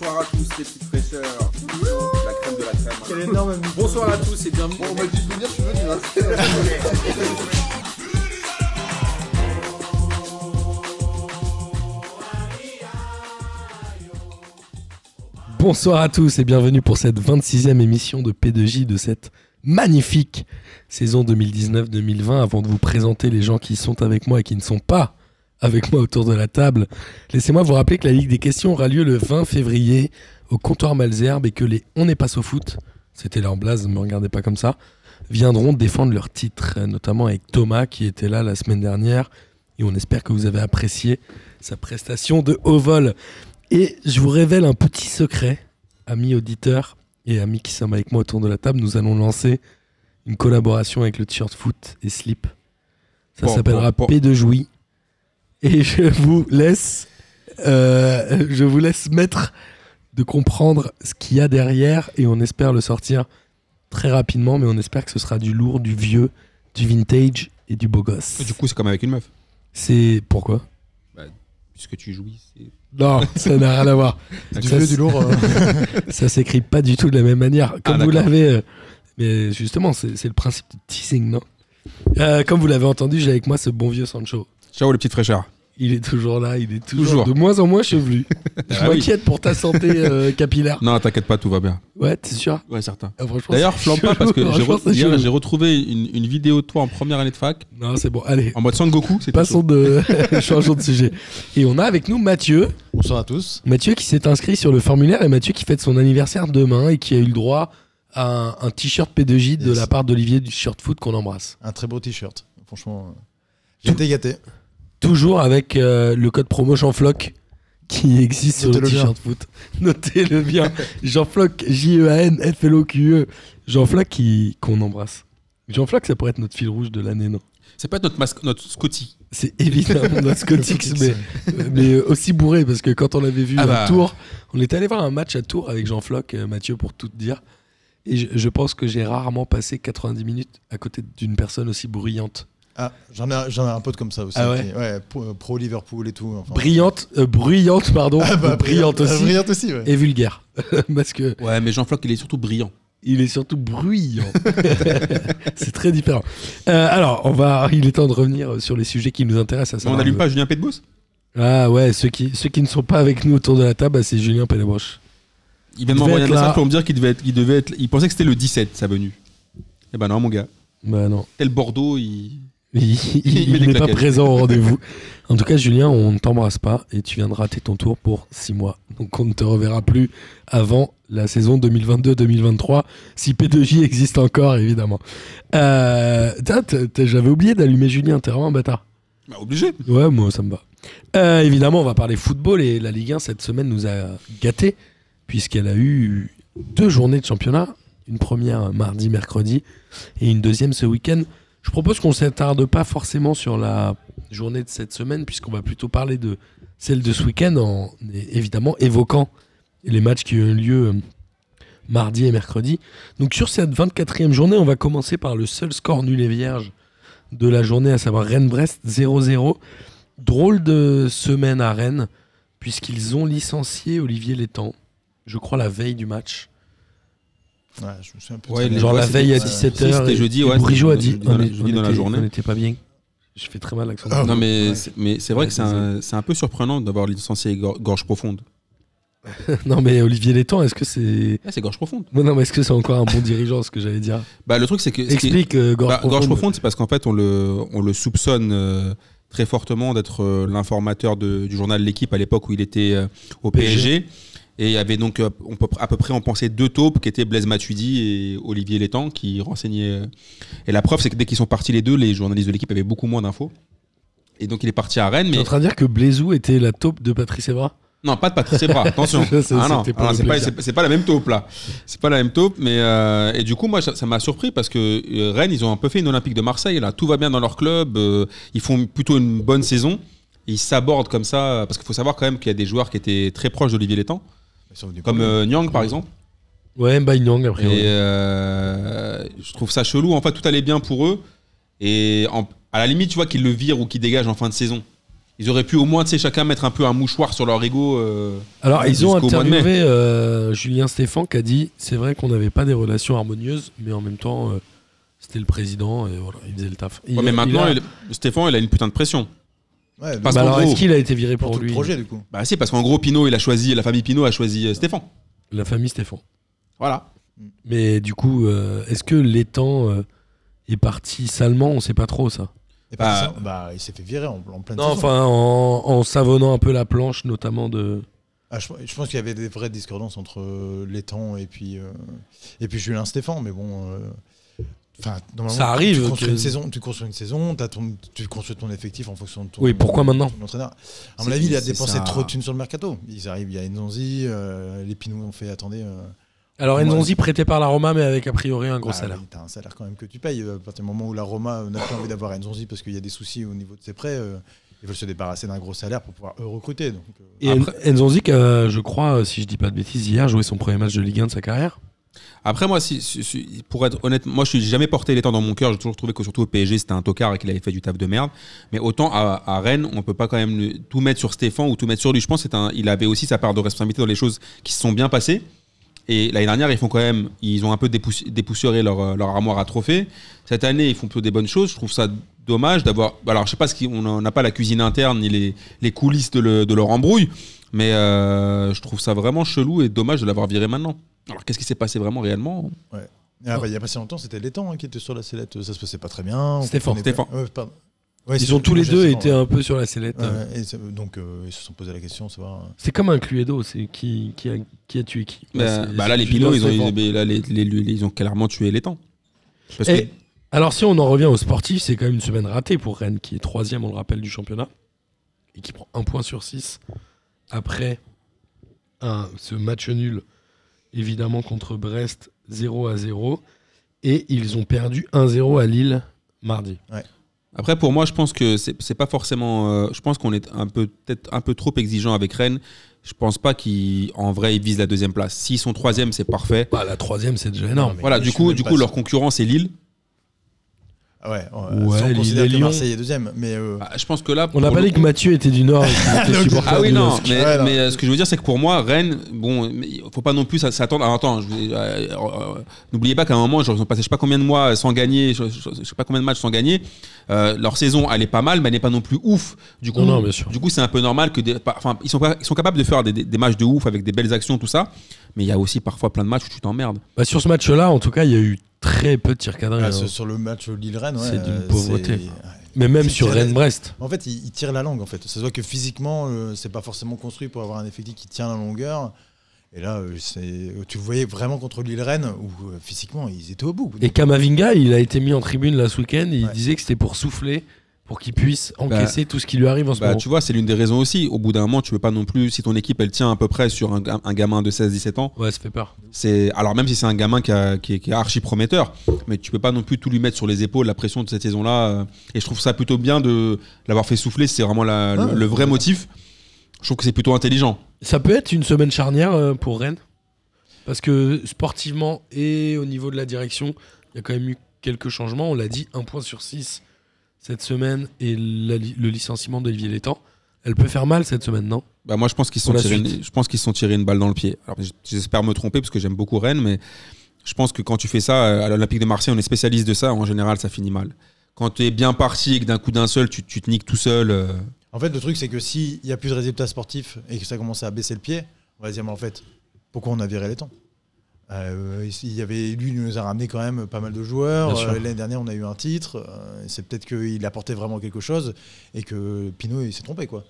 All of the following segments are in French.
Bonsoir à tous les petites fraîcheurs. La crème de la crème. hein. Quel énorme Bonsoir à tous et bienvenue. Bon, on m'a dit de venir, je suis venu. hein. Bonsoir à tous et bienvenue pour cette 26e émission de P2J de cette magnifique saison 2019-2020. Avant de vous présenter les gens qui sont avec moi et qui ne sont pas avec moi autour de la table, laissez-moi vous rappeler que la Ligue des questions aura lieu le 20 février au comptoir Malzerbe et que les On n'est pas au foot, c'était leur blase, ne me regardez pas comme ça, viendront défendre leur titre, euh, notamment avec Thomas qui était là la semaine dernière et on espère que vous avez apprécié sa prestation de haut vol. Et je vous révèle un petit secret, amis auditeurs et amis qui sommes avec moi autour de la table. Nous allons lancer une collaboration avec le t-shirt foot et slip. Ça Bon, s'appellera bon, bon. P de Jouy. Et je vous laisse, euh, je vous laisse mettre de comprendre ce qu'il y a derrière et on espère le sortir très rapidement, mais on espère que ce sera du lourd, du vieux, du vintage et du beau gosse. Du coup, c'est comme avec une meuf. C'est pourquoi Puisque tu jouis, c'est. Non, ça n'a rien à voir. Du Ça, vieux, du lourd. euh. ça s'écrit pas du tout de la même manière. Comme Ah, vous d'accord. l'avez. euh, mais justement, c'est c'est le principe du teasing, non Euh, Comme vous l'avez entendu, j'ai avec moi ce bon vieux Sancho. Ciao les petites fraîcheurs. Il est toujours là, il est toujours, Toujours. de moins en moins chevelu. Je Ah oui. m'inquiète pour ta santé euh, capillaire. Non, t'inquiète pas, tout va bien. Ouais, t'es sûr Ouais, certain. Ah, franchement, D'ailleurs, c'est flambe pas chelou, parce Ah, que j'ai franchement, re- c'est hier, chelou. j'ai retrouvé une, une vidéo de toi en première année de fac Non, c'est bon. Allez, en mode Son Goku. C'était passons de. changeons de sujet. Et on a avec nous Mathieu. Bonsoir à tous. Mathieu qui s'est inscrit sur le formulaire et Mathieu qui fête son anniversaire demain et qui a eu le droit à un, un t-shirt P2J de Yes. la part d'Olivier du Shirt Foot qu'on embrasse. Un très beau t-shirt. Franchement, euh, j'étais gâté. Toujours avec euh, le code promo Jean-Floc qui existe sur le Notez-le bien. t-shirt foot. Notez-le bien. Jean-Floc, E J-E-A-N-F-L-O-Q-E. E. Jean-Floc qui- qu'on embrasse. Jean-Floc, ça pourrait être notre fil rouge de l'année, non C'est pas notre masque, notre Scotty. C'est évidemment notre Scotix, mais, mais euh, aussi bourré parce que quand on l'avait vu Ah bah. à Tours, on était allé voir un match à Tours avec Jean Floc, euh, Mathieu pour tout te dire. Et je, je pense que j'ai rarement passé 90 minutes à côté d'une personne aussi bruyante. Ah, j'en ai, j'en ai un pote comme ça aussi. Ah ouais qui- pro, euh, pro Liverpool et tout. enfin. Brillante, euh, bruyante, pardon, Ah bah, brillante euh, aussi, Brillante aussi, ouais. et vulgaire. parce que Ouais, mais Jean-Floc, il est surtout brillant. Il est surtout bruyant. c'est très différent. Euh, alors, on va, il est temps de revenir sur les sujets qui nous intéressent. À on savoir n'allume le- pas Julien Pédebos Ah ouais, ceux qui, ceux qui ne sont pas avec nous autour de la table, bah, c'est Julien Pédabroche. Il vient de Il devait m'envoyer un être là. message pour me dire qu'il devait être, il devait être, il pensait que c'était le 17 sa venue. Eh ben non, mon gars. Bah non, Tel Bordeaux, il. il, il- Il met il des n'est pas claquettes. présent au rendez-vous. En tout cas, Julien, on ne t'embrasse pas et tu viens de rater ton tour pour six mois. Donc on ne te reverra plus avant la saison 2022-2023, si P2J existe encore, évidemment. Euh, t'as- t'as- t'as- J'avais oublié d'allumer Julien, t'es vraiment un bâtard. Bah, obligé. Ouais, moi, ça me va. Euh, évidemment, on va parler football et la Ligue 1 cette semaine nous a gâtés puisqu'elle a eu deux journées de championnat, une première mardi, mercredi et une deuxième ce week-end. Je propose qu'on s'attarde pas forcément sur la journée de cette semaine puisqu'on va plutôt parler de celle de ce week-end en évidemment évoquant les matchs qui ont eu lieu euh, mardi et mercredi. Donc sur cette 24e journée, on va commencer par le seul score nul et vierge de la journée, à savoir Rennes-Brest 0-0. Drôle de semaine à Rennes, puisqu'ils ont licencié Olivier Létang, je crois la veille du match. Ouais, je me souviens plus. Ouais, de ça, Genre mais- la c'est- veille à ouais. 17h. c'était jeudi, ouais, Bourigeau a c'était dit jeudi dans on la- est- jeudi on dans la était- journée. on n'était pas bien. Je fais très mal l'accent. Ah, Non, mais Ouais. c'est- mais c'est vrai Ouais, que c'est désolé. un, c'est un peu surprenant d'avoir licencié Gor- Gorge Profonde. non, mais Olivier Létang, est-ce que c'est. Là, c'est Gorge Profonde. Non, non, mais est-ce que c'est encore un bon dirigeant, ce que j'allais dire Bah, le truc, c'est que. ce qui est- Explique, euh, Gorge Bah, Gorge, Profonde. Profonde, c'est parce qu'en fait, on le, on le soupçonne euh, très fortement d'être euh, l'informateur de- du journal L'équipe à l'époque où il était euh, au PSG. Et il y avait donc, euh, on peut, à peu près, on pensait deux taupes qui étaient Blaise Matuidi et Olivier Létang qui renseignaient. euh. Et la preuve, c'est que dès qu'ils sont partis les deux, les journalistes de l'équipe avaient beaucoup moins d'infos. Et donc, il est parti à Rennes, T'es mais. en train de dire que Blaisou était la taupe de Patrice Evra Non, pas de Patrice Evra, attention. Ça, c'est- Ah non, c'était pour ah non, le c'est pas, plaisir. c'est- c'est pas la même taupe là. C'est pas la même taupe, mais euh, et du coup, moi, ça ça m'a surpris parce que euh, Rennes, ils ont un peu fait une Olympique de Marseille là. Tout va bien dans leur club, euh, ils font plutôt une bonne saison. Ils s'abordent comme ça parce qu'il faut savoir quand même qu'il y a des joueurs qui étaient très proches d'Olivier Létang, Ils sont venus comme pour- euh, Nyang par exemple. Ouais, Mbaye Nyang, après. Et euh, je trouve ça chelou. En fait, tout allait bien pour eux. Et en- à la limite, tu vois qu'ils le virent ou qu'ils dégagent en fin de saison. Ils Ils auraient pu au moins, tu sais, chacun mettre un peu un mouchoir sur leur ego. euh, Alors, ils ont Jusqu'au mois de mai. interviewé euh, Julien Stéphan qui a dit c'est vrai qu'on n'avait pas des relations harmonieuses, mais en même temps, euh, c'était le président et voilà, il faisait le taf. Il- ouais, mais il maintenant, a- il- Stéphane, il a une putain de pression. Ouais, mais Parce Bah qu'en alors, gros- est-ce qu'il a été viré pour pour tout le lui projet, du coup. Bah, si, parce qu'en gros, Pinot, il a choisi, la famille Pinot a choisi euh, Stéphane. La famille Stéphan. Voilà. Mais du coup, euh, est-ce que l'étang euh, est parti salement On sait pas trop ça. Et par Bah, exemple, bah, il s'est fait virer en, en pleine Non, saison. enfin, en, en savonnant un peu la planche, notamment de. Ah, je, je pense qu'il y avait des vraies discordances entre euh, Létang et puis euh, et puis Julien Stéphan, mais bon. euh, Enfin, normalement, Ça arrive Tu construis que- une saison, tu construis une saison, t'as ton- tu construis ton effectif en fonction de ton. Oui, pourquoi maintenant ton entraîneur. À C'est- mon avis, il a c'est dépensé ça. trop de thunes sur le mercato. Ils arrivent, il y a Nzonzi, euh, les Pinots ont fait attendez. euh, Alors, Moi- Enzonzi prêté par la Roma, mais avec a priori un gros bah, salaire. oui, T'as un salaire quand même que tu payes. euh, À partir du moment où la Roma euh, n'a plus envie d'avoir Nzonzi parce qu'il y a des soucis au niveau de ses prêts, euh, ils veulent se débarrasser d'un gros salaire pour pouvoir eux recruter. Donc, euh, Et N- Nzonzi, qui a, je crois, euh, si je dis pas de bêtises, hier joué son premier match de Ligue 1 de sa carrière. Après, moi, si, si- si- pour être honnête, moi, je n'ai jamais porté l'étang dans mon cœur. J'ai toujours trouvé que, surtout au PSG, c'était un tocard et qu'il avait fait du taf de merde. Mais autant à, à Rennes, on peut pas quand même le- tout mettre sur Stéphane ou tout mettre sur lui. Je pense qu'il avait aussi sa part de responsabilité dans les choses qui se sont bien passées. Et l'année dernière, ils font quand même, ils ont un peu dépouss- dépoussiéré leur, euh, leur armoire à trophées. Cette année, ils font plutôt des bonnes choses. Je trouve ça dommage d'avoir. Alors, je sais pas ce qu'on on n'a pas la cuisine interne ni les, les coulisses de, le- de leur embrouille, mais euh, je trouve ça vraiment chelou et dommage de l'avoir viré maintenant. Alors, qu'est-ce qui s'est passé vraiment réellement Bah, Ah bah, il y a pas si longtemps, c'était Létang hein, qui était sur la sellette. Ça se passait pas très bien. On Stéphane, comprenait pas- Stéphane. Ouais, pardon. Ouais, Ils c'est- ont tous les je deux sais pas, été ouais. un peu sur la sellette. Ouais, ouais, et c'est- donc euh, ils se sont posé la question, savoir. euh, C'est comme un Cluedo, c'est qui, qui, a, qui a tué qui. Bah, Ouais, c'est- bah c'est là, les Julien Pinots, ils ont, Stéphan. ils- là, les- les- les- ils ont clairement tué les temps. Parce Et- que- Alors si on en revient au sportif, c'est quand même une semaine ratée pour Rennes, qui est troisième, on le rappelle, du championnat, et qui prend un point sur six après un, ce match nul, évidemment, contre Brest, 0 à 0. Et ils ont perdu 1-0 à Lille mardi. Après, pour moi, je pense que c'est c'est pas forcément. euh, je pense qu'on est un peu peut-être un peu trop exigeant avec Rennes. Je pense pas qu'en vrai ils visent la deuxième place. S'ils sont troisième, c'est parfait. Bah, la troisième, c'est déjà énorme. mais Voilà, je du suis coup, même du pas coup, sûr. leur concurrent c'est Lille. Ah ouais, Ouais, on sans Lille considérer et que Lyon. Ah, Marseille est deuxième, mais euh, Bah, je pense que là, On n'a pour pas le dit que coup- Mathieu était du Nord. et qu'il était Donc, supporter Ah oui, du non, LOSC. mais, Ouais, non. mais, euh, ce que je veux dire, c'est que pour moi, Rennes, bon, il faut pas non plus s- s'attendre. Alors, attends, je vous- euh, euh, n'oubliez pas qu'à un moment, genre, ils ont passé je sais pas combien de mois euh, sans gagner, je, je- je sais pas combien de matchs sans gagner. Euh, leur saison, elle est pas mal, mais elle n'est pas non plus ouf. Du coup, Non, non, bien sûr. du coup, c'est un peu normal que, des, pas- enfin, ils sont, pas- ils sont capables de faire des, des- des matchs de ouf avec des belles actions, tout ça. Mais il y a aussi parfois plein de matchs où tu t'emmerdes. Bah, sur ce match-là, en tout cas, il y a eu très peu de tirs cadrés. Ah, là, hein. ce- sur le match Lille-Rennes, ouais, C'est d'une euh, pauvreté. c'est- ouais. Mais même c'est sur tiré- Rennes-Brest. En fait, ils, ils tirent la langue. En fait, ça se voit que physiquement, euh, c'est pas forcément construit pour avoir un effectif qui tient la longueur. Et là, euh, c'est, tu le voyais vraiment contre Lille-Rennes où euh, physiquement ils étaient au bout. Et Kamavinga, il a été mis en tribune là ce week-end. et Il Ouais. disait que c'était pour souffler, pour qu'il puisse encaisser tout ce qui lui arrive en ce Bah, moment. tu vois, c'est l'une des raisons aussi. Au bout d'un moment, tu veux pas non plus, si ton équipe, elle tient à peu près sur un, ga- un gamin de 16-17 ans, Ouais, ça fait peur. C'est alors même si c'est un gamin qui, a- qui est, qui est archi prometteur, mais tu peux pas non plus tout lui mettre sur les épaules la pression de cette saison-là. euh, Et je trouve ça plutôt bien de l'avoir fait souffler. C'est vraiment la- le, Ah, Ouais. le vrai motif. Je trouve que c'est plutôt intelligent. Ça peut être une semaine charnière euh, pour Rennes. Parce que sportivement et au niveau de la direction, il y a quand même eu quelques changements. On l'a dit, un point sur six cette semaine et la li- le licenciement d'Olivier Létang. Elle peut faire mal cette semaine, non Bah, moi, je pense qu'ils se sont Pour la tirés suite. une- je pense qu'ils se sont tirés une balle dans le pied. Alors, j- j'espère me tromper parce que j'aime beaucoup Rennes, mais je pense que quand tu fais ça euh, à l'Olympique de Marseille, on est spécialiste de ça. En général, ça finit mal. Quand tu es bien parti et que d'un coup d'un seul, tu, tu te niques tout seul. euh, En fait, le truc, c'est que s'il n'y a plus de résultats sportifs et que ça commence à baisser le pied, on va se dire, mais en fait, pourquoi on a viré les temps Euh, il y avait, lui, il nous a ramené quand même pas mal de joueurs. Bien sûr. Euh, L'année dernière, on a eu un titre. Euh, c'est peut-être qu'il apportait vraiment quelque chose et que Pinot, il s'est trompé, quoi.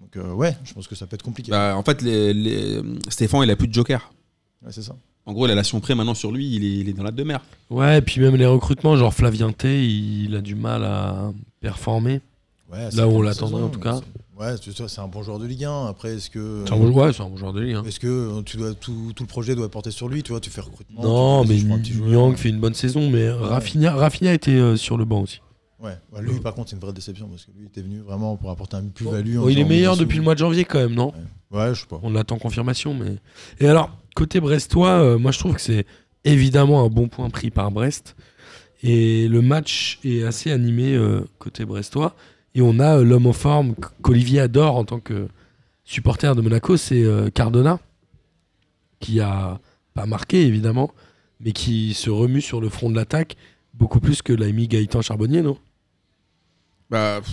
Donc, euh, ouais, je pense que ça peut être compliqué. bah, en fait, les- les- Stéphane, il a plus de joker. Ouais, c'est ça. En gros, il a la Sion près maintenant sur lui. Il est, il est dans la de mer. Ouais, et puis même les recrutements, genre Flavien T, il a du mal à performer. Ouais, Là où on c'est- l'attendrait, en tout cas. c'est- Ouais, c'est ça, c'est un bon joueur de Ligue 1. Après, est-ce que. C'est un bon joueur, ouais, c'est un bon joueur de ligue, hein. Est-ce que tu dois, tout, tout le projet doit porter sur lui Tu vois, tu fais recrutement. Non, tu fais- mais je prends un petit joueur. Nyang fait une bonne saison, mais Rafinha, Rafinha était euh, sur le banc aussi. Ouais, bah, lui par contre c'est une vraie déception parce que lui il était venu vraiment pour apporter hein, un plus-value. en Oh, il est disant, meilleur on est depuis le sous- mois de janvier quand même, non Ouais, je sais pas. On attend confirmation, mais... Et alors, côté brestois, euh, moi je trouve que c'est évidemment un bon point pris par Brest. Et le match est assez animé euh, côté brestois. Et on a euh, l'homme en forme qu- qu'Olivier adore en tant que supporter de Monaco, c'est euh, Cardona, qui a pas marqué évidemment, mais qui se remue sur le front de l'attaque beaucoup plus que l'a mis Gaëtan Charbonnier, non Bah, pff,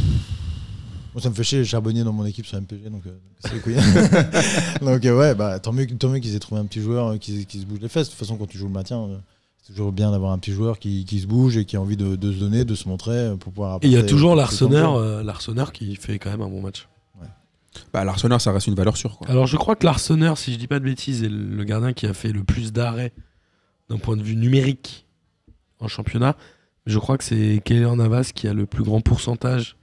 Moi, ça me fait chier, les charbonniers dans mon équipe sur MPG, donc euh, c'est les couilles. donc euh, ouais, bah, tant mieux, que- tant mieux qu'ils aient trouvé un petit joueur euh, qui, qui se bouge les fesses. De toute façon, quand tu joues le maintien, euh, c'est toujours bien d'avoir un petit joueur qui, qui se bouge et qui a envie de, de se donner, de se montrer euh, pour pouvoir Et il y a apporter, toujours euh, l'arseneur, ce euh, l'arseneur qui fait quand même un bon match. bah l'Arsenal, ça reste une valeur sûre. Quoi. Alors je crois que l'arseneur, si je dis pas de bêtises, est le gardien qui a fait le plus d'arrêts d'un point de vue numérique en championnat. Je crois que c'est Keller Navas qui a le plus grand pourcentage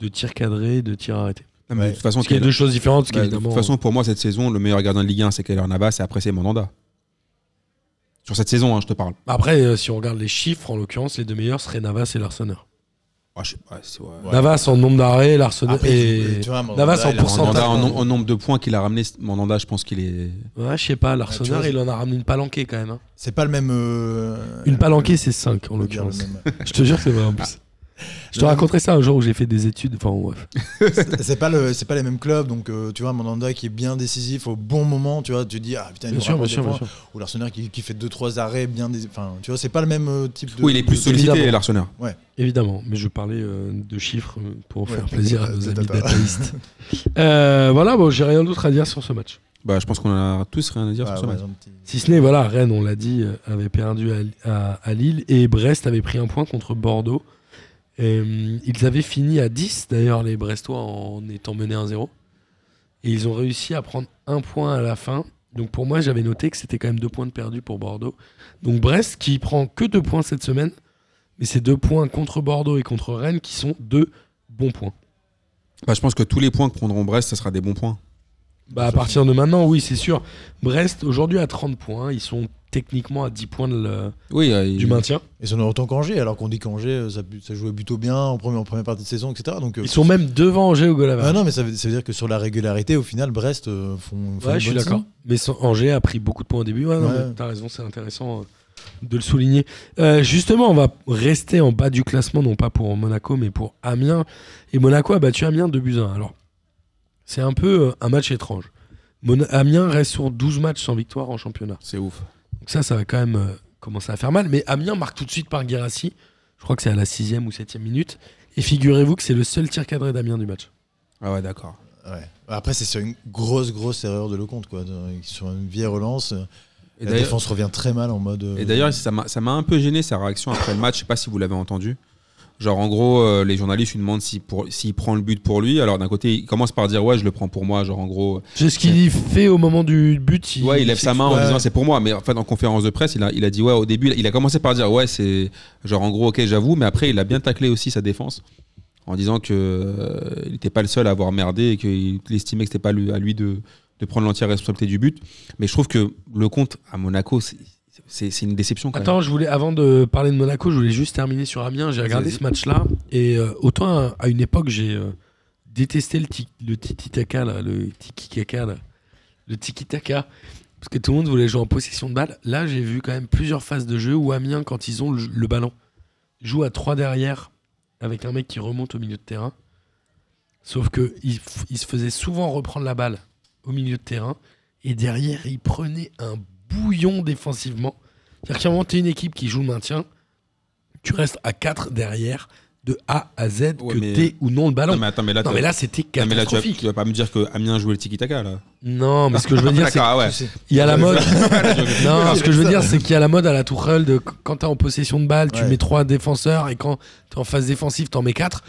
de tirs cadrés, et de tirs arrêtés. Non, mais Ouais. de toute façon, Ce qui est Keylor- deux choses différentes, parce bah, de qu'évidemment, toute façon, pour moi, cette saison, le meilleur gardien de Ligue 1, c'est Keller Navas et après, c'est Mandanda. Sur cette saison, hein, je te parle. Après, euh, si on regarde les chiffres, en l'occurrence, les deux meilleurs seraient Navas et l'arseneur. Ah, je sais pas, c'est- ouais. Ouais. Navas en nombre d'arrêts, l'arseneur Après, euh, euh, et... Ah, tu vois, Mandanda, Navas en il a- pourcentage. Mandanda, en, nom- en nombre de points qu'il a ramené, Mandanda, je pense qu'il est. Ouais, je sais pas, l'arseneur, vois, il en a ramené une palanquée quand même. hein. C'est pas le même. euh, Une palanquée, c'est 5 en on peut dire le l'occurrence. même. Je te jure que c'est vrai en plus. Je te raconterai ça un jour où j'ai fait des études. Enfin, bref. c'est pas le c'est pas les mêmes clubs donc euh, tu vois Mandanda qui est bien décisif au bon moment tu vois tu dis ah putain il Bien nous sûr, bien rapporte des sûr, bien points. sûr. ou l'Arsenal qui, qui fait deux trois arrêts bien dé- enfin tu vois c'est pas le même euh, type de Oui, il est plus de- sollicité, évidemment. l'Arsenal. Évidemment, mais je parlais euh, de chiffres euh, pour Ouais, faire plaisir à euh, nos de amis data. dataïstes. Euh, voilà, bon, j'ai rien d'autre à dire sur ce match. Bah, je pense qu'on a tous rien à dire Ouais, sur ce Bah, ouais, match. un petit- Si ce n'est, voilà, Rennes, on l'a dit, euh, avait perdu à, à- à Lille et Brest avait pris un point contre Bordeaux. Et, hum, ils avaient fini à 10, d'ailleurs, les Brestois, en étant menés 1-0. Et ils ont réussi à prendre un point à la fin. Donc pour moi, j'avais noté que c'était quand même deux points de perdu pour Bordeaux. Donc Brest qui prend que deux points cette semaine, mais c'est deux points contre Bordeaux et contre Rennes qui sont deux bons points. Bah, je pense que tous les points que prendront Brest, ça sera des bons points. Bah, à partir de maintenant, oui, c'est sûr. Brest, aujourd'hui, à 30 points. Ils sont techniquement à 10 points de le- Oui, euh, il- du maintien. et ça nous autant qu'Angers alors qu'on dit qu'Angers euh, ça, ça jouait plutôt bien en premier- en première partie de saison etc donc euh, Ils sont hein. même devant Angers au goal ah avare. non mais ça veut, ça veut dire que sur la régularité au final Brest euh, font, font Ouais, une je suis bonne d'accord. saison. Mais son- Angers a pris beaucoup de points au début. Ouais, non, Ouais. mais T'as raison, c'est intéressant euh, de le souligner. Euh, justement, on va rester en bas du classement, non pas pour Monaco, mais pour Amiens. Et Monaco a battu Amiens 2 buts à 1. Alors, c'est un peu euh, un match étrange. Mon- Amiens reste sur 12 matchs sans victoire en championnat. c'est ouf. Donc ça, ça va quand même euh, commencer à faire mal. Mais Amiens marque tout de suite par Guérassi. Je crois que c'est à la sixième ou septième minute. Et figurez-vous que c'est le seul tir cadré d'Amiens du match. Ah ouais, d'accord. Ouais. après c'est sur une grosse grosse erreur de Lecomte quoi de- sur une vieille relance euh, Et la d'ailleurs- défense revient très mal en mode euh, Et d'ailleurs, ça m'a ça m'a un peu gêné sa réaction après le match. Je sais pas si vous l'avez entendu. Genre, en gros, euh, les journalistes lui demandent s'il pour- s'il prend le but pour lui. Alors, d'un côté, il commence par dire Ouais, je le prends pour moi. Genre, en gros, C'est ce qu'il fait au moment du but. ouais, il lève sa main en ouais. disant C'est pour moi. Mais en fait, en conférence de presse, il a, il a dit Ouais, au début, il a commencé par dire Ouais, c'est genre, en gros, ok, j'avoue. Mais après, il a bien taclé aussi sa défense en disant que euh, il n'était pas le seul à avoir merdé et qu'il estimait que c'était pas lui- à lui de, de prendre l'entière responsabilité du but. Mais je trouve que le compte à Monaco, c'est- c'est c'est une déception quand même. Attends, je voulais, avant de parler de Monaco, je voulais juste terminer sur Amiens. J'ai regardé Vas-y. ce match-là. Et euh, autant à, à une époque, j'ai euh, détesté le, ti- le tiki-taka, là, le tiki-taka, là, le tiki-taka. Parce que tout le monde voulait jouer en possession de balle. Là, j'ai vu quand même plusieurs phases de jeu où Amiens, quand ils ont le, le ballon, joue à 3 derrière avec un mec qui remonte au milieu de terrain. Sauf que il, f- il se faisait souvent reprendre la balle au milieu de terrain. Et derrière, il prenait un bouillon défensivement. C'est-à-dire qu'à un moment, t'es une équipe qui joue le maintien, tu restes à 4 derrière, de A à Z, Ouais, que mais- t'aies ou non le ballon. Non, Non, mais attends, mais là, t'as- mais là, c'était Non, mais là, tu vas, catastrophique. tu vas pas me dire que Amiens jouait le tiki-taka, là. Non, mais ce que je veux dire, c'est D'accord, ah ouais. tu sais. qu'il y a la mode. non, non, ce que je veux dire, c'est qu'il y a la mode à la Tourelle de qu- quand t'es en possession de balle, tu Ouais. mets 3 défenseurs et quand t'es en phase défensive, t'en mets 4.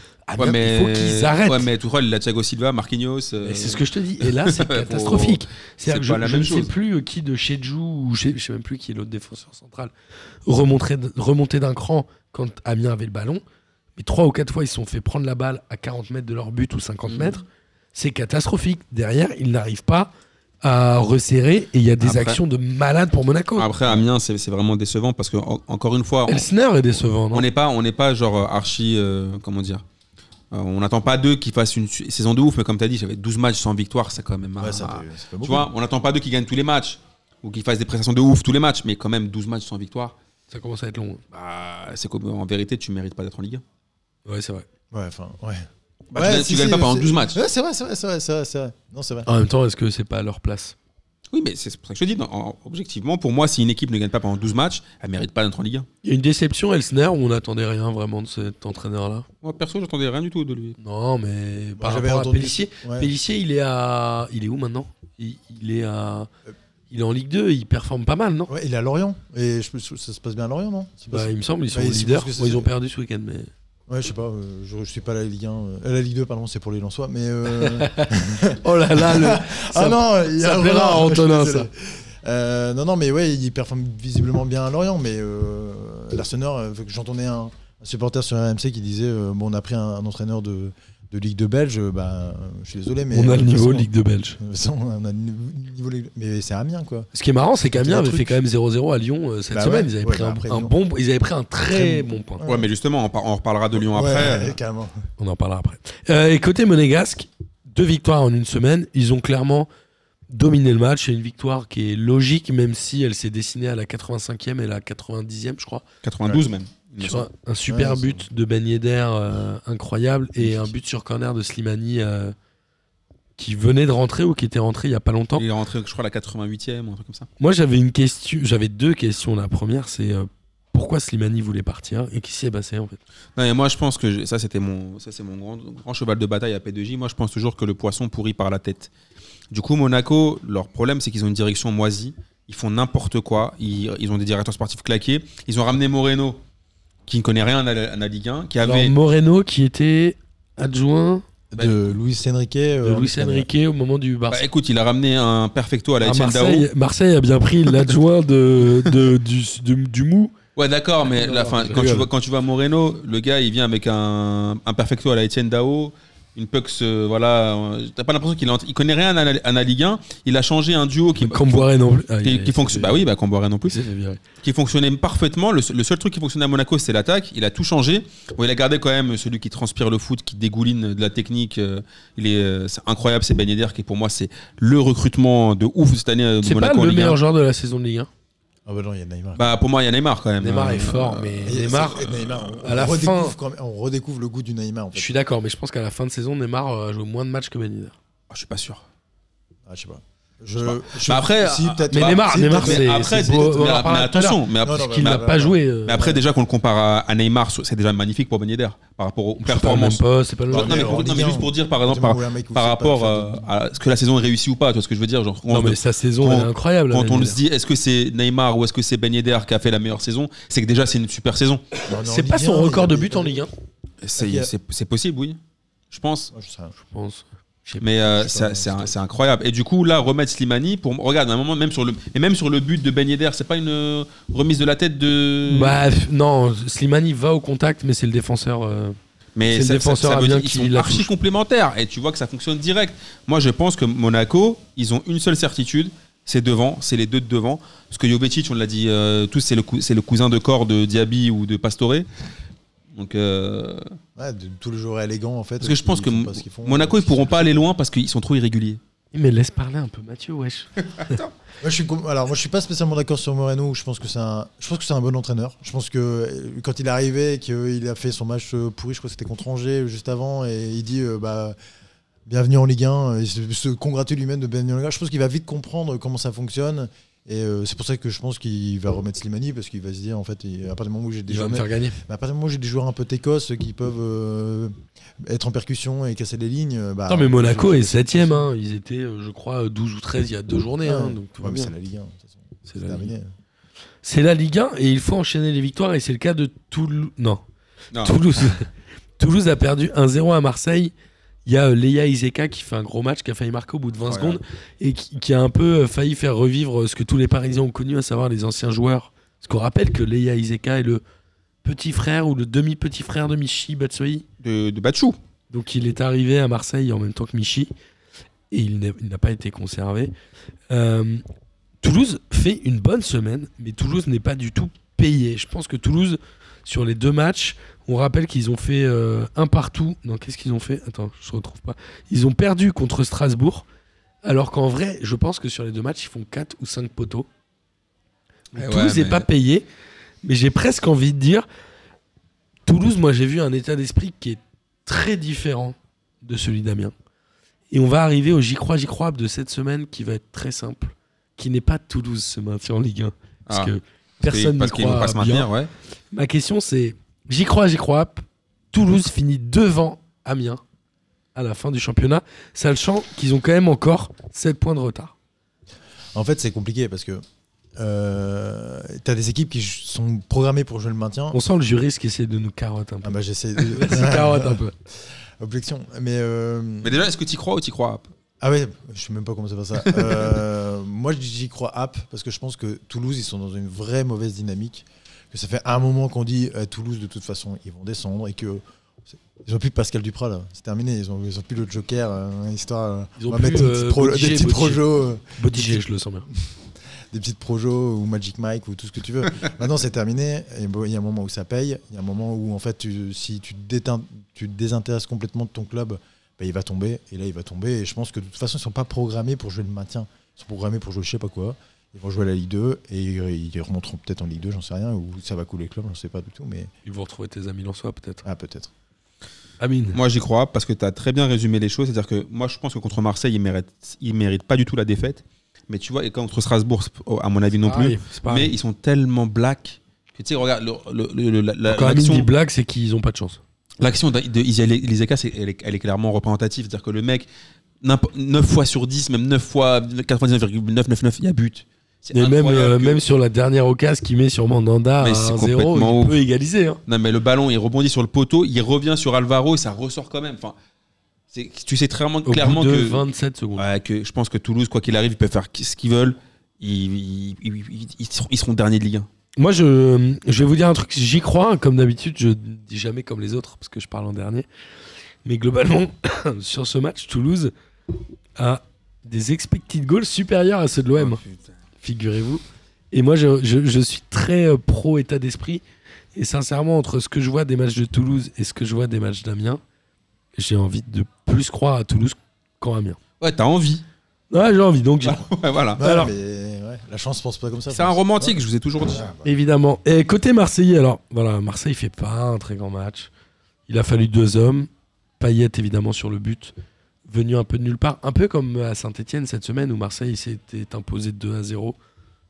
mais... Il faut qu'ils arrêtent. Ouais, mais Tourelle, la Thiago Silva, Marquinhos. euh, Et c'est ce que je te dis. Et là, c'est Faut- catastrophique. c'est C'est pas je, la je même ne chose. sais plus euh, qui de Cheju ou je sais- je sais même plus qui est l'autre défenseur central remonté, remonté d'un cran quand Amiens avait le ballon. Mais trois ou quatre fois, ils se sont fait prendre la balle à 40 mètres de leur but ou 50 Mhm. mètres. C'est catastrophique. Derrière, ils n'arrivent pas à resserrer et il y a des Après- actions de malade pour Monaco. Après, Amiens, c'est c'est vraiment décevant parce que, en- encore une fois, on- Elsner est décevant, non on n'est pas, on n'est pas genre euh, archi. euh, comment dire Euh, On n'attend pas d'eux qu'ils fassent une su- saison de ouf, mais comme t'as dit, j'avais 12 matchs sans victoire, c'est quand même. un- Ouais, ça fait- ça fait tu beaucoup. vois, on n'attend pas d'eux qu'ils gagnent tous les matchs ou qu'ils fassent des prestations de ouf tous les matchs, mais quand même 12 matchs sans victoire, Ça commence à être long. bah, c'est qu'en vérité, tu mérites pas d'être en Ligue 1. Ouais, c'est vrai. Ouais, enfin, ouais. Bah, Ouais, tu gagnes- si, tu gagnes si, pas pendant c'est- 12 matchs. Ouais, c'est vrai, c'est vrai, c'est vrai, c'est vrai, c'est vrai. Non, c'est vrai. En même temps, est-ce que c'est pas à leur place Oui, mais c'est pour ça que je te dis, non, en- objectivement, pour moi, si une équipe ne gagne pas pendant 12 matchs, elle mérite pas d'être en Ligue 1. Il y a une déception, Elsner, où on n'attendait rien vraiment de cet entraîneur-là. Moi, perso, j'entendais rien du tout de lui. Non, mais par j'avais rapport à entendu- Pellissier, Ouais. Pellissier, il est à. Il est où maintenant il, il est à. Il est en Ligue 2, il performe pas mal, non Ouais, il est à Lorient. Et je, pense- ça se passe bien à Lorient, non C'est pas- Bah, Il me semble, ils sont Bah, je leaders. pense que c'est- Bon, ils ont perdu ce week-end, mais. Ouais, je sais pas. euh, je, je suis pas à la Ligue 1. euh, à la Ligue 2, pardon, c'est pour les Lensois. Mais. euh, Oh là là, le- ah ça- non, il y a ça plaira à je suis Antonin, désolé. ça. Euh, non, non, mais ouais, il performe visiblement bien à Lorient. Mais euh, l'Arseneur, euh, j'entendais un, un supporter sur RMC qui disait euh, Bon, on a pris un, un entraîneur de, de Ligue 2 belge. euh, Bah, euh, je suis désolé, mais. on a de le toute niveau façon- Ligue 2 belge. de toute façon, on a le niveau- niveau Ligue- Mais c'est Amiens, quoi. Ce qui est marrant, c'est C'est qu'Amiens un avait truc. fait quand même 0-0 à Lyon euh, cette Bah semaine. ouais, Ils avaient, ouais, pris bah un, après, un Lyon. bon, ils avaient pris un très Très bon point. Ouais, mais justement, on, par- on reparlera de Lyon après. euh, Ouais, carrément. On en parlera après. Euh, et côté monégasque, deux victoires en une semaine. Ils ont clairement dominé le match. C'est une victoire qui est logique, même si elle s'est dessinée à la 85e et la 90e, je crois. 92 même. Sur un, un super Ouais, c'est- but de Ben Yedder euh, incroyable et un but sur corner de Slimani euh, qui venait de rentrer ou qui était rentré il y a pas longtemps. Il est rentré, je crois, à la 88e ou un truc comme ça. Moi, j'avais une question. J'avais deux questions. La première, c'est euh, pourquoi Slimani voulait partir et qui s'est passé en fait. Non, et moi, je pense que j'ai- ça, c'était mon, ça, c'est mon grand, grand cheval de bataille à P2J. Moi, je pense toujours que le poisson pourrit par la tête. Du coup, Monaco, leur problème, c'est qu'ils ont une direction moisie. Ils font n'importe quoi. Ils, ils ont des directeurs sportifs claqués. Ils ont ramené Moreno, qui ne connaît rien à la, à la Ligue 1, qui Alors avait. Moreno qui était adjoint De Luis Enrique. euh, de Luis Enrique au moment du Barça. Bah, écoute, il a ramené un perfecto à la Ah, Etienne Dao. Marseille, Marseille a bien pris l'adjoint de, de- du, du- du Mou. Ouais, d'accord, mais Non, la non, fin, je quand, tu rigole. vois, quand tu vois Moreno, le gars, il vient avec un, un perfecto à la Etienne Dao, une Pux, euh, voilà. euh, T'as pas l'impression qu'il est en- il connaît rien à la, à la Ligue 1. Il a changé un duo qui. Camboire non plus. Ah, Qui, il- qui il- fonctionne, bah oui, bah Camboire non il plus, s'est fait virer. qui fonctionnait parfaitement. Le, se- le seul truc qui fonctionnait à Monaco, c'est l'attaque. Il a tout changé. Bon, il a gardé quand même celui qui transpire le foot, qui dégouline de la technique. euh, Il est, euh, c'est incroyable, c'est Ben Yedder qui pour moi c'est le recrutement de ouf cette année euh, de C'est pas Monaco en le Ligue 1. meilleur joueur de la saison de Ligue 1. Ah bah non, il y a Neymar. Bah pour moi il y a Neymar quand même. Neymar Euh, est fort, mais Et Neymar, c'est- Neymar, on, à la redécouvre fin- quand même- on redécouvre le goût du Neymar en fait. je suis d'accord, mais je pense qu'à la fin de saison, Neymar euh, a joué moins de matchs que Ben Yedder. Je suis pas sûr. Ah, je sais pas. Je, sais pas. je- Bah après, si, ah, peut-être Mais pas. Neymar, Si, Neymar, peut-être mais c'est après, c'est mais- beau, on mais- en mais parlera tout à l'heure. attention, mais après, Non, non, Qu'il mais- n'a bah, pas bah, joué. euh, mais après, déjà qu'on le compare à, à Neymar, c'est déjà magnifique pour Ben Yedder par rapport aux performances. C'est pas le Non, même non, mais, mais pour- en non, mais Ligue un, juste pour dire par mais- exemple par, ouais, un mec où par c'est pas rapport fait euh, de- à ce que la saison est réussie ou pas, tu vois ce que je veux dire genre, on Non, se- mais sa saison, quand- elle est incroyable. quand Ben on Yedder. se dit est-ce que c'est Neymar ou est-ce que c'est Ben Yedder qui a fait la meilleure saison, c'est que déjà c'est une super saison. Non, mais en C'est pas Ligue son 1, hein, il record de avait- but en Ligue 1, C'est Ok. c'est- c'est possible, oui, je pense. Oh, je sais. je pense. Mais euh, Je sais ça- pas, c'est c'est un- pas- c'est incroyable. Et du coup, là, remettre Slimani, pour regarde, à un moment, même sur le, et même sur le but de Ben Yedder, c'est pas une euh, remise de la tête de. Bah f- non, Slimani va au contact, mais c'est le défenseur. euh, C'est Mais le ça, ça, défenseur ça veut indien dire qu'ils qui sont la archi touche. complémentaires et tu vois que ça fonctionne direct. Moi, je pense que Monaco, ils ont une seule certitude, c'est devant, c'est les deux de devant. Parce que Jovetic, on l'a dit euh, tous, c'est le, cou- c'est le cousin de corps de Diaby ou de Pastore. Donc, euh, Ouais, de- tous les joueurs élégants en fait. parce que je pense ils que font Mo- pas ce qu'ils font. Monaco, ils pourront pas aller loin parce qu'ils sont trop irréguliers. Mais laisse parler un peu Mathieu, wesh. Moi, je suis com- alors moi je suis pas spécialement d'accord sur Moreno. Je pense que c'est un, je pense que c'est un bon entraîneur. Je pense que euh, quand il est arrivé, qu'il a fait son match euh, pourri, je crois que c'était contre Angers euh, juste avant, et il dit euh, bah bienvenue en Ligue 1, il se, se congratule lui-même de bienvenue en Ligue 1. Je pense qu'il va vite comprendre comment ça fonctionne. Et euh, c'est pour ça que je pense qu'il va remettre Slimani parce qu'il va se dire en fait il- à partir du moment où j'ai des Il va joueurs, me faire gagner. mais à partir du moment où j'ai des joueurs un peu técos euh, qui peuvent euh, être en percussion et casser les lignes, euh, bah Ah, Attends, mais Monaco je- est 7 hein. Ils étaient, euh, je crois, 12 ou 13 il y a deux journées. hein, Ouais. donc tout Ouais, va mais bien. c'est la Ligue 1, de toute façon. C'est c'est la Ligue. terminé. C'est la Ligue 1 et il faut enchaîner les victoires et c'est le cas de Toulouse. Non, Non. Toulouse. Toulouse a perdu 1-0 à Marseille. Il y a euh, Léa Iseka qui fait un gros match, qui a failli marquer au bout de 20 Incroyable. secondes et qui, qui a un peu euh, failli faire revivre euh, ce que tous les Parisiens ont connu, à savoir les anciens joueurs. Parce qu'on rappelle que Léa Iseka est le petit frère ou le demi-petit frère de Michi Batshuayi. De, de Bachou. Donc il est arrivé à Marseille en même temps que Michi et il n'est- il n'a pas été conservé. Euh, Toulouse fait une bonne semaine, mais Toulouse n'est pas du tout payé. Je pense que Toulouse, sur les deux matchs, on rappelle qu'ils ont fait euh, un partout. Non, qu'est-ce qu'ils ont fait Attends, je retrouve pas. Ils ont perdu contre Strasbourg, alors qu'en vrai, je pense que sur les deux matchs, ils font 4 ou 5 poteaux. Eh ouais, Toulouse n'est mais- pas payé, mais j'ai presque envie de dire Toulouse, moi j'ai vu un état d'esprit qui est très différent de celui d'Amiens. Et on va arriver au J'y crois, J'y crois de cette semaine qui va être très simple, qui n'est pas Toulouse se maintient en Ligue 1. Parce Ah. que personne n'y parce qu'ils vont croit. pas se bien. maintenir, ouais. Ma question c'est J'y crois, J'y crois. Toulouse finit devant Amiens à la fin du championnat, sachant qu'ils ont quand même encore 7 points de retard. En fait, c'est compliqué parce que euh, t'as des équipes qui sont programmées pour jouer le maintien. On sent le juriste qui essaie de nous carotte un peu. Ah bah j'essaie. de- Vas-y, carotte un peu. Objection. Mais, euh, Mais déjà, est-ce que tu crois ou tu crois pas ah ouais, je sais même pas comment ça va ça. Euh, moi, j'y crois app parce que je pense que Toulouse, ils sont dans une vraie mauvaise dynamique. Que ça fait un moment qu'on dit euh, Toulouse, de toute façon, ils vont descendre et que ils ont plus de Pascal Duprat là. C'est terminé. Ils ont, ils ont plus le Joker. euh, histoire. euh, Ils ont on va plus, mettre une euh, petite pro- Bodiger, des petits Bodiger. projets. euh, Bodiger, je le sens bien. des petites projos ou Magic Mike ou tout ce que tu veux. Maintenant, c'est terminé. Et bon, Il y a un moment où ça paye. Il y a un moment où, en fait, tu- si tu, te déteins- tu te désintéresses complètement de ton club, bah, il va tomber. Et là, il va tomber. Et je pense que de toute façon, ils sont pas programmés pour jouer le maintien. Ils sont programmés pour jouer je sais pas quoi. Ils vont jouer à la Ligue 2 et ils ils remonteront peut-être en Ligue 2, j'en sais rien. Ou ça va couler le club, j'en sais pas du tout. Mais Ils vont retrouver tes amis soi peut-être. ah, peut-être. Amine. Moi, j'y crois parce que tu as très bien résumé les choses. C'est-à-dire que moi, je pense que contre Marseille, ils méritent, ils méritent pas du tout la défaite. Mais tu vois, et contre Strasbourg, oh, à mon avis non plus. Pareil, Ah c'est pareil. Mais ils sont tellement black que tu sais, regarde, le- le- le- la- la- Quand Amine l'action- dit blague, c'est qu'ils ont pas de chance. L'action de- de Isiel- Eliseka, c'est- elle, est- elle est clairement représentative. C'est-à-dire que le mec, 9 fois sur 10, même 9 fois 99,999, il y a but. C'est Et même, incroyable euh, que- même sur la dernière occasion qu'il met sur Mandanda Mais à c'est 1-0, complètement il ouf. peut égaliser. hein. Non, mais le ballon, il rebondit sur le poteau, il revient sur Alvaro et ça ressort quand même. Enfin, c'est- tu sais très Au clairement bout de que, 27 secondes. ouais, que je pense que Toulouse, quoi qu'il arrive, ils peuvent faire ce qu'ils veulent. Ils, ils- ils- ils seront, ils seront derniers de Ligue 1. Moi, je, je vais vous dire un truc. J'y crois, comme d'habitude, je dis jamais comme les autres, parce que je parle en dernier. Mais globalement, sur ce match, Toulouse a des expected goals supérieurs à ceux de l'OM, figurez-vous. Et moi, je, je- je suis très euh, pro état d'esprit. Et sincèrement, entre ce que je vois des matchs de Toulouse et ce que je vois des matchs d'Amiens, j'ai envie de plus croire à Toulouse qu'en Amiens. Ouais, t'as envie. Ouais, j'ai envie, donc j'y crois. Ouais, voilà. Ouais, Alors- mais, ouais, la chance pense pas comme ça. Bah, C'est un romantique, Ah, bah. je vous ai toujours dit. Évidemment. Et côté Marseillais, alors, voilà, Marseille fait pas un très grand match. Il a fallu deux hommes. Payet, évidemment, sur le but, venu un peu de nulle part. Un peu comme à Saint-Etienne cette semaine où Marseille s'était imposé 2 à 0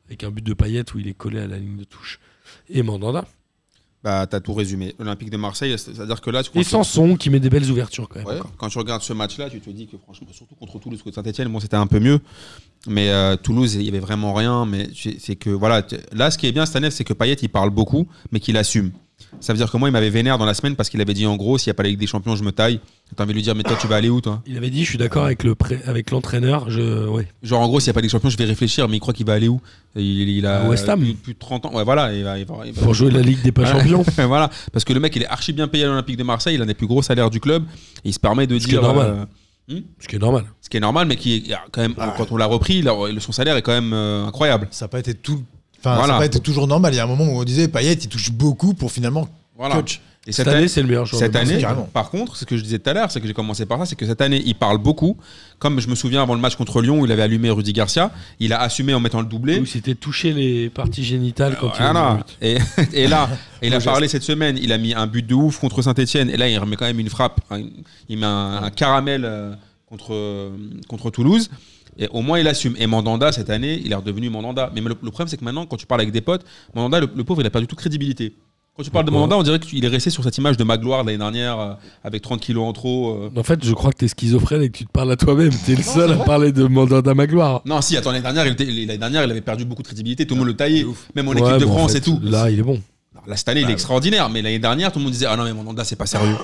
avec un but de Payet où il est collé à la ligne de touche. Et Mandanda. Bah, t'as tout résumé. Olympique de Marseille, c'est- c'est-à-dire que là, tu Et Sanson qui met des belles ouvertures quand même. Ouais, quand tu regardes ce match-là, tu te dis que franchement, surtout contre Toulouse, contre Saint-Etienne, bon, c'était un peu mieux. Mais euh, Toulouse, il y avait vraiment rien. Mais c'est c'est que voilà, t- là, ce qui est bien cette année, c'est que Payet, il parle beaucoup, mais qu'il assume. Ça veut dire que moi, il m'avait vénère dans la semaine parce qu'il avait dit en gros, s'il n'y a pas la Ligue des Champions, je me taille. T'as envie de lui dire, mais toi, tu vas aller où, toi Il avait dit, je suis d'accord avec le pré- avec l'entraîneur. Je, ouais. Genre, en gros, s'il n'y a pas la Ligue des Champions, je vais réfléchir, mais il croit qu'il va aller où il, il a À West Ham. plus, plus de 30 ans. Ouais, voilà, il va. il va- il va- Pour jouer la Ligue des pas Ouais. champions. voilà, parce que le mec, il est archi bien payé à l'Olympique de Marseille, il a des plus gros salaires du club, et il se permet de Ce qui est dire. normal. euh, Ce qui est normal. Ce qui est normal, mais qui est quand même, quand on l'a repris, il a- son salaire est quand même euh, incroyable. Ça n'a pas été tout. Enfin, ça Voilà. n'a pas été toujours normal. Il y a un moment où on disait Payet, il touche beaucoup pour finalement Voilà. coach. Et Cette année, c'est le meilleur joueur. cette de Marseille. année, carrément. par contre, ce que je disais tout à l'heure, c'est que j'ai commencé par ça, c'est que cette année, il parle beaucoup. Comme je me souviens avant le match contre Lyon, où il avait allumé Rudy Garcia, il a assumé en mettant le doublé. Où il s'était touché les parties génitales quand il a mis Euh, Voilà. le but. Et, et là, il a geste. parlé cette semaine, il a mis un but de ouf contre Saint-Etienne, et là, il remet quand même une frappe, hein, il met un, un caramel euh, contre, euh, contre Toulouse. Et au moins, il assume. Et Mandanda, cette année, il est redevenu Mandanda. Mais le, le problème, c'est que maintenant, quand tu parles avec des potes, Mandanda, le, le pauvre, il a perdu toute crédibilité. Quand tu parles de Pourquoi Mandanda, on dirait qu'il est resté sur cette image de Magloire de l'année dernière, euh, avec 30 kilos en trop. euh. En fait, je crois que t'es schizophrène et que tu te parles à toi-même. T'es le seul à parler de Mandanda Magloire. Non, si, attends, l'année dernière, il était- l'année dernière, il avait perdu beaucoup de crédibilité, tout le monde le taillait, même en Ouais, équipe de mais en France fait, et tout. Là, il est bon. Non, Là, cette année, il Ah, est extraordinaire, mais l'année dernière, tout le monde disait Ah non, mais Mandanda, c'est pas sérieux.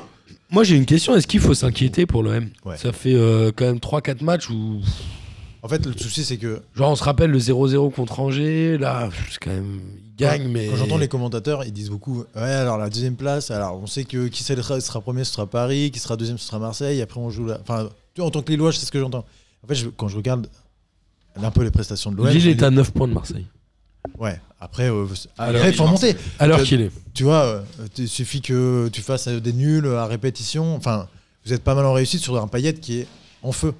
Moi, j'ai une question. Est-ce qu'il faut s'inquiéter pour l'OM Ouais. Ça fait euh, quand même 3-4 matchs où. En fait, le souci, c'est que Genre, on se rappelle le 0-0 contre Angers. Là, pff, c'est quand même. Il gagne, Quand- mais. Quand j'entends les commentateurs, ils disent beaucoup Ouais, alors la deuxième place, alors on sait que qui sera, sera premier, ce sera Paris, qui sera deuxième, ce sera Marseille, après on joue là. Enfin, tu vois, en tant que Lillois, c'est ce que j'entends. En fait, je- quand je regarde un peu les prestations de l'OM. Lille je me est Ah, dis, à 9 points de Marseille. Ouais, après, euh, Alors, après, il faut remonter. Alors Tu- qu'il est. Tu vois, euh, il suffit que tu fasses euh, des nuls à répétition. Enfin, vous êtes pas mal en réussite sur un Payet qui est en feu.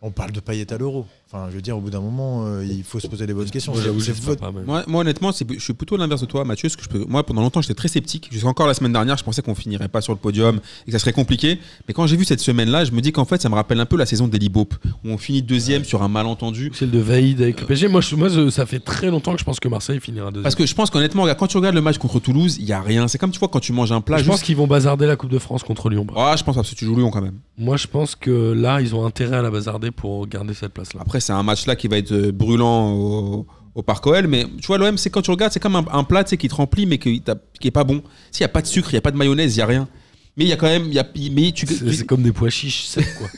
On parle de Payet à l'euro. Enfin, Enfin, je veux dire, au bout d'un moment, euh, il faut se poser les bonnes questions. C'est J'avoue, je c'est sais votre- pas, mais- Moi, moi, honnêtement, c'est- je suis plutôt l'inverse de toi, Mathieu. Parce que je peux- moi, pendant longtemps, j'étais très sceptique. Jusqu'encore la semaine dernière, je pensais qu'on finirait pas sur le podium et que ça serait compliqué. Mais quand j'ai vu cette semaine-là, je me dis qu'en fait, ça me rappelle un peu la saison d'Eli Bop, où on finit deuxième sur un malentendu. Celle de Vaïd avec le PSG. Moi, je- moi, je- ça fait très longtemps que je pense que Marseille finira Euh, deuxième. Parce que je pense qu'honnêtement, regarde, quand tu regardes le match contre Toulouse, il y a rien. C'est comme tu vois quand tu manges un plat. je pense juste- qu'ils vont bazarder la Coupe de France contre Lyon. par contre. Ah, je pense parce que tu joues Lyon quand même. Moi, je pense que là, ils ont intérêt à la bazarder pour garder cette place-là. Après, c'est un match-là qui va être euh, brûlant au, au Parc OL. Mais tu vois, l'OM, c'est quand tu regardes, c'est comme un, un plat tu sais, qui te remplit, mais qui t'a- qui est pas bon. S'il n'y a pas de sucre, il n'y a pas de mayonnaise, il n'y a rien. Mais il y a quand même. il Y a, mais tu, C'est tu- c'est comme des pois chiches, c'est quoi.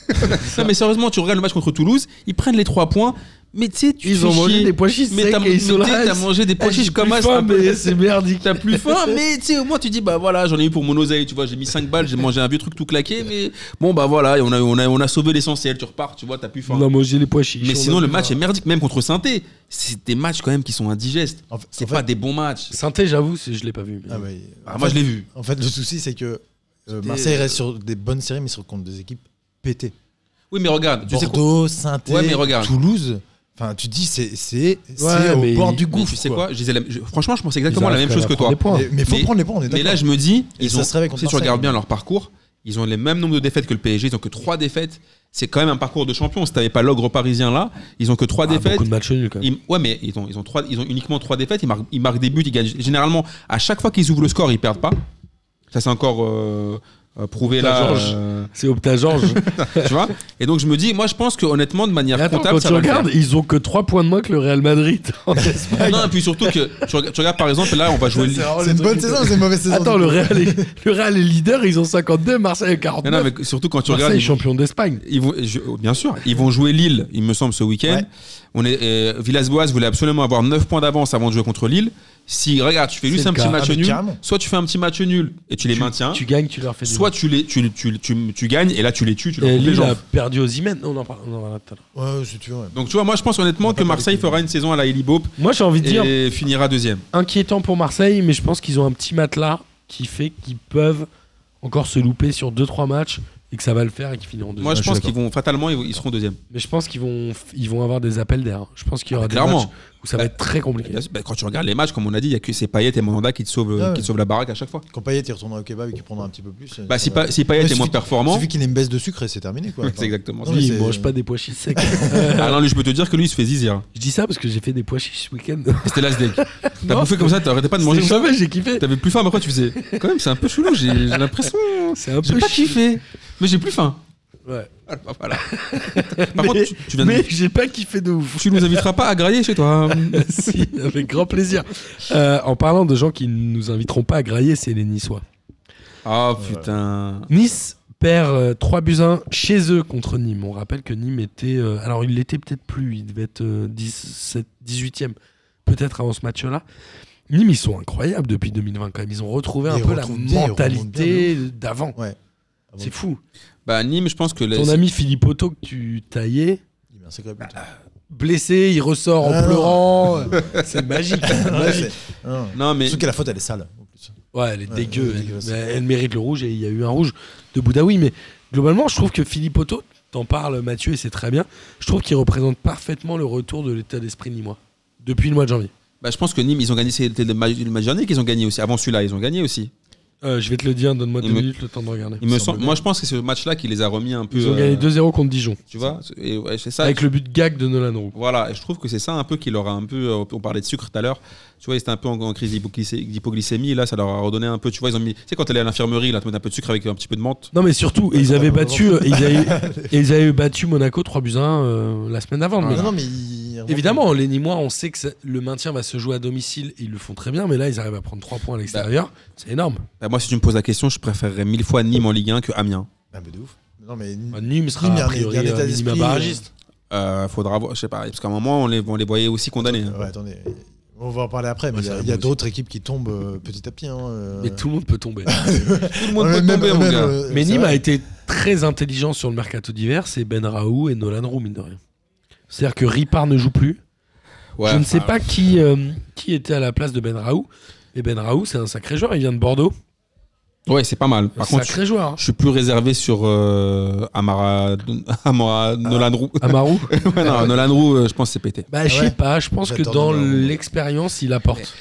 non, mais sérieusement, tu regardes le match contre Toulouse, ils prennent les trois points, mais tu sais, tu te fais Ils ont mangé chier. des pois chiches mais secs t'as et ils sont mais là. t'as mangé des pois Ah, j'ai chiches comme plus as, faim, un peu- mais c'est merdique. T'as plus faim, mais tu sais, au moins tu dis, bah voilà, j'en ai eu pour mon oseille, tu vois, j'ai mis 5 balles, j'ai mangé un vieux truc tout claqué, mais bon, bah voilà, et on a, on a, on a sauvé l'essentiel, tu repars, tu vois, t'as plus faim. On a mangé les pois chiches. mais on a sinon, le plus match faim. est merdique, même contre saint c'est des matchs quand même qui sont indigestes. En fait- C'est en pas fait- des bons matchs. Sainté, j'avoue, c'est- je l'ai pas vu. mais- Ah, mais- Ah, en moi, fait- je l'ai vu. En fait, le souci, c'est que euh, C'était- Marseille reste sur des bonnes séries, mais sur contre des équipes pétées. Oui, mais regarde, tu sais quoi Bordeaux, saint Ouais, mais regarde. Toulouse. Enfin, tu dis, c'est c'est c'est Ouais, au mais- bord du mais gouffre. tu sais quoi. quoi, je disais la- je- Franchement, je pensais Ils exactement la arrivent même quand chose même que à toi. prendre des points. Mais, mais faut Mais- prendre les points, on est Mais là, d'accord. je me dis, Et ils ça ont, se réveille contre si tu Marseille. regardes bien leur parcours, ils ont le même nombre de défaites que le PSG, ils ont que trois défaites. C'est quand même un parcours de champion. Si t'avais pas l'ogre parisien là, ils ont que trois Ah, défaites. beaucoup de matchs nuls quand même. Ils- ouais, mais ils ont, ils, ont trois, ils ont uniquement trois défaites. Ils marquent, ils marquent des buts. Ils gagnent. Généralement, à chaque fois qu'ils ouvrent le score, ils perdent pas. Ça, c'est encore euh, euh, prouvé Ça, là. Georges. euh, C'est Opta Georges. tu vois Et donc, je me dis, moi, je pense que honnêtement, de manière Mais attends, comptable, quand ça tu va le regardes, ils ont que 3 points de moins que le Real Madrid en faire. Espagne. Non, et puis surtout que tu regardes, tu regardes, par exemple, là, on va jouer. le- C'est une bonne saison, c'est une mauvaise saison. Attends, le Real, est, le Real est leader, ils ont 52, Marseille a Non, 49. non, mais surtout quand tu Marseille regardes. est ils vont- champion d'Espagne. Ils vont, je- oh, bien sûr, ils vont jouer Lille, il me semble, ce week-end. Ouais. On est, euh, Villas-Boas voulait absolument avoir 9 points d'avance avant de jouer contre Lille. Si, regarde, tu fais juste C'est un le petit cas. match Ah, mais nul, carrément. soit tu fais un petit match nul et tu les Tu- maintiens, Tu gagnes, tu leur fais des soit tu, les, tu, tu, tu, tu gagnes et là tu les tues, tu leur Et coupes les Lille a jambes. perdu aux Imen. On en parle on en parlera tout à l'heure. Ouais, si tu veux. ouais. Donc tu vois, moi je pense honnêtement que Marseille fera une saison à la Elibop Moi, j'ai envie de dire, et finira deuxième. inquiétant pour Marseille, mais je pense qu'ils ont un petit matelas qui fait qu'ils peuvent encore se louper sur 2-3 matchs et que ça va le faire et qu'ils finiront deuxième. Moi je suis pense d'accord. qu'ils vont fatalement, ils, ils seront deuxième. Mais je pense qu'ils vont, ils vont avoir des appels d'air. Je pense qu'il y aura Ah, des clairement. matchs où ça va Bah, être très compliqué. Bien sûr, bah, quand tu regardes les matchs, comme on a dit, il n'y a que ces Payet et Mandanda qui te sauvent, euh, Ah ouais. qui te sauvent la baraque à chaque fois. Quand Payet il retournera au kebab et qu'il prendra un petit peu plus. euh, Bah, ça si, va. pa si Payet Ouais, est moins suffit- performant, suffit qu'il ait une baisse de sucre et c'est terminé quoi. c'est exactement ça. Non, mais Lui, il c'est- mange pas des pois chiches secs. Alain, lui, je peux te dire que lui, il se fait zizir. je dis ça parce que j'ai fait des pois chiches ce week-end. C'était l'Asdec. T'as Non. bouffé comme ça, t'arrêtais pas de manger J'ai comme ça. jamais, j'ai kiffé. T'avais plus faim, mais quoi tu faisais Quand même, c'est un peu chelou, j'ai j'ai l'impression. C'est un J'ai peu pas chiant. kiffé, mais j'ai plus faim. Ouais. Ah, Voilà. Par contre, tu, tu viens de- Mais j'ai pas kiffé de ouf. tu nous inviteras pas à grailler chez toi. si, avec grand plaisir. Euh, en parlant de gens qui ne nous inviteront pas à grailler, c'est les Niçois. Ah putain. Nice perd euh, 3 buts 1 chez eux contre Nîmes. On rappelle que Nîmes était. euh, alors, il l'était peut-être plus. Il devait être euh, 17, 18e, peut-être avant ce match-là. Nîmes, ils sont incroyables depuis 2020 quand même. Ils ont retrouvé un Ils peu la retrouvent bien, ils mentalité d'avant. Ouais. Ah C'est fou. Bah Nîmes, je pense que les- Ton ami Philippe Otto que tu taillais, Il met un sacré but. Bah, blessé, il ressort en Ah non. pleurant. c'est magique. Ouais, c'est magique. c'est- non. Non mais Surtout que la faute elle est sale. en plus. Ouais, elle est Ouais, dégueu. elle est elle- dégueulasse. mais elle, mérite le rouge et il y a eu un rouge de Boudaoui. Mais globalement, je trouve que Philippe Otto, t'en parles Mathieu et c'est très bien, je trouve qu'il représente parfaitement le retour de l'état d'esprit nîmois depuis le mois de janvier. bah, je pense que Nîmes, ils ont gagné c'était le match le match dernier qu'ils ont gagné aussi. Avant celui-là, ils ont gagné aussi. Euh, je vais te le dire, donne-moi Il deux me- minutes le temps de regarder. Il me Ça semble moi je pense que c'est ce match-là qui les a remis un peu Ils ont euh, gagné 2-0 contre Dijon, tu vois et ouais, c'est ça. avec le but gag de Nolan Roux. Voilà, et je trouve que c'est ça un peu qui leur a un peu. euh, On parlait de sucre tout à l'heure. Tu vois, ils étaient un peu en, en crise d'hypoglycé- d'hypoglycémie. Là, ça leur a redonné un peu. Tu vois, ils ont mis. Tu sais, quand elle est à l'infirmerie, là, tu mets un peu de sucre avec un petit peu de menthe. Non mais surtout, et ils avaient battu, et ils avaient, et ils avaient battu Monaco 3 buts 1 euh, la semaine d'avant. mais- Ah, Non, non, mais il- Évidemment, les Nîmois, on sait que ça- le maintien va se jouer à domicile et ils le font très bien, mais là ils arrivent à prendre 3 points à l'extérieur, c'est énorme. Bah, moi, si tu me poses la question, je préférerais mille fois Nîmes en Ligue 1 que Amiens. Ah, mais de ouf. Non, mais. Bah, Nîmes sera Nîmes, il y a a un- priori il y a un état euh, minimum d'esprit, barragiste. Euh, faudra voir, je sais pas, parce qu'à un moment, on les, on les voyait aussi condamnés. hein. Ouais, attendez. On va en parler après, mais il Ouais, y c'est a- vrai, il y a, moi aussi. d'autres équipes qui tombent euh, petit à petit. hein, euh. Mais tout le monde peut tomber. Tout le monde Ouais, peut même- tomber, mon même, gars. euh, Mais c'est Nîmes vrai. a été très intelligent sur le mercato d'hiver, c'est Ben Raoult et Nolan Roux, mine de rien. C'est-à-dire que Ripard ne joue plus. Ouais, Je ne sais enfin, pas qui, euh, qui était à la place de Ben Raoult. Et Ben Raoult, c'est un sacré joueur, il vient de Bordeaux. Ouais, c'est pas mal. Par Sacré contre, je, joueur. hein. je suis plus réservé sur euh, Amara, Amara Nolan Roux. Ah. Amaru Ouais, non, Nolan Roux, euh, je pense que c'est pété. Bah, je sais Ouais. pas, je pense que J'adore dans Nolan Roux. l'expérience, il apporte.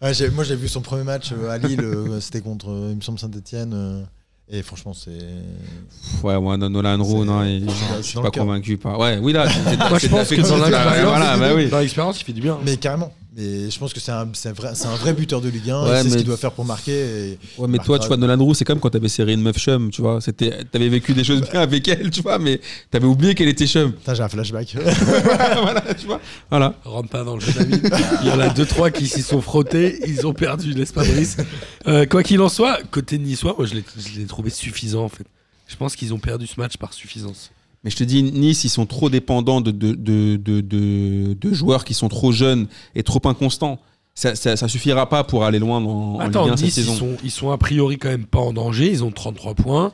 Ouais, j'ai- moi, j'ai vu son premier match euh, à Lille, euh, c'était contre, euh, il me semble, Saint-Etienne. et franchement, c'est. Pff, Ouais, ouais, non, Nolan Roux, C'est- non, il- c'est je dans suis le pas cœur. convaincu. Pas. Ouais, oui, là, c'est- Moi, je c'est de pense que l'affection, dans c'est de la- l'expérience, Voilà, il bah fait oui. du- dans l'expérience, il fait du bien. Mais carrément. Mais je pense que c'est un, c'est un vrai, c'est un vrai buteur de Ligue 1. Ouais, il sait ce mais- qu'il doit faire pour marquer. et- Ouais, mais Bah, toi, tu grave. vois, Nolan Roux, c'est comme quand t'avais serré une meuf chum, tu vois. C'était, t'avais vécu des choses bien avec elle, tu vois, mais t'avais oublié qu'elle était chum. Putain, j'ai un flashback. voilà, tu vois. Voilà. Rentre pas dans le jeu, David. Il y en a deux, trois qui s'y sont frottés. Ils ont perdu, n'est-ce pas, Brice Euh, Quoi qu'il en soit, côté niçois, moi, je l'ai- je l'ai trouvé suffisant, en fait. Je pense qu'ils ont perdu ce match par suffisance. Mais je te dis, Nice, ils sont trop dépendants de, de, de, de, de- de joueurs qui sont trop jeunes et trop inconstants. Ça, ça, ça suffira pas pour aller loin dans, en Attends, Ligue 1 cette Nice, ils saison. sont, ils sont a priori quand même pas en danger. Ils ont 33 points.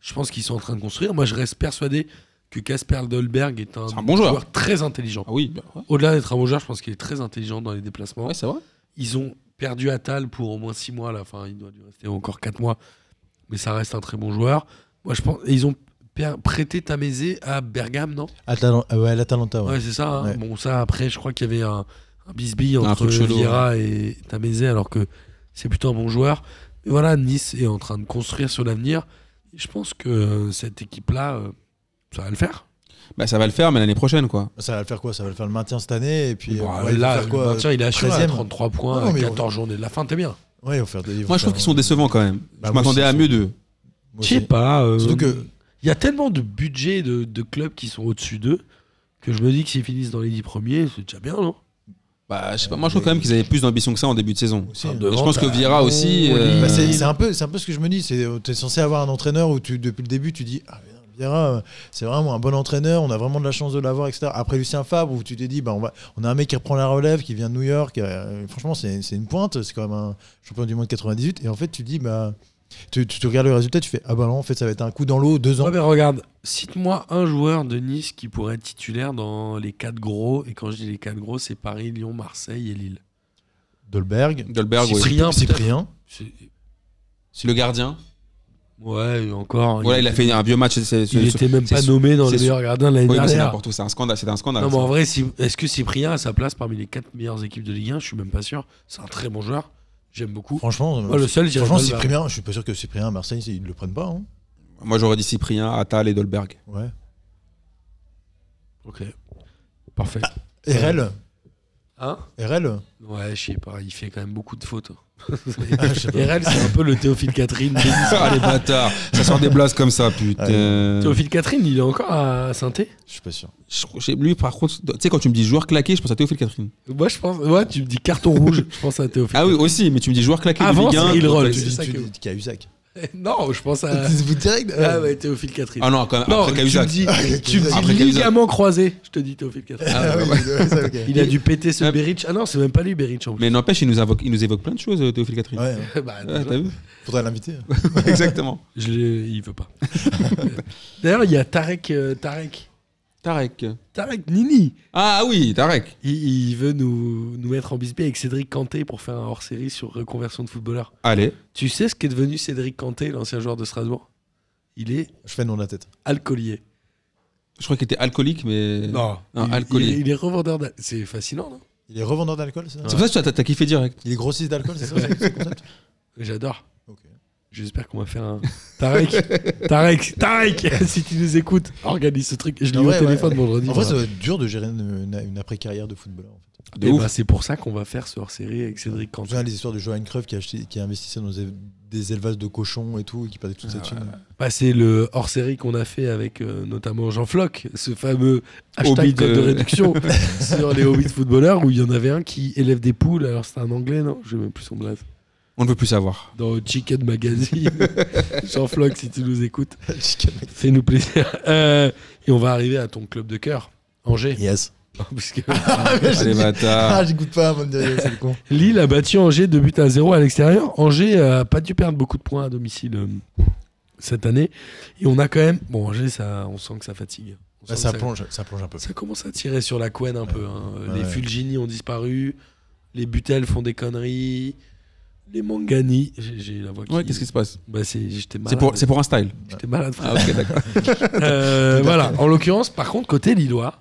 Je pense qu'ils sont en train de construire. Moi, je reste persuadé que Casper Dolberg est un, C'est un bon joueur. très intelligent. Ah oui, bah ouais, Au-delà d'être un bon joueur, je pense qu'il est très intelligent dans les déplacements. ouais, c'est vrai. Ils ont perdu Atal pour au moins 6 mois. Là. Enfin, il doit lui rester encore 4 mois. Mais ça reste un très bon joueur. Moi, je pense... Et ils ont per- prêté Tamézé à Bergame, non Atalan- euh, ouais, l'Atalanta, ouais. Ouais, c'est ça. hein. Ouais. Bon, ça, après, je crois qu'il y avait un, un bisbille Un entre truc chelou, Vieira et Tamézé, alors que c'est plutôt un bon joueur. Mais voilà, Nice est en train de construire sur l'avenir. Je pense que euh, cette équipe-là, euh, ça va le faire. Bah, ça va le faire, mais l'année prochaine, quoi. Ça va le faire quoi Ça va le faire le maintien cette année. Et puis, Bon, euh, ouais, ils vont là, faire quoi le maintien, il est assuré à 13e. 33 points, Non, non, mais on- 14 journées de la fin, t'es bien. Ouais, ils vont faire des- ils vont Moi, je trouve faire- qu'ils sont décevants quand même. Bah, je moi m'attendais aussi, à ils mieux d'eux. Moi Je aussi. sais pas. euh, Surtout que- Il y a tellement de budgets de, de clubs qui sont au-dessus d'eux que je me dis que s'ils finissent dans les 10 premiers, c'est déjà bien, non Bah, je sais pas. Moi, je trouve quand même qu'ils avaient plus d'ambition que ça en début de saison. Aussi. Et Euh, je pense que Vieira aussi. Oli, euh, Bah, c'est Euh, c'est un peu, c'est un peu ce que je me dis. C'est euh, t'es censé avoir un entraîneur où tu, depuis le début tu dis ah, putain, Vieira, euh, c'est vraiment un bon entraîneur. On a vraiment de la chance de l'avoir, etc. Après Lucien Fabre où tu t'es dit bah on va, on a un mec qui reprend la relève, qui vient de New York. euh, franchement c'est c'est une pointe. C'est quand même un champion du monde 98. Et en fait tu dis bah tu, tu- tu regardes le résultat, tu fais ah bah non en fait ça va être un coup dans l'eau deux ans. Ouais, mais regarde, cite-moi un joueur de Nice qui pourrait être titulaire dans les quatre gros. Et quand je dis les quatre gros, c'est Paris, Lyon, Marseille et Lille. Dolberg, Dolberg, ouais. Cyprien, peut-être. Cyprien. C'est- le gardien. Oh, Ouais, et encore. Voilà, il a fait un vieux match. c'est- il c'est- était même c'est pas sou- nommé dans c'est les sou- meilleurs gardiens de l'année Oui, mais c'est dernière. n'importe où. C'est un scandale. C'est un scandale. Non, mais ça. en vrai, si- est-ce que Cyprien a sa place parmi les quatre meilleures équipes de Ligue 1 Je suis même pas sûr. C'est un très bon joueur. J'aime beaucoup. Franchement, euh, Moi, le seul, je dirais franchement Dolberg. Cyprien, je suis pas sûr que Cyprien à Marseille ils le prennent pas. hein. Moi, j'aurais dit Cyprien, Attal et Dolberg. Ouais. Ok. Parfait. RL, Ah. Hein RL. Ouais, je sais pas. Il fait quand même beaucoup de fautes. Ah, je sais pas. RL, c'est un peu le Théophile Catherine. des Niçois. Ah, les bâtards Ça sort des blases comme ça, putain. Théophile Catherine, il Ah, est encore à saint Je suis pas sûr. Je- je- Lui, par contre, tu sais, quand tu me dis joueur claqué, je pense à Théophile Catherine. Moi, je pense. Ouais, tu me dis carton rouge. je pense à Théophile. Ah oui, aussi, mais tu me dis joueur claqué de Avance, Ligue 1. il roll. Tu C'est dis, ça tu que- dis qu'il y a Usac. Non, je pense à. Vous direct Ah ouais, Théophile Catherine. Ah non, quand même, non, après tu me Cahuzac. dis, Ah tu me dis Après Cahuzac. ligament croisé. Je te dis Théophile Catherine. Ah, ouais, ouais. Il a dû péter ce Ah. Berich. Ah non, c'est même pas lui Berich en plus. Mais n'empêche, il nous, invoque- il nous évoque plein de choses, euh, Théophile Catherine. Ouais, hein. Bah, Ah, t'as vu faudrait l'inviter. hein. Exactement. je l'ai- il veut pas. D'ailleurs, il y a Tarek, euh, Tarek, Tarek. Tarek Nini. Ah oui, Tarek. Il, il veut nous, nous mettre en bisbee avec Cédric Canté pour faire un hors-série sur reconversion de footballeur. Allez. Tu sais ce qu'est devenu Cédric Canté, l'ancien joueur de Strasbourg Il est Je fais le nom de la tête. alcoolier. Je crois qu'il était alcoolique, mais. Non, il, alcoolier. Il, est- il est revendeur. d'al- C'est fascinant, non Il est revendeur d'alcool, c'est ça C'est pour ça que tu as- t'as, t'as kiffé direct. Il est grossiste d'alcool, c'est ça c'est- c'est le concept J'adore. Ok. J'espère qu'on va faire un. Tarek, Tarek, Tarek, si tu nous écoutes, organise ce truc. Je l'ai En eu au vrai, ouais. téléphone vendredi. En vrai, ça voilà. doit être dur de gérer une, une- une après-carrière de footballeur. En fait. De Eh ouf. ben, c'est pour ça qu'on va faire ce hors-série avec Cédric Je me Canté. souviens des histoires de Johan Cruyff qui, a acheté- qui investissait dans des, des élevages de cochons et tout, et qui perdait toute cette thune. Bah, c'est le hors-série qu'on a fait avec euh, notamment Jean Floch, ce fameux Hobby hashtag code de... de- réduction sur les hobbies de footballeurs où il y en avait un qui élève des poules. Alors c'était un anglais, non Je ne même plus son blaze. On ne veut plus savoir. Dans Chicken Magazine. Jean Floch, si tu nous écoutes, Chicken Mc- fais-nous plaisir. Euh, et on va arriver à ton club de cœur, Angers. yes. Parce que- Ah, les bâtards. Ah, j'écoute pas, mon dieu, c'est le con. Bah, Lille a battu Angers 2 buts à 0 à l'extérieur. Angers a pas dû perdre beaucoup de points à domicile euh, cette année. Et on a quand même. Bon, Angers, ça, on sent que ça fatigue. On Bah, sent ça, que plonge, ça plonge un peu. ça commence à tirer sur la couenne un peu. hein. Ouais. Les Fulgini ont disparu. Les Butel font des conneries. Les Mangani. J'ai j'ai la voix qui. Ouais, qu'est-ce qui se passe Bah, c'est- J'étais malade. C'est pour, c'est pour un style. J'étais malade, frère. Ah, ok, d'accord. Euh, voilà, en l'occurrence, par contre, côté Lillois,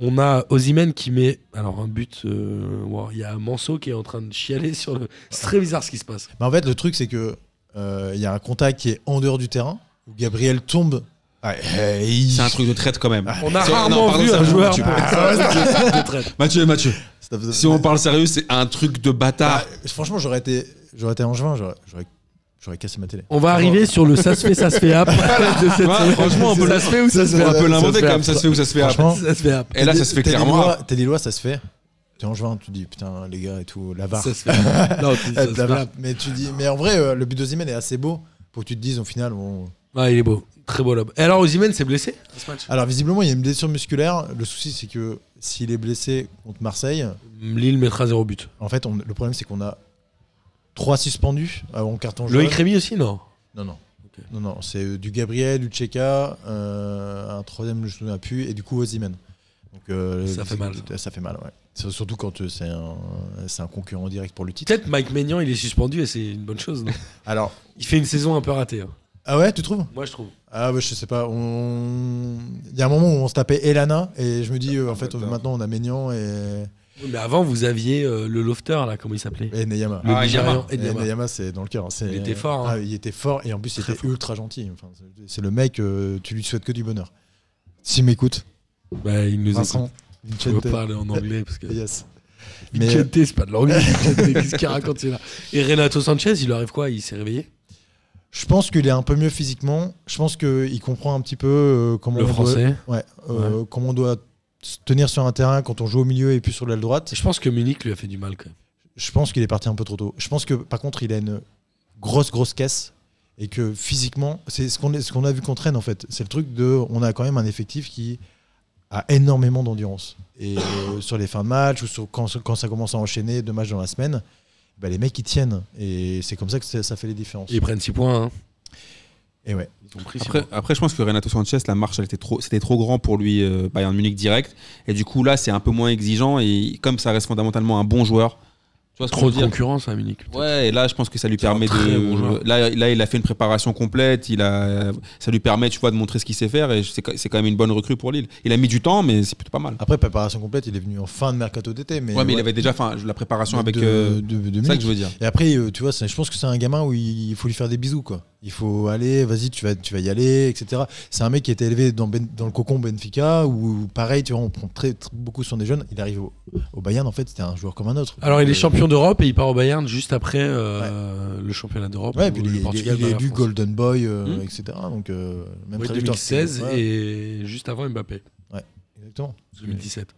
on a Ozimen qui met alors un but. euh, wow, Il y a Manso qui est en train de chialer sur le. C'est très bizarre ce qui se passe. Mais Bah, en fait, le truc, c'est que euh, il y a un contact qui est en dehors du terrain où Gabriel tombe. Ah, eh, il- C'est un truc de traite quand même. On a C'est- non, rarement pardon, vu ça, un joueur. tu- pour- de traite. Mathieu, Mathieu, Ça faisait- si on parle sérieux, c'est un truc de Ah, bâtard. franchement, j'aurais été, j'aurais été angevin, j'aurais, j'aurais, j'aurais cassé ma télé. On va arriver sur le ça se fait, ça se fait up de cette Ouais, semaine. franchement, on peut ça le- se fait ou Ah, ça se fait On up peut l'inventer fait quand même, app- ça se fait ou ça Eh, se fait après. Franchement, Ça se fait up. Et là, ça se fait t'es clairement. Lillois- T'es Lillois, ça se fait. T'es angevin, tu dis putain les gars et tout, la bah. barre. Ça se fait up. Non, ça Eh, se la fait barre. up. Mais tu dis, mais en vrai, euh, le but d'Osimhen est assez beau pour que tu te dises au final. bon- Ouais, Ah, il est beau. Très beau lob. Et alors, Ozimen s'est blessé à ce match Alors visiblement, il y a une blessure musculaire. Le souci, c'est que s'il est blessé contre Marseille, Lille mettra zéro but. en fait, on- le problème, c'est qu'on a trois suspendus avant carton jaune. Loïc Rémy aussi, non Non, non. Ok. Non, non, c'est euh, du Gabriel, du Cheka, euh, un troisième, je ne plus, et du coup Ozymen. Donc, euh, Ça fait mal, Ça, fait mal, ouais. C'est- Surtout quand euh, c'est un, c'est un concurrent direct pour le titre. Peut-être Mike Maignan, il est suspendu et c'est une bonne chose. non Alors, il fait une saison un peu ratée. hein. ah ouais, tu trouves Moi, je trouve. Ah ouais, je sais pas. on- Il y a un moment où on se tapait Elana, et je me Ah, dis, euh, en fait, bâtard. maintenant on a Ménian et, Oui, Mais avant, vous aviez euh, le lofter, là, comment il s'appelait et Neyama. Le Ah, Nigérian Et Enyama. Neyama, c'est dans le cœur. c'est- Il était fort, hein. Ah, il était fort, et en plus, il Très était ultra gentil. Enfin, c'est- c'est le mec, euh, tu lui souhaites que du bonheur. S'il m'écoute, Bah, il nous a Vincent, Tu veux Vincente, parler en anglais parce que Yes. Mais, euh, Vicente, c'est pas de l'anglais. Vicente, Qu'est-ce qu'il raconte celui-là Et Renato Sanchez, il lui arrive quoi Il s'est réveillé je pense qu'il est un peu mieux physiquement. Je pense qu'il comprend un petit peu euh, comment, Le on français. doit, ouais, euh, comment on doit se tenir sur un terrain quand on joue au milieu et puis sur l'aile droite. Je pense que Munich lui a fait du mal quand même. Je pense qu'il est parti un peu trop tôt. Je pense que par contre, il a une grosse, grosse caisse et que physiquement, c'est ce qu'on est- ce qu'on a vu qu'on traîne en fait. C'est le truc de. On a quand même un effectif qui a énormément d'endurance. Et Ah. euh, sur les fins de match ou sur, quand, quand ça commence à enchaîner deux matchs dans la semaine, bah, les mecs ils tiennent. Et c'est comme ça que ça ça fait les différences. Ils prennent 6 points. hein. Et ouais. Ils ont pris six Après, points. après, je pense que Renato Sanchez, la marche, elle était trop, c'était trop grand pour lui, euh, Bayern Munich direct. Et du coup, là, c'est un peu moins exigeant. Et comme ça reste fondamentalement un bon joueur, tu vois ce que Trop je de veux dire concurrence à Munich. peut-être. Ouais, et là, je pense que ça lui C'est un permet très de. bon joueur. là, là, il a fait une préparation complète. Il a, ça lui permet, tu vois, de montrer ce qu'il sait faire. Et c'est quand c'est quand même une bonne recrue pour Lille. Il a mis du temps, mais c'est plutôt pas mal. Après, préparation complète, il est venu en fin de mercato d'été. Mais ouais, mais il ouais, avait déjà fait la préparation de- avec. de- euh, de- de c'est ça Munich. que je veux dire. Et après, euh, tu vois, c'est- je pense que c'est un gamin où il il faut lui faire des bisous, quoi. Il faut aller, vas-y, tu vas, tu vas y aller, etc. C'est un mec qui était élevé dans, Ben- dans le cocon Benfica, où pareil, tu vois, on prend très, très- beaucoup sur des jeunes. Il arrive au, au Bayern, en fait, c'était un joueur comme un autre. Alors, il est Euh, champion d'Europe et il part au Bayern juste après euh, le championnat d'Europe. Ouais, où puis le il est- il est, Portugal il est bat la élu France. Golden Boy, euh, Hmm. etc. Donc, euh, même Ouais, trajectoire. 2016 Ouais, et juste avant Mbappé. exactement. 2017.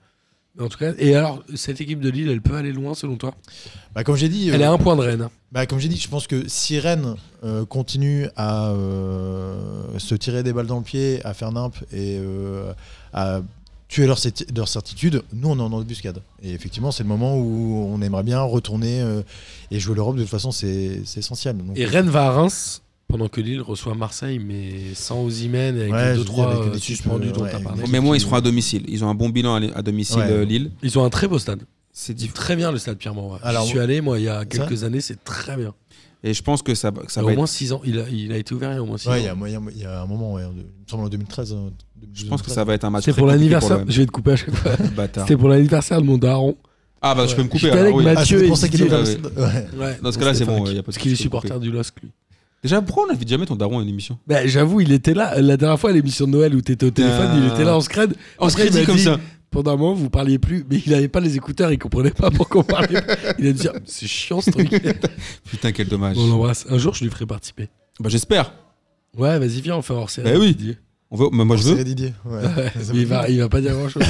Mais en tout cas, et alors, cette équipe de Lille, elle peut aller loin selon toi Bah, comme j'ai dit, Elle euh, est à un point de Rennes. hein. Bah, comme j'ai dit, je pense que si Rennes euh, continue à euh, se tirer des balles dans le pied, à faire nimp et euh, à tuer leur, certi- leur certitude, nous on est en embuscade. Et effectivement, c'est le moment où on aimerait bien retourner euh, et jouer l'Europe. De toute façon, c'est c'est essentiel. Donc, euh, Et Rennes va à Reims pendant que Lille reçoit Marseille, mais sans Osimhen et avec Ouais, les je veux dire, 2-3 avec une euh, équipe, suspendus euh, dont ouais, t'as parlé. avec- Mais moi, ils seront à domicile. Ils ont un bon bilan à, à domicile, Ouais. euh, Lille. Ils ont un très beau stade. C'est Ils difficile. sont très bien le stade Pierre-Mauroy. Alors, J'y suis allé, moi, il y a quelques années, c'est très bien. Et je pense que ça, va- ça Il y a va au être. moins 6 ans. Il a, il a été ouvert il y a au moins 6 Ouais, il y, ans. a moyen- il y a un moment, ouais, en deux- il me semble en 2013. euh, Je pense que ça va être un match. C'est très pour compliqué l'anniversaire. l'OM. Je vais te couper à chaque fois. Bâtard. C'était pour l'anniversaire de mon daron. Ah bah je peux me couper. J'étais alors, avec oui. Mathieu. Ah, c'était pour ça et qu'il est Didier, dans le- ouais. Ouais. Dans ce cas-là, c'est bon. Stéphane. il y a pas de Parce qu'il est souci, je peux me couper. supporter du LOSC, lui. Déjà, pourquoi on invite jamais ton daron à une émission Bah, J'avoue, il était là. La dernière fois, à l'émission de Noël où t'étais au téléphone, Putain. il était là en scred. On se Après, il crédit m'a comme dit, ça. Pendant un moment, vous parliez plus, mais il n'avait pas les écouteurs, il comprenait pas pourquoi on parlait. il a dit Ah, c'est chiant ce truc. Putain, quel dommage. Bon, on l'embrasse. Un jour, je lui ferai participer. Bah j'espère. Ouais, vas-y, viens, on fait hors série. Bah oui. Didier. On veut, bah, moi je C'est veux. Didier. Ouais. Ouais, Ça mais il va- va, il va pas dire grand chose.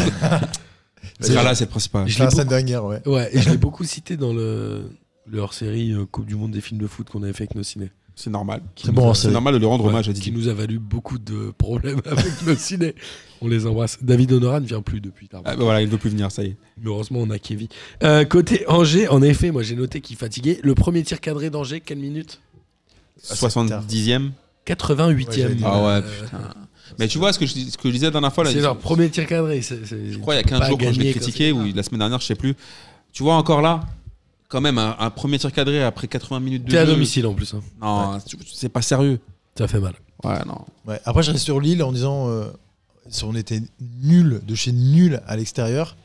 Il sera là, c'est le principal. Je C'est la l'ai scène dernière, ouais. beaucoup, ouais, et je l'ai beaucoup cité dans le, le hors série euh, Coupe du Monde des films de foot qu'on avait fait avec nos ciné. C'est normal. Qui C'est nous bon, a- en C'est série. normal de lui rendre Ouais, hommage à qui Didier. nous a valu beaucoup de problèmes avec nos ciné. On les embrasse. David Honora ne vient plus depuis tard. Ah, bah, voilà, il ne veut plus venir, ça y est. Mais heureusement, on a Kevin. Euh, côté Angers, en effet, moi j'ai noté qu'il fatiguait. Le premier tir cadré d'Angers, quelle minute Ah, c'est 70e. 88e. Ouais, j'allais Ah ouais, Euh, putain. Mais tu vois ce que je, dis- ce que je disais la dernière fois là, c'est il- leur premier tir cadré. c'est- c'est- Je crois il y a 15 pas jours quand je l'ai gagné, critiqué quoi, ou la semaine dernière, je sais plus. Tu vois encore là Quand même, un, un premier tir cadré après 80 minutes de T'es à jeu. domicile en plus. hein. Non, c'est- c'est pas sérieux. Ça fait mal. Ouais, non. Ouais. Après, je reste sur Lille en disant euh, si on était nul, de chez nul à l'extérieur.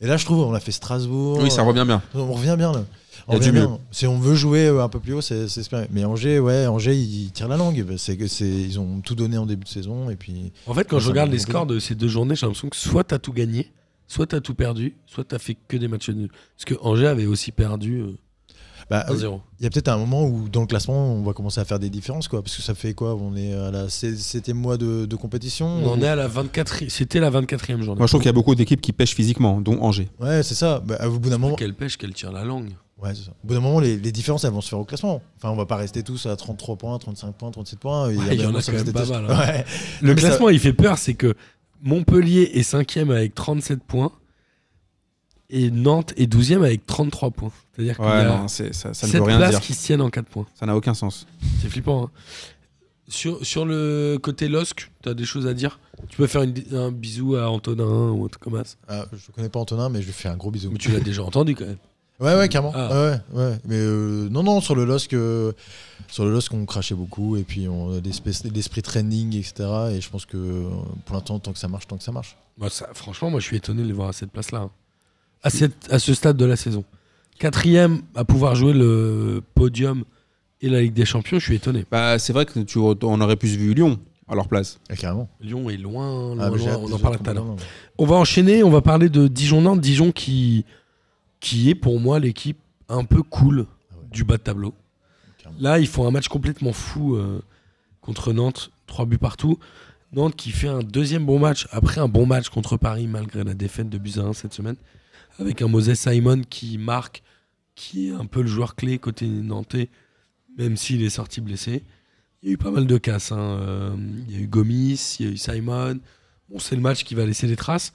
Et là, je trouve, on a fait Strasbourg. Oui, ça revient bien. On revient bien là. Il y a On du revient bien. mieux. Si on veut jouer euh, un peu plus haut, c'est c'est espéré. Mais Angers, ouais, Angers, ils tirent la langue. Bah, C'est que c'est, ils ont tout donné en début de saison et puis En fait, quand Ça je regarde m'a les compris. scores de ces deux journées, j'ai l'impression que soit t'as tout gagné, soit t'as tout perdu, soit t'as fait que des matchs nuls. Parce que Angers avait aussi perdu euh, bah, 1-0. il y a peut-être un moment où dans le classement, on va commencer à faire des différences quoi, parce que ça fait quoi On est à la sé- septième mois de, de compétition. On en est à la 24 C'était la 24e journée. Moi, je trouve qu'il y a beaucoup d'équipes qui pêchent physiquement, dont Angers. Ouais, c'est ça. Bah, au bout d'un moment, Qu'elle pêche, qu'elle tire la langue. ouais, c'est ça. Au bout d'un moment, les, les différences elles vont se faire au classement. Enfin, on va pas rester tous à 33 points, 35 points, 37 points. Ouais, des il y en a moments, ça quand va même rester pas tous- mal, hein. Ouais. Le Mais ça- classement, il fait peur, c'est que Montpellier est 5e avec 37 points et Nantes est 12e avec 33 points. C'est-à-dire qu'il y Ouais, a non, c'est- ça, ça ne 7 veut rien places dire. qui se tiennent en 4 points. Ça n'a aucun sens. C'est flippant. hein. Sur, sur le côté LOSC, tu as des choses à dire Tu peux faire une- un bisou à Antonin ou un truc comme ça. Ah, je connais pas Antonin, mais je lui fais un gros bisou. Mais tu l'as déjà entendu quand même. Ouais, ouais, carrément. Ah. Ouais, ouais, ouais. Mais euh, non, non, sur le LOSC, euh, sur le LOSC, on crachait beaucoup et puis on a l'espèce- l'esprit training, etc. Et je pense que euh, pour l'instant, tant que ça marche, tant que ça marche. Bah, ça- franchement, moi, je suis étonné de les voir à cette place-là. hein. À, cette- à ce stade de la saison. Quatrième à pouvoir jouer le podium et la Ligue des Champions, je suis étonné. Bah, c'est vrai que tu, on aurait pu se vu Lyon à leur place. Ah, carrément. Lyon est loin, loin, Ah, mais j'ai loin, hâte on de- en j'ai parle hâte tout à l'heure. de- On va enchaîner, on va parler de Dijon-Nantes. Dijon qui, qui est pour moi l'équipe un peu cool Ah ouais. du bas de tableau. Carrément. Là, ils font un match complètement fou euh, contre Nantes, trois buts partout. Nantes qui fait un deuxième bon match après un bon match contre Paris malgré la défaite de buts à 1 cette semaine, avec un Moses Simon qui marque, qui est un peu le joueur clé côté nantais, même s'il est sorti blessé. Il y a eu pas mal de casses. hein, euh, Il y a eu Gomis, il y a eu Simon. Bon, c'est le match qui va laisser des traces.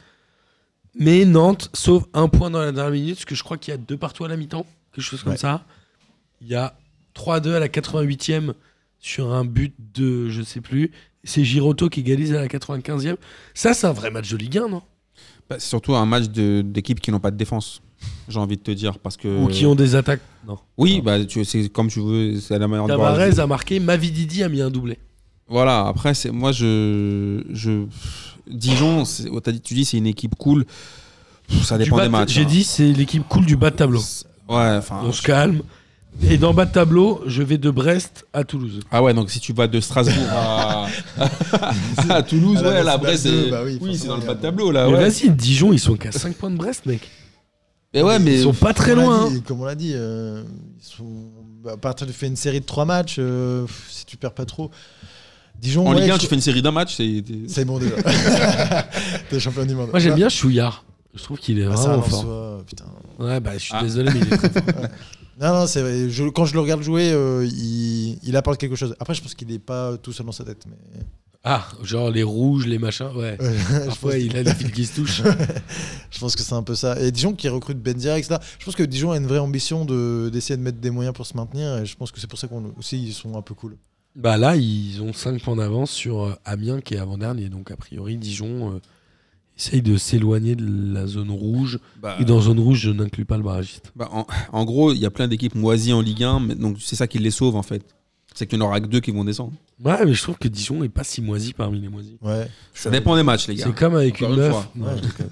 Mais Nantes sauve un point dans la dernière minute, parce que je crois qu'il y a deux partout à la mi-temps, quelque chose comme Ouais. ça. Il y a 3-2 à la 88e sur un but de je sais plus. C'est Giroto qui égalise à la 95e. Ça, c'est un vrai match de Ligue 1, non Bah, c'est surtout un match de- d'équipes qui n'ont pas de défense. J'ai envie de te dire parce que Ou qui ont des attaques Non. oui bah tu c'est comme tu veux c'est la manière de voir. Tavares a marqué, Mavididi a mis un doublé. Voilà après c'est moi je je Dijon c'est- oh, t'as dit- tu dis c'est une équipe cool Pff, ça Du dépend bas des de- matchs. J'ai hein. Ah. dit, c'est l'équipe cool du bas de tableau. ouais enfin On se calme. Et dans bas de tableau, je vais de Brest à Toulouse. ah ouais donc si tu vas de Strasbourg à, à Toulouse à la ouais là Nationale Brest deux, c'est- bah oui, oui, c'est forcément, dans le il y bas a- de tableau là mais Ah ouais. vas-y, Dijon, ils sont qu'à 5 points de Brest, mec. Mais ouais mais Ils sont pas très Comme on l'a loin. hein. dit- Comme on l'a dit, euh, ils sont- bah, à partir de faire une série de trois matchs, euh, pff, si tu perds pas trop. Dijon, en ouais, Ligue 1 je- tu fais une série d'un match c'est C'est bon déjà. T'es champion du monde. Moi, j'aime bien Chouillard. Je trouve qu'il est Ah, ça, vraiment Lensois, fort. putain. Ouais, bah, je suis Ah. désolé, mais il est très fort. Non, non, c'est vrai. Je- quand je le regarde jouer, euh, il, il apporte quelque chose. Après, je pense qu'il n'est pas tout seul dans sa tête. Mais... Ah, genre les rouges, les machins, ouais. Ouais, je, pense, Parfois, il a les fils qui se touchent. je pense que c'est un peu ça. Et Dijon qui recrute Ben Benzia, etc. Je pense que Dijon a une vraie ambition de- d'essayer de, mettre des moyens pour se maintenir. Et je pense que c'est pour ça qu'on aussi ils sont un peu cool. Bah là, ils ont 5 points d'avance sur euh, Amiens qui est avant-dernier. Donc, a priori, Dijon euh, essaye de s'éloigner de la zone rouge. Et dans zone rouge, je n'inclus pas le barragiste. Bah, en, en gros, il y a plein d'équipes moisies en Ligue 1, mais donc c'est ça qui les sauve en fait. C'est qu'il n'y en aura que deux qui vont descendre. Ouais, mais je trouve que Dijon est pas si moisi parmi les moisis. Ouais. Ça dépend des matchs, les gars. C'est comme avec Encore une une meuf. fois. Non, Ouais. je déconne.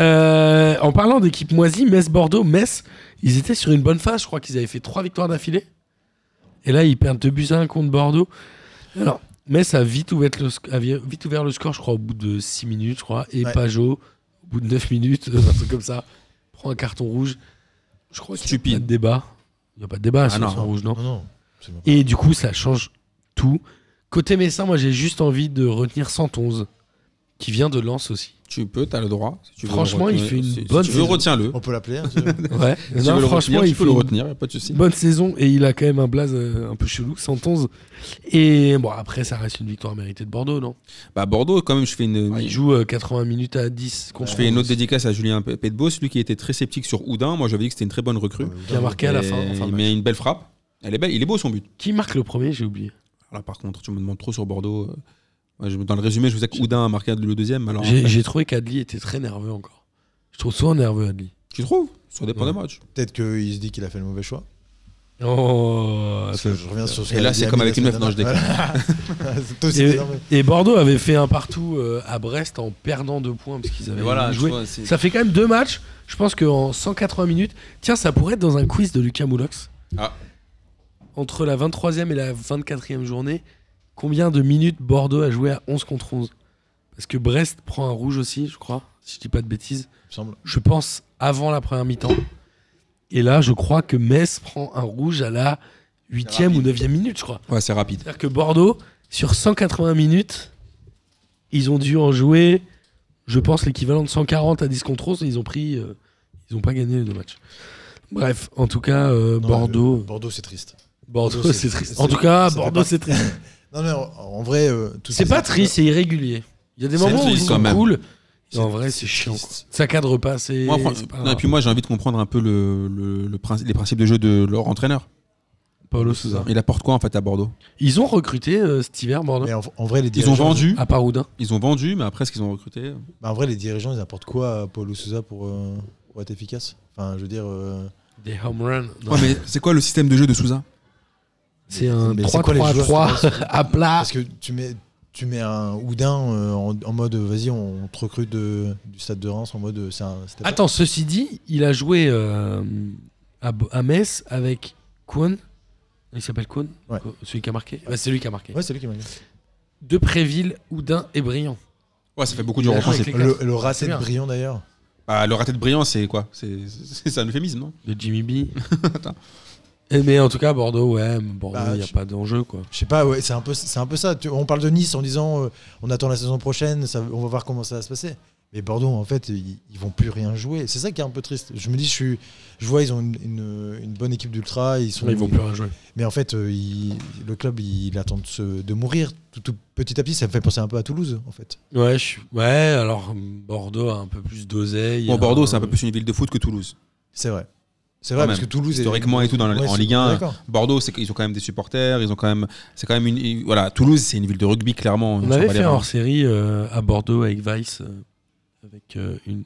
Euh, en parlant d'équipe moisie, Metz-Bordeaux, Metz, ils étaient sur une bonne phase. Je crois qu'ils avaient fait trois victoires d'affilée. Et là, ils perdent 2 buts à 1 contre Bordeaux. Alors, Metz a vite ouvert le, sc- a vi- vite ouvert le score, je crois, au bout de 6 minutes, je crois. Et Ouais. Pajot, au bout de 9 minutes, un truc comme ça, prend un carton rouge. Je crois qu'il n'y a Stupide. pas de débat. Il n'y a pas de débat Ah sur le non. carton rouge, non Non, non. c'est bon. et du coup, ça change tout. Côté Messin, moi j'ai juste envie de retenir 111, qui vient de Lens aussi. Tu peux, tu as le droit. Si tu veux Franchement, le il retenir. fait une Si- si bonne tu veux, saison. retiens-le. On peut l'appeler. hein, si tu veux. Ouais. Si tu non, veux le franchement, retenir, il tu fait peux le une retenir, y a pas de souci. bonne saison et il a quand même un blaze euh, un peu chelou, 111. Et bon, après, ça reste une victoire méritée de Bordeaux, non Bah, Bordeaux, quand même, je fais une, Il joue euh, 80 minutes à 10 contre je fais une autre Lens, dédicace à Julien P- Petbos, lui qui était très sceptique sur Oudin. Moi, j'avais dit que c'était une très bonne recrue. qui a marqué à la Et fin. enfin, il bref. met une belle frappe. Elle est belle, il est beau son but. Qui marque le premier J'ai oublié. Alors là, par contre, tu me demandes trop sur Bordeaux. Euh, moi, je- Dans le résumé, je vous ai que Oudin a marqué le deuxième. Alors, J'ai j'ai trouvé qu'Adli était très nerveux encore. Je trouve souvent nerveux Adli. Tu trouves Ça dépend Ouais. des matchs. Peut-être qu'il se dit qu'il a fait le mauvais choix. Oh, Parce que je reviens sur ce Ah, Et qu'a là, dit c'est Ami comme la avec une semaine meuf. Non, je déconne. dernière. Voilà. C'est toi aussi, Et- non, mais- Et Bordeaux avait fait un partout euh, à Brest en perdant deux points parce qu'ils avaient joué. Ça fait quand même deux matchs. Je pense qu'en 180 minutes, tiens, ça pourrait être dans un quiz de Lucas Moulox. Ah. Entre la 23e et la 24e journée, combien de minutes Bordeaux a joué à 11 contre 11 Parce que Brest prend un rouge aussi, je crois, si je dis pas de bêtises. il me semble. Je pense avant la première mi-temps. Et là, je crois que Metz prend un rouge à la 8e ou 9e minute, je crois. Ouais, c'est rapide. C'est-à-dire que Bordeaux, sur 180 minutes, ils ont dû en jouer, je pense, l'équivalent de 140 à 10 contre 11. et Ils ont pris. euh, ils n'ont pas gagné les deux matchs. Bref, en tout cas, euh, Non, Bordeaux. euh, Bordeaux, c'est triste. Bordeaux, Bordeaux, c'est c'est- triste. c'est- En tout cas, c'est Bordeaux, pas- c'est triste. Non, mais en, en vrai. euh, toutes C'est ces pas équipes- triste, c'est irrégulier. Il y a des C'est moments où ils triste, quand sont même. cool. C'est- Et en vrai, c'est c'est chiant. quoi. triste. Ça cadre pas. C'est. Moi, fran- c'est pas non, grave. et puis moi, j'ai envie de comprendre un peu le, le- le princi- les principes de jeu de leur entraîneur. Paulo Sousa. Il apporte quoi en fait à Bordeaux Ils ont recruté euh, cet hiver Bordeaux. Mais en, en vrai, les Ils ont dirigeants. vendu, À part Oudin. ils ont vendu, mais après, ce qu'ils ont recruté bah, en vrai, les dirigeants, ils apportent quoi à Paulo Sousa pour, euh, pour être efficace Enfin, je veux dire. euh, Des home runs. Non. Ouais, mais c'est quoi le système de jeu de Souza C'est un mais c'est quoi les joueurs 3-3-3 à plat. Parce que tu mets, tu mets un Houdin euh, en, en mode vas-y, on te recrute de- du stade de Reims en mode euh, c'est un. c'est- Attends, ceci dit, il a joué euh, à, Bo- à Metz avec Kuhn. Il s'appelle Kuhn Ouais. Ko- Celui qui a marqué Ouais, C'est lui qui a marqué. Ouais, c'est lui qui m'a dit. De Préville, Oudin et Briand. Ouais, ça fait beaucoup Il de a joueurs joué français. avec les Le, quatre. le C'est raté de bien. brillant d'ailleurs. Ah, le raté de brillant, c'est quoi C'est- C'est c'est un euphémisme, non De Jimmy B. Attends. Et Eh, mais en tout cas, Bordeaux, ouais, Bordeaux, il Bah, n'y a je- pas d'enjeu, quoi. Je sais pas, ouais, c'est un peu, c'est un peu ça. Tu- on parle de Nice en disant euh, on attend la saison prochaine, ça- on va voir comment ça va se passer. Mais Bordeaux, en fait, ils, ils vont plus rien jouer. C'est ça qui est un peu triste. Je me dis, je suis, je vois, ils ont une, une- une bonne équipe d'ultra, ils sont, Ils vont plus rien jouer. mais en fait, euh, ils- le club, il, il attend de, se- de mourir tout, tout petit à petit. Ça me fait penser un peu à Toulouse, en fait. Ouais, je suis- ouais, alors Bordeaux a un peu plus d'oseille. Bon, Bordeaux, c'est un euh, peu plus une ville de foot que Toulouse. C'est vrai. C'est vrai Quand parce que Ah, même. Toulouse est- Historiquement et tout, dans la- Ouais, en c'est- Ligue 1. D'accord. Bordeaux, c'est qu'ils ont quand même des supporters, ils ont quand même, c'est quand même une, voilà, Toulouse, c'est une ville de rugby clairement. euh, On s'en avait bat les fait un reins. hors série à Bordeaux avec Vice, euh, avec euh, une,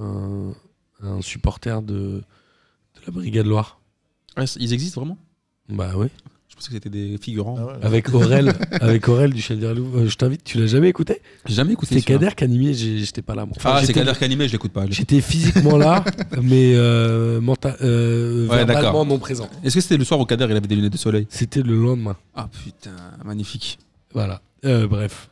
un, un supporter de, de la Brigade Loire. Ouais, ils existent vraiment Bah oui. Je pensais que c'était des figurants. Ah ouais. Avec Aurel, avec Aurel du Chandelier Louvre. Euh, je t'invite, tu l'as jamais écouté J'ai jamais écouté. C'est celui-là. Kader qui animait, j'ai- j'étais pas là. moi. Enfin, ah, c'est j'étais- Kader Kanimé, je l'écoute pas. je- J'étais physiquement là, mais euh, menta- euh, Ouais, verbalement d'accord. non présent. Est-ce que c'était le soir où Kader il avait des lunettes de soleil C'était le lendemain. Ah putain, magnifique. Voilà. Euh, bref.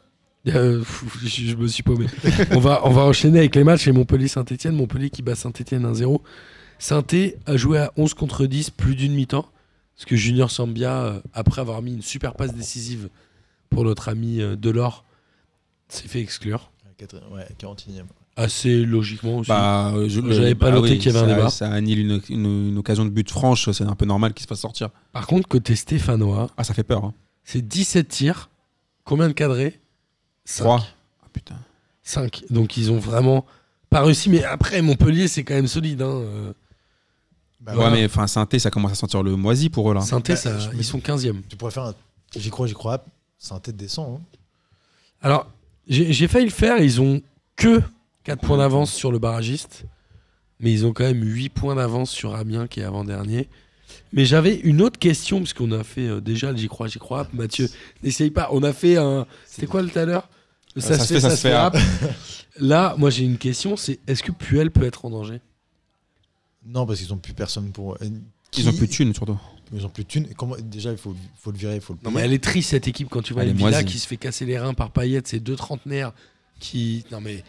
Euh, pff, je, je me suis paumé. on, va, on va enchaîner avec les matchs et Montpellier-Saint-Etienne. Montpellier qui bat Saint-Etienne 1-0. Saint-Etienne a joué à 11 contre 10 plus d'une mi-temps. Parce que Junior Sambia, euh, après avoir mis une super passe décisive pour notre ami euh, Delors, s'est fait exclure. Quatre- Ouais, 41e. Assez logiquement aussi. Bah, euh, je- J'avais le- pas bah noté oui, qu'il y avait un ça- débat. Ça annule une, une- une occasion de but franche, c'est un peu normal qu'il se fasse sortir. Par contre, côté Stéphanois, Ah, ça fait peur. Hein. c'est 17 tirs. Combien de cadrés 3. Ah putain. 5. Donc ils ont vraiment pas réussi. Mais après, Montpellier, c'est quand même solide. hein, euh. Bah, ouais, voilà. mais enfin, Saint-Thé, ça commence à sentir le moisi pour eux là. Saint-Étienne, Bah, ça- je me Hein. ils dis- sont 15e. Tu pourrais faire un. J'y crois, j'y crois. C'est un tête descend. hein. Alors, j'ai j'ai failli le faire. Ils ont que 4 points d'avance sur le barragiste. Mais ils ont quand même 8 points d'avance sur Amiens qui est avant-dernier. Mais j'avais une autre question, parce qu'on a fait euh, déjà le J'y crois, J'y crois. Mathieu, n'essaye pas. On a fait un. C'était quoi le tout à l'heure Le Euh, Ça se fait, ça se fait, hein. rap. Là, moi j'ai une question c'est est-ce que Puel peut être en danger Non, parce qu'ils n'ont plus personne pour. euh, Ils ont qui- plus de thunes surtout. Ils ont plus de thunes. Et comment- Déjà, il faut, faut le virer, il faut le Non, payer. mais elle est triste cette équipe quand tu vois Elle les est Villa moisie. qui se fait casser les reins par Payet, ces deux trentenaires qui. Non mais Il y avait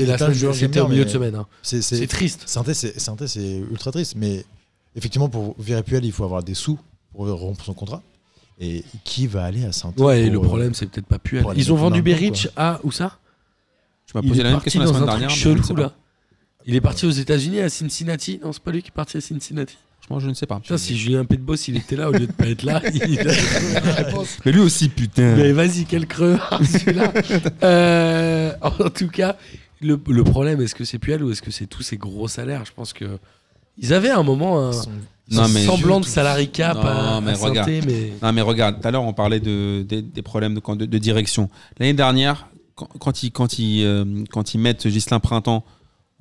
c'était la plein de joueurs semaine- que c'était j'aime au bien, milieu de mais semaine. hein. C'est, c'est, C'est triste. Saint-Étienne, c'est, Saint-Étienne, c'est ultra triste, mais effectivement, pour virer Puel, il faut avoir des sous pour rompre son contrat. Et qui va aller à euh, saint Ouais, et le euh, problème, c'est peut-être pas Puel. pour aller Ils ont mettre vendu dans le banc, Berich à où ça Tu m'as Il posé est la même parti question la dans semaine un truc dernière. mais je ne sais chelou, pas. là. Il est parti aux États-Unis à Cincinnati. Non, c'est pas lui qui est parti à Cincinnati. Franchement, je ne sais pas. Putain, si Julien Pédebos, il était là au lieu de pas être là, il a trouvé la réponse. Mais lui aussi, putain. Mais vas-y, quel crevard celui-là. Euh, en tout cas, le, le problème, est-ce que c'est Puel ou est-ce que c'est tous ces gros salaires Je pense que ils avaient à un moment un Non, mais- semblant de salarié cap Non, à, mais à Saint-Étienne, regarde. mais Non, mais regarde, tout à l'heure, on parlait de, des, des problèmes de, de- de direction. L'année dernière, quand, quand ils, quand, ils, euh, quand ils mettent Gislain Printemps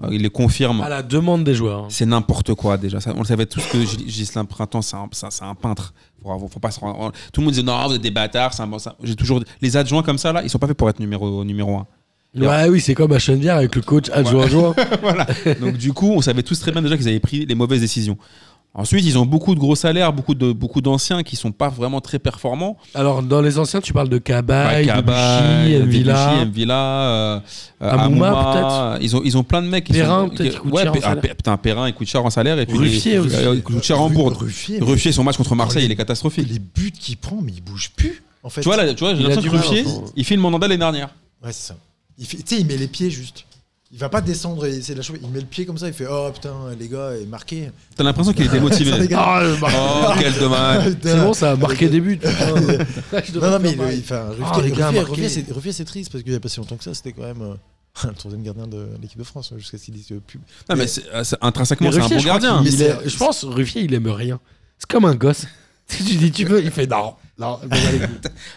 Euh, Il les confirme. À la demande des joueurs. hein. C'est n'importe quoi déjà. Ça, on le savait tous que Gis- Gislain Printemps, c'est un, c'est un- c'est un peintre. Faut, avoir- faut pas se rendre- Tout le monde disait non, vous êtes des bâtards. c'est un bon- ça- J'ai toujours les adjoints comme ça là, ils sont pas faits pour être numéro numéro un. Ouais, Bah oui, c'est comme à Chenvière avec le coach adjoint-adjoint. voilà. Donc du coup, on savait tous très bien déjà qu'ils avaient pris les mauvaises décisions. Ensuite, ils ont beaucoup de gros salaires, beaucoup de beaucoup d'anciens qui sont pas vraiment très performants. Alors, dans les anciens, tu parles de Bah, Cabaye, de Cabaye, Buchy, El Debuchy, Villa. Mvila, euh, euh, Amouma, Amouma. peut-être. Ils ont ils ont plein de mecs. qui Perrin, sont- peut-être, qui- qui coûte ouais, cher en Pe- ah, salaire. Pe- putain, Perrin et Kutchar en salaire et puis Ruffier les- aussi. euh, Kutchar en bourde. Ruffier, mais- Ruffier, son match contre Marseille, il Oh, est les, catastrophique. buts qu'il prend, mais il bouge plus. En fait, Tu vois, là, tu vois, j'ai Il a l'impression que du mal, hein. Ruffier, enfin. il filme Mandanda l'année dernière. Ouais, c'est ça. Il fait- Tu sais, il met les pieds juste. Il va pas descendre et essayer de la choper. Il met le pied comme ça, il fait Oh putain, les gars, il est marqué. T'as l'impression qu'il était Ça, les motivé. gars. Ah, le mar- oh, quel dommage. c'est bon, ça a marqué des buts. putain. Je devrais Non, non, mais faire il, pareil. il fait un Ruffier, Ah, les gars, Ruffier, marqué. Ruffier, c'est- Ruffier, c'est triste parce qu'il y a pas si longtemps que ça, c'était quand même euh, le troisième gardien de l'équipe de France, euh, jusqu'à ce qu'il dise euh, pub. Non, mais c'est- euh, c'est- intrinsèquement, Mais c'est un Ruffier, bon je crois gardien. qu'il- Mais il est- c'est- je pense, Ruffier, il aime rien. C'est comme un gosse. Si tu dis tu veux, il fait non. non vous allez-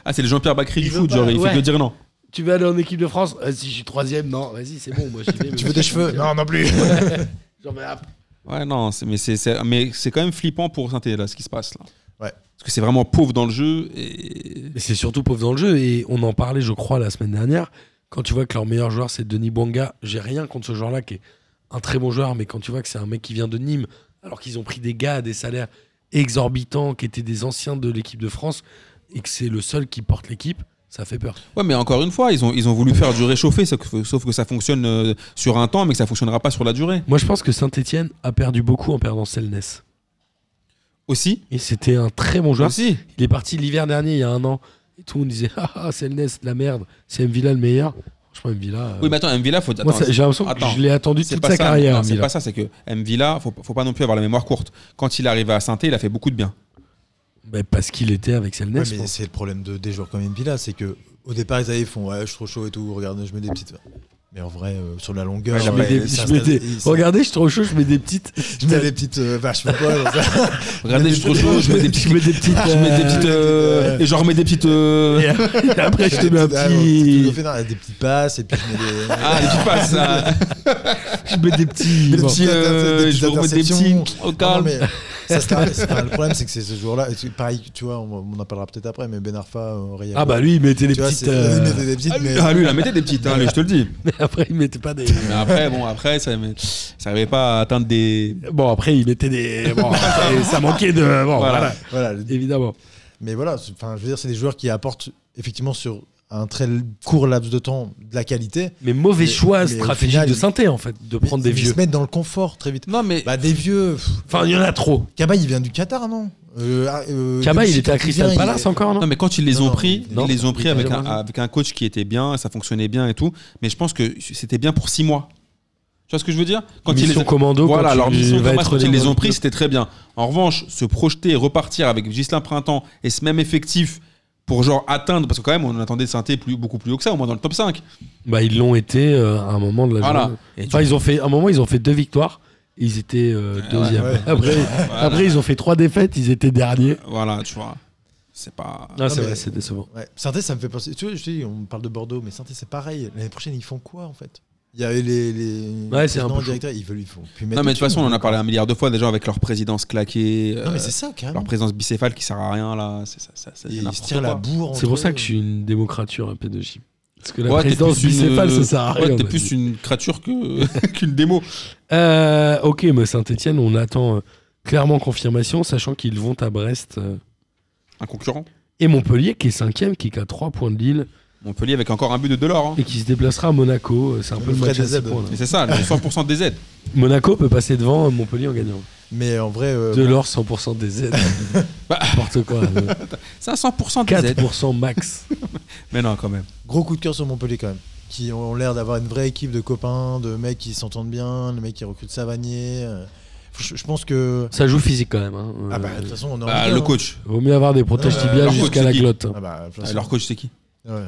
Ah, c'est le Jean-Pierre Bacri Il du veut foot, pas, genre, il fait ouais. que dire non. tu veux aller en équipe de France Ah, Si je suis troisième, non. Vas-y, c'est bon, moi j'y vais. mais Tu moi, veux des je suis cheveux troisième. Euh, Non, non plus. Genre, mais, ah, Ouais, non, c'est- mais c'est- c'est mais c'est quand même flippant pour saint là, ce qui se passe, là. Ouais. Parce que c'est vraiment pauvre dans le jeu et. Mais c'est surtout pauvre dans le jeu. Et on en parlait, je crois, la semaine dernière. Quand tu vois que leur meilleur joueur, c'est Denis Bouanga, j'ai rien contre ce joueur-là qui est un très bon joueur. Mais quand tu vois que c'est un mec qui vient de Nîmes, alors qu'ils ont pris des gars à des salaires exorbitants, qui étaient des anciens de l'équipe de France, et que c'est le seul qui porte l'équipe, ça fait peur. Ouais, mais encore une fois, ils ont, ils ont voulu faire du réchauffé, sauf que, sauf que ça fonctionne euh, sur un temps, mais que ça fonctionnera pas sur la durée. Moi, je pense que Saint-Etienne a perdu beaucoup en perdant Selnes. Aussi Et c'était un très bon joueur. Aussi Il est parti l'hiver dernier, il y a un an. Et tout le monde disait Ah, ah Selnes, de la merde. C'est Mvila le meilleur. Franchement, Mvila. euh, Oui, mais attends, Mvila, faut. moi, attends, ça- j'ai l'impression que attends. je l'ai attendu C'est toute pas sa ça, carrière. non, C'est Mvilla. pas ça, c'est que M. Villa, faut, faut pas non plus avoir la mémoire courte. Quand il est arrivé à saint il a fait beaucoup de bien. Bah, parce qu'il était avec Selnes. Ouais, je mais pense. c'est le problème de, des joueurs comme Mpila, c'est que au départ ils avaient ils font ouais je suis trop chaud et tout, regardez je mets des petites. Mais en vrai euh, sur la longueur, Ouais, je euh, mets des- ça je mets se- des- il- ça- Regardez, je suis trop chaud, je mets des petites. je mets des petites euh, vaches. mais quoi, genre, ça- Regardez, je suis trop chaud, je mets des petites. Je mets des petites. Je mets des euh, petites. euh, et genre, je mets des petites. euh, Et après- et après, je te des mets un petites- ah, bon, petit petit. truc au final, des petites passes et puis je mets des Ah, les petites passes. ah. Je mets des petits. des bon. petits- Petit, euh, des petites je vous remets des interceptions. petits au Non, non, calme. mais ça se termine- c'est- enfin, le problème c'est que c'est ce jour-là, et c'est pareil, tu vois, on, on en parlera peut-être après, mais Ben Arfa, euh, Riyad- Ah bah lui, il mettait des tu vois, petites. c'est- euh, il mettait des petites, Ah, lui, mais- ah, lui, il a mettait des petites, hein, lui, je te le dis. Mais après, il mettait pas des. Mais après, bon, après, ça mais ça arrivait pas à atteindre des. Bon, après, il mettait des. Bon, après, ça manquait de. Bon, Voilà. voilà. voilà, le- Évidemment. Mais voilà, c'est- enfin, je veux dire, c'est des joueurs qui apportent effectivement sur un très court laps de temps de la qualité. Mais mauvais Mais- choix mais au stratégique final, de il- synthé, en fait, de prendre Mais des ils vieux. se mettent dans le confort très vite. Non, mais. Bah des vieux. pff, Enfin, il y en a trop. Cabaye il vient du Qatar non euh, ah, euh, Kaba, Debuchy, il était quand à Crystal vient, Palace il- hein, encore, non Non mais quand ils les Non, ont non, pris, non, ils les ont il pris était avec un, jamais revenu. avec un coach qui était bien, ça fonctionnait bien et tout. Mais je pense que c'était bien pour six mois. Tu vois ce que je veux dire Quand ils les Mission ont- commando. voilà, quand leur tu mission vas Thomas, être quand ils les dans ont le pris, club. c'était très bien. En revanche, se projeter et repartir avec Gislain Printemps et ce même effectif pour genre atteindre, parce que quand même on attendait saint plus beaucoup plus haut que ça, au moins dans le top 5. Bah, ils l'ont été euh, à un moment de la Voilà. journée. Et du- Enfin, ils ont fait, à un moment, ils ont fait deux victoires. et Ils étaient euh, deuxième. ouais. Après, Voilà. après, ils ont fait trois défaites. Ils étaient derniers. Voilà, tu vois. C'est pas. Ah, Non, c'est mais- vrai, c'est décevant. Ouais. Saint-Étienne, ça me fait penser. Tu vois, je te dis, on parle de Bordeaux, mais saint c'est pareil. L'année prochaine, ils font quoi en fait Il y a eu les, les Ouais, c'est un présidents, peu chaud. directeurs, ils veulent, ils font plus Non, mettre mais de de toute façon, on en thunes. a parlé un milliard de fois déjà avec leur présidence claquée, Non, euh, mais c'est ça carrément. leur présidence bicéphale qui sert à rien là. C'est ça, ça, ça- Ils n'importe se tirent la quoi. bourre. C'est pour entre ça eux. que je suis une démocrature à P2J. Parce que la Ouais, t'es présidence plus une- bicéphale, ça sert à Ouais, rien. t'es on a dit. plus une créature que- qu'une démo. Euh, ok, mais Saint-Etienne, on attend euh, clairement confirmation, sachant qu'ils vont à Brest euh, Un concurrent. et Montpellier, qui est cinquième, qui est qu'à 3 points de Lille, Montpellier avec encore un but de Delors. hein. et qui se déplacera à Monaco. Euh, C'est un peu Le le frais match à des six aides. points, là. Mais c'est ça, le 100% des aides. Monaco peut passer devant euh, Montpellier en gagnant. Mais en vrai, euh, De l'or, 100% des aides. Bah. N'importe quoi. euh, C'est un 100% des aides. 4% max. Mais non, quand même. Gros coup de cœur sur Montpellier quand même, qui ont l'air d'avoir une vraie équipe de copains, de mecs qui s'entendent bien, le mec qui recrute Savanier. euh, Je, je pense que. Ça joue physique quand même. hein. Ah bah, Euh, de toute façon, on est en Bah, Ligue un, le hein. coach. Vaut mieux avoir des protèges Euh, tibiales leur jusqu'à coach, la c'est qui glotte. hein. Ah bah, de toute Ah, façon, Leur coach, c'est qui ouais, ouais.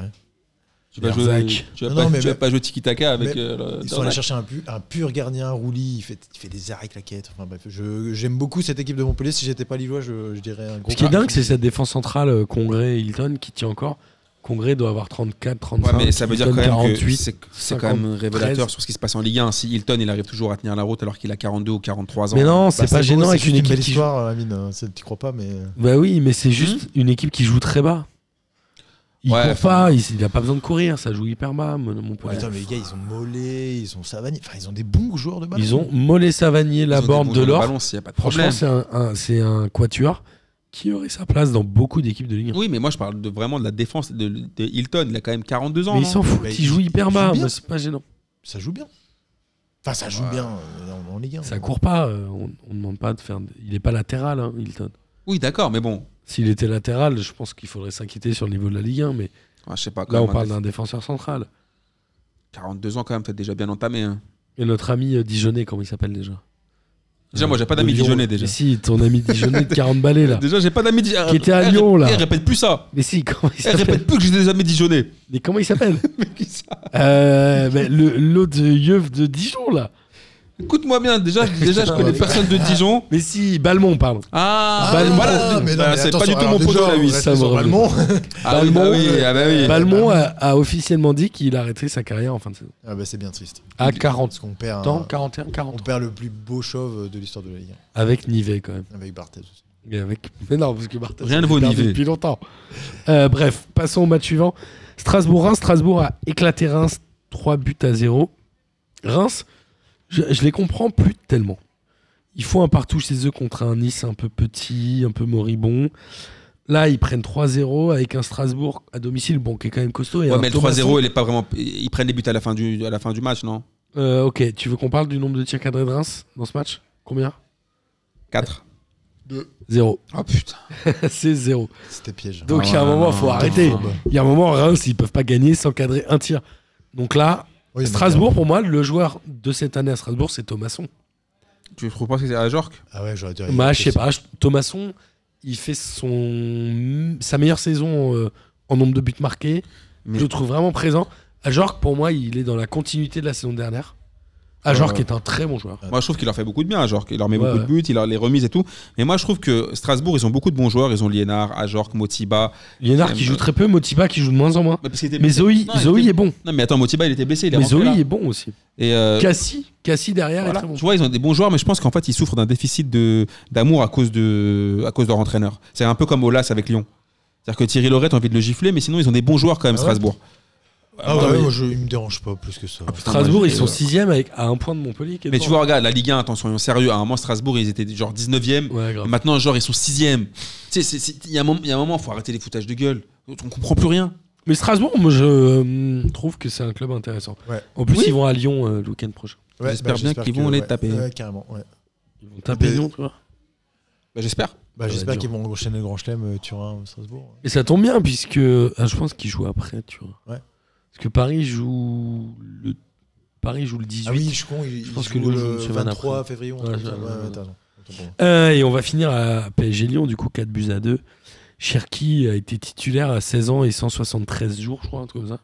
Tu vas, Berzac. jouer, tu vas Non, pas, non, mais tu vas mais- pas jouer tiki-taka avec. mais euh, le- Ils sont allés Dornac. chercher un, pu- un pur gardien, Rouli, il fait, il fait des arrêts claquettes. Enfin bref, je- j'aime beaucoup cette équipe de Montpellier. Si j'étais pas Lillois, je, je dirais un gros. Ce qui est coup de dingue, c'est cœur. cette défense centrale, euh, Congrès, Hilton, qui tient encore. Congrès doit avoir 34, 35. Ouais, mais ça veut dire quand Hilton, même 48. que c'est- c'est quand 50, même euh, révélateur 13. sur ce qui se passe en Ligue 1. Si Hilton, il arrive toujours à tenir la route alors qu'il a 42 ou 43 ans. Mais non, c'est Bah, pas beau, gênant c'est avec juste une équipe belle qui joue. histoire, Amine. euh, c'est- T'y crois pas, mais. euh, Bah oui, mais c'est juste une équipe qui joue très bas. Il Hmm. Ouais, court enfin- pas, il, il a pas besoin de courir, ça joue hyper bas, mon, mon pote. Attends, mais les gars, ils ont Mollet, ils ont Savani. Enfin, ils ont des bons joueurs de ballon. Ils ont Mollet Savanier, Ils ont la des borne bons de joueurs l'or. balance, il y a pas de Franchement, problème. c'est un, un- c'est un quatuor qui aurait sa place dans beaucoup d'équipes de Ligue 1. Oui, mais moi, je parle de, vraiment de la défense de, de Hilton. Il a quand même 42 ans. mais il non s'en fout, Bah, il ils- joue hyper ils bas, jouent bien. mais c'est pas gênant. Ça joue bien. Enfin, ça joue Ouais. bien euh, en, en Ligue 1. Ça court pas, euh, on, on demande pas de faire. Il est pas latéral, hein, Hilton. Oui, d'accord, mais bon. S'il était latéral, je pense qu'il faudrait s'inquiéter sur le niveau de la Ligue 1, mais Ah, je sais pas. quand là on même, parle un- d'un défenseur central. 42 ans, quand même, t'es déjà bien entamé. hein. Et notre ami euh, Dijonais, comment il s'appelle déjà Déjà, moi, j'ai pas De d'amis Lyon. Dijonais, déjà. Mais si, ton ami Dijonais de 40 balais là. Déjà, j'ai pas d'amis Dijonais. Qui était à Lyon, là. eh, répète plus ça. Mais si, comment il Eh, s'appelle répète plus que j'ai des amis Dijonais. Mais comment il s'appelle Mais qui ça Euh, mais le- L'autre yeuf de Dijon là. Écoute-moi bien. Déjà, déjà je Putain, connais ouais. personne de Dijon. Mais si, Balmont, pardon. Ah, Bah, Balmont. voilà. Bah, c'est pas du tout mon poteau, là, oui. ça me revient. Ah oui, bah oui, ah bah oui. euh, Balmont. Balmont a, a officiellement dit qu'il arrêterait sa carrière en fin de saison. Ah bah c'est bien triste. À 40 Parce qu'on Ah. perd, ans, un, 41, on 40. perd le plus beau chauve de l'histoire de la Ligue Avec Nivet quand même. 1, avec Barthez aussi. Et avec... Mais non, parce que Barthez Rien il ne est vaut perdu Nivet. depuis longtemps. Euh, bref, passons au match suivant. Strasbourg-Reims. Strasbourg a éclaté Reims 3 buts à 0. Reims, je, je les comprends plus tellement. Ils font un partout chez eux contre un Nice un peu petit, un peu moribond. Là, ils prennent 3-0 avec un Strasbourg à domicile, bon, qui est quand même costaud. et Ouais, un mais le Thomasson- 3-0, il est pas vraiment. Ils prennent les buts à la fin du, à la fin du match, non Euh, ok, tu veux qu'on parle du nombre de tirs cadrés de Reims dans ce match Combien 4. Zéro. Oh putain. c'est zéro. C'était piège. Ah, bah. Donc Ah il y a un ouais, moment, non, il faut non, arrêter. non. Il y a un moment, Reims, ils peuvent pas gagner sans cadrer un tir. Donc là, Oui, mais Strasbourg, pour moi, le joueur de cette année à Strasbourg, c'est Thomasson. Tu trouves pas que c'est à Jork Ah ouais, j'aurais dû Bah, je sais pas, je- Thomasson, il fait son, sa meilleure saison euh, en nombre de buts marqués. Mais- Je le trouve vraiment présent. Ajorc, pour moi, il est dans la continuité de la saison dernière. Ajorc Ouais. est un très bon joueur. Moi, je trouve qu'il leur fait beaucoup de bien, Jork. Il leur met Ah, Ouais, beaucoup ouais. de buts, il leur les remise et tout. Mais moi, je trouve que Strasbourg, ils ont beaucoup de bons joueurs. Ils ont Liénard, Ajork, Motiba. Lienard qui joue très peu, Motiba qui joue de moins en moins. Mais, parce qu'il était Mais blessé. Zoé, Non, il Zoé était- est bon. Non, mais attends, Motiba, il était blessé. Il est Mais rentré Zoé là. est bon aussi. Et euh, Cassie, Cassie derrière voilà. est très bon. Tu vois, ils ont des bons joueurs, mais je pense qu'en fait, ils souffrent d'un déficit de- d'amour à cause de à cause de leur entraîneur. C'est un peu comme Olas avec Lyon. C'est-à-dire que Thierry Loret, t'as envie de le gifler, mais sinon, ils ont des bons joueurs quand même, Ah ouais Strasbourg. Ah ouais, moi, je, il me dérange pas plus que ça. Strasbourg, Moi, ils je- sont sixième avec à un point de Montpellier. qui est Mais tu devant. vois, regarde, la Ligue 1, attention, soyons sérieux. À un moment, Strasbourg, ils étaient genre 19e. Ouais, grave. Maintenant, genre, ils sont 6e. Tu sais, c'est- c'est- il y a un moment, il y a un moment, faut arrêter les foutages de gueule. On comprend plus rien. Mais Strasbourg, moi, je euh, trouve que c'est un club intéressant. Ouais. En plus, Oui. ils vont à Lyon euh, le week-end prochain. Ouais, bah, J'espère bien qu'ils que- vont les ouais, taper. Ouais, carrément. ouais. Ils vont taper Des- Lyon, tu vois. Bah, J'espère. Bah, Ça va j'espère être qu'ils vont enchaîner le Grand Chelem, euh, Turin, Strasbourg. Et ça tombe bien, puisque ah, je pense qu'ils jouent après, tu vois. Ouais. Parce que Paris joue le, Paris joue le 18. Ah oui, je suis con. Ils, Je ils pense que jouent Lyon joue le une semaine 23 après. février. Ouais, Ouais, je- ouais, ouais. ouais, t'as raison. Autant pour moi. Euh, et on va finir à PSG Lyon, du coup, 4 buts à 2. Cherki a été titulaire à 16 ans et 173 jours, je crois, un truc comme ça.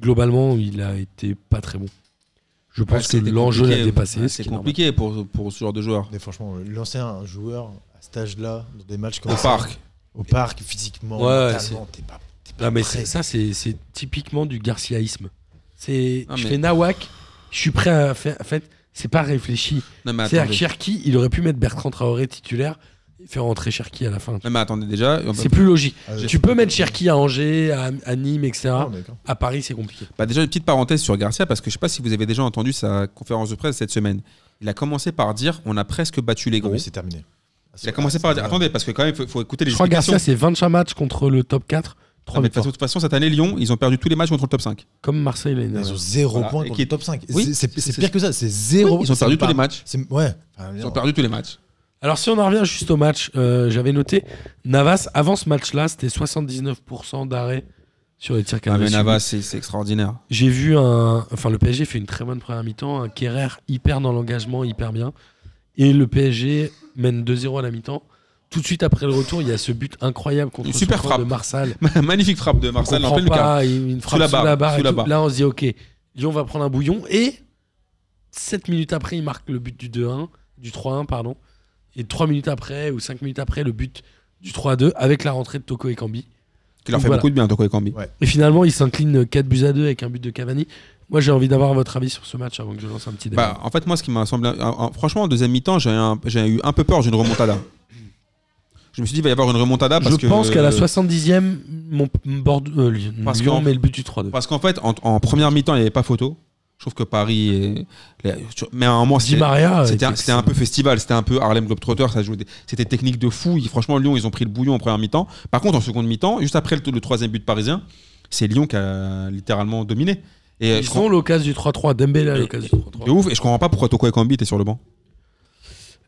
Globalement, il a été pas très bon. Je Ouais, pense que c'était l'enjeu compliqué. l'a dépassé. Ouais, ce C'est qui est normal. compliqué pour, pour ce genre de joueur. Mais franchement, lancer un joueur à cet âge-là, dans des matchs comme Au ça, parc. au parc, physiquement, Ouais, ouais, mentalement, t'es pas, t'es pas Non, mais prêt. c'est- ça, c'est c'est typiquement du garciaïsme. C'est, Ah, je mais- fais nawak, je suis prêt à faire. En fait, c'est pas réfléchi. Non, mais C'est à attendez. Cherki, il aurait pu mettre Bertrand Traoré titulaire et faire rentrer Cherki à la fin. Non, mais attendez déjà. C'est plus logique. Ah, ouais. Tu peux mettre Cherki hein. à Angers, à, à Nîmes, etc. Non, mais quand- À Paris, c'est compliqué. Bah déjà une petite parenthèse sur Garcia parce que je sais pas si vous avez déjà entendu sa conférence de presse cette semaine. Il a commencé par dire on a presque battu Ah les Non, gros. mais c'est terminé. il a commencé par dire attendez parce que quand même faut, faut écouter les Je crois que explications. Garcia, c'est 25 matchs contre le top 4. Non, 3 Ah, mais de toute façon- de toute façon cette année Lyon ils ont perdu tous les matchs contre le top 5. Comme Marseille l'année Ils dernière. ont zéro Voilà, point et contre qui- le top 5. Oui, C'est- c'est c'est- c'est pire que ça, c'est zéro. ils ont c'est perdu tous pas- les matchs. c'est- Ouais. Enfin, Ils non. ont perdu tous les matchs. Alors, si on en revient juste au match, euh, j'avais noté Navas, avant ce match-là, c'était 79% d'arrêt sur les tirs Ah, cadrés. mais subis. Navas c'est c'est extraordinaire. J'ai vu un. Enfin, le PSG fait une très bonne première mi-temps. Un Kerrer hyper dans l'engagement, hyper bien. Et le PSG mène 2-0 à la mi-temps. Tout de suite après le retour, il y a ce but incroyable contre Une super son camp frappe. de Marsal. Magnifique frappe de On Marcel en comprend plein Lucas. pas, une une frappe la sous barre, la barre. sous et la tout. barre. Là, on se dit OK, Lyon va prendre un bouillon. Et 7 minutes après, il marque le but du 2-1, du 3-1, pardon. Et 3 minutes après, ou 5 minutes après, le but du 3-2 avec la rentrée de Toko et Kambi. Qui leur Donc fait voilà. beaucoup de bien, Toko Ekambi. Et finalement, il s'incline 4 buts à 2 avec un but de Cavani. Moi, j'ai envie d'avoir votre avis sur ce match avant que je lance un petit débat. Bah, en fait, moi, ce qui m'a semblé. en- en- Franchement, en deuxième mi-temps, j'ai un- j'ai eu un peu peur d'une remontada. Je me suis dit, il va y avoir une remontada Bah, parce je que. euh, pense qu'à la 70e, mon Bordeaux, euh, Lyon, Parce Lyon qu'en- met le but du 3-2. Parce qu'en fait, en, en première mi-temps, il n'y avait pas photo. Je trouve que Paris. est- les- sur- Mais à un moment, Di c'était Maria, euh, c'était un, était c'était un peu festival, c'était un peu Harlem Globetrotter, ça jouait des- c'était technique de fou. Ils- franchement, Lyon, ils ont pris le bouillon en première mi-temps. Par contre, en seconde mi-temps, juste après le, le troisième but parisien, c'est Lyon qui a littéralement dominé. Et Ils je comprends- ont l'occasion du 3-3. Dembélé a Mais- l'occasion du 3-3. de ouf. Et je comprends pas pourquoi Toko Ekambi était sur le banc.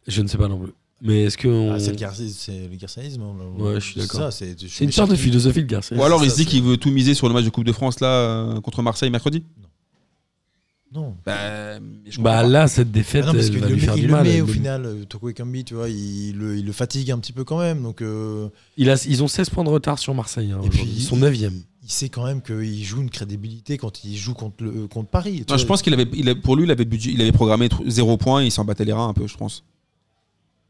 Je ne sais pas non plus. Mais est-ce que on- Ah, c'est le, c'est gar- c'est le garçanisme. hein, là. Ouais, je suis C'est d'accord. ça, C'est je suis une sorte de méchant. philosophie de Garcia Ou alors c'est il ça, se dit c'est- qu'il veut tout miser sur le match de Coupe de France là euh, contre Marseille mercredi. Non. Bah, je comprends Bah pas. là, cette défaite, Ah non, parce elle qu'il va le, lui met- faire il du le mal. met elle au le- final, euh, Toko Ekambi, tu vois, il le, il le fatigue un petit peu quand même. Donc, euh, Il a- ils ont 16 points de retard sur Marseille. hein, et puis, aujourd'hui. ils sont 9e. Il sait quand même qu'il joue une crédibilité quand il joue contre, le, contre Paris. tu Non, je vois. pense qu'il avait, il a- pour lui, il avait, budget- il avait programmé tr- zéro point, et il s'en battait les reins un peu, je pense.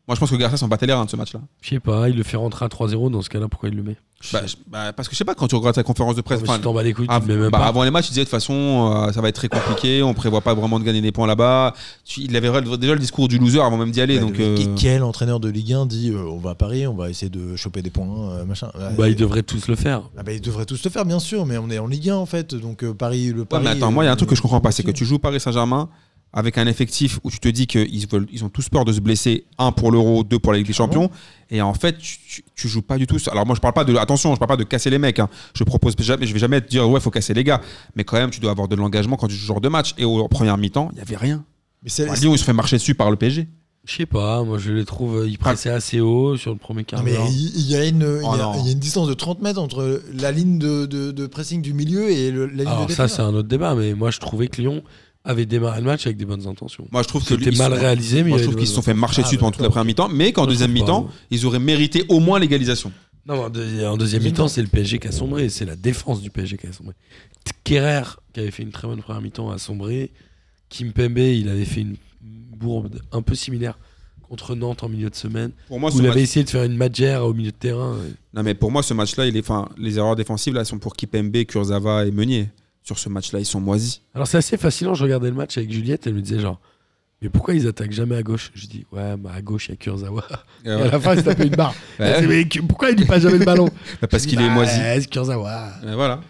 Moi, je pense que Garcia s'en battait les reins de ce match-là. Je sais pas, il le fait rentrer à 3-0. Dans ce cas-là, pourquoi il le met Bah, je- bah, parce que je sais pas, quand tu regardes sa conférence de presse, Si enfin, tu t'en bats les couilles, tu Ah, le mets même bah, pas. Avant les matchs, il disait de toute façon, euh, ça va être très compliqué, on prévoit pas vraiment de gagner des points là-bas. Tu- Il avait re- déjà le discours du loser avant même d'y aller. Bah, donc, le- euh, que- Quel entraîneur de Ligue 1 dit euh, on va à Paris, on va essayer de choper des points, euh, machin Ouais, Bah, ils devraient tous le faire. ah bah, ils devraient tous le faire, bien sûr, mais on est en Ligue 1 en fait. Donc, euh, Paris, le ouais, Paris. euh, mais attends, moi, il y a un truc que je comprends pas, c'est que tu tu joues Paris Saint-Germain avec un effectif où tu te dis qu'ils veulent, ils ont tous peur de se blesser, un pour l'Euro, deux pour la Ligue des Champions, et en fait, tu, tu- tu joues pas du tout. ça. Alors moi, je parle pas de, attention, je parle pas de casser les mecs. hein. Je propose jamais, je vais jamais te dire ouais, faut casser les gars, mais quand même, tu dois avoir de l'engagement quand tu joues ce genre de match. Et au en première mi-temps, il y avait rien. Mais c'est- À Lyon, ils se fait marcher dessus par le PSG. Je sais pas, moi je les trouve, euh, ils pressaient Ah. assez haut sur le premier Non, quart mais d'heure. il il y, a une, il y a- Oh, non. il y a une distance de 30 mètres entre la ligne de, de- de pressing du milieu et le- la ligne Alors de Ah, ça, c'est défense. un autre débat, mais moi je trouvais que Lyon avait démarré le match avec des bonnes intentions. Moi, je trouve que C'était ils mal sont- réalisé, Moi, mais il y je avait trouve des qu'ils se sont bonnes fait marcher Ah, dessus bah, pendant toute la première mi-temps, mais qu'en Moi, je deuxième trouve pas, mi-temps, moi. ils auraient mérité au moins l'égalisation. Non, mais en, deuxi- en deuxième mi-temps, c'est le PSG qui a sombré, c'est la défense du PSG qui a sombré. T- Kerrer, qui avait fait une très bonne première mi-temps, a sombré. Kim Pembe, il avait fait une bourde un peu similaire contre Nantes en milieu de semaine. Pour moi, Où ce il avait match... essayé de faire une magère au milieu de terrain. non, mais pour moi, ce match-là, il est... enfin, les erreurs défensives là sont pour Kipembe, Kurzawa et Meunier. Sur ce match-là, ils sont moisis. Alors c'est assez fascinant, je regardais le match avec Juliette, elle me disait genre, mais pourquoi ils attaquent jamais à gauche Je dis, ouais, bah à gauche, il y a Kurzawa. Euh, Et à la fin, il se tapait une barre. Bah, Elle disait, mais que- pourquoi il dit pas jamais le ballon bah, parce Je dis, qu'il est bah, moisi. c'est Kurzawa. Euh, voilà.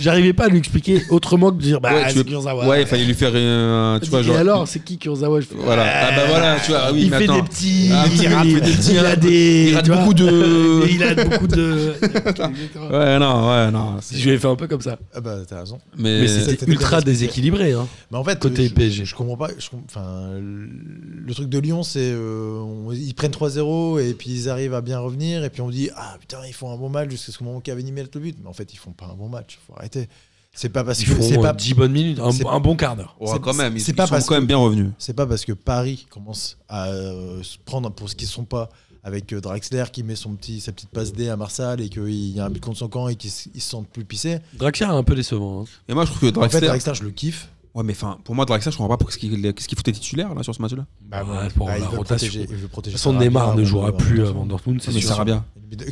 J'arrivais pas à lui expliquer autrement que de dire, bah Ouais, tu c'est veux- Kurzawa. Ouais, il fallait lui faire euh, un- Elle tu dit, vois, et genre. alors, c'est qui Kurzawa Je fais, Voilà. Ah bah voilà, tu vois. ah oui, il mais fait attends. des petits, Ah, petit rap, des petits il a rap. des, Il rate tu vois, beaucoup de- il a beaucoup de. Ouais, non, ouais, non. c'est- Je l'ai fait un peu comme ça, Ah bah, t'as raison. Mais, mais ça, c'était c'était ultra bien expliqué. déséquilibré. Hein. Mais en fait, Côté je, PSG. je comprends pas. je com- enfin, le truc de Lyon, c'est euh, on- ils prennent 3-0 et puis ils arrivent à bien revenir et puis on dit ah putain ils font un bon match jusqu'à ce moment où Cavani mette le but. Mais en fait, ils font pas un bon match. Faut arrêter. C'est pas parce Ils que c'est font pas 10 bonnes minutes, c'est- un, un bon quart d'heure. Ouais, quand même, ils, c'est ils pas sont parce quand même bien revenus. c'est pas parce que Paris commence à euh, se prendre pour ce qu'ils sont pas avec euh, Draxler qui met son petit sa petite passe D à Marsal et qu'il y a un but contre son camp et qu'ils s- ils se sentent plus pissés. Draxler est un peu décevant. hein. Et moi, je trouve que En fait, Draxler. Draxler, je le kiffe. Ouais, mais enfin, pour moi, Draxler, je comprends pas pourquoi est-ce qu'il qu'est-ce qu'il foutait titulaire là sur ce match-là. Bah, bon, ouais, pour bah, la il veut rotation. protéger- il veut protéger De toute façon, Sarabia, Neymar ne avant jouera de- avant plus de- avant Bah, Dortmund, c'est Mais sûr. Sarabia. Dis-le.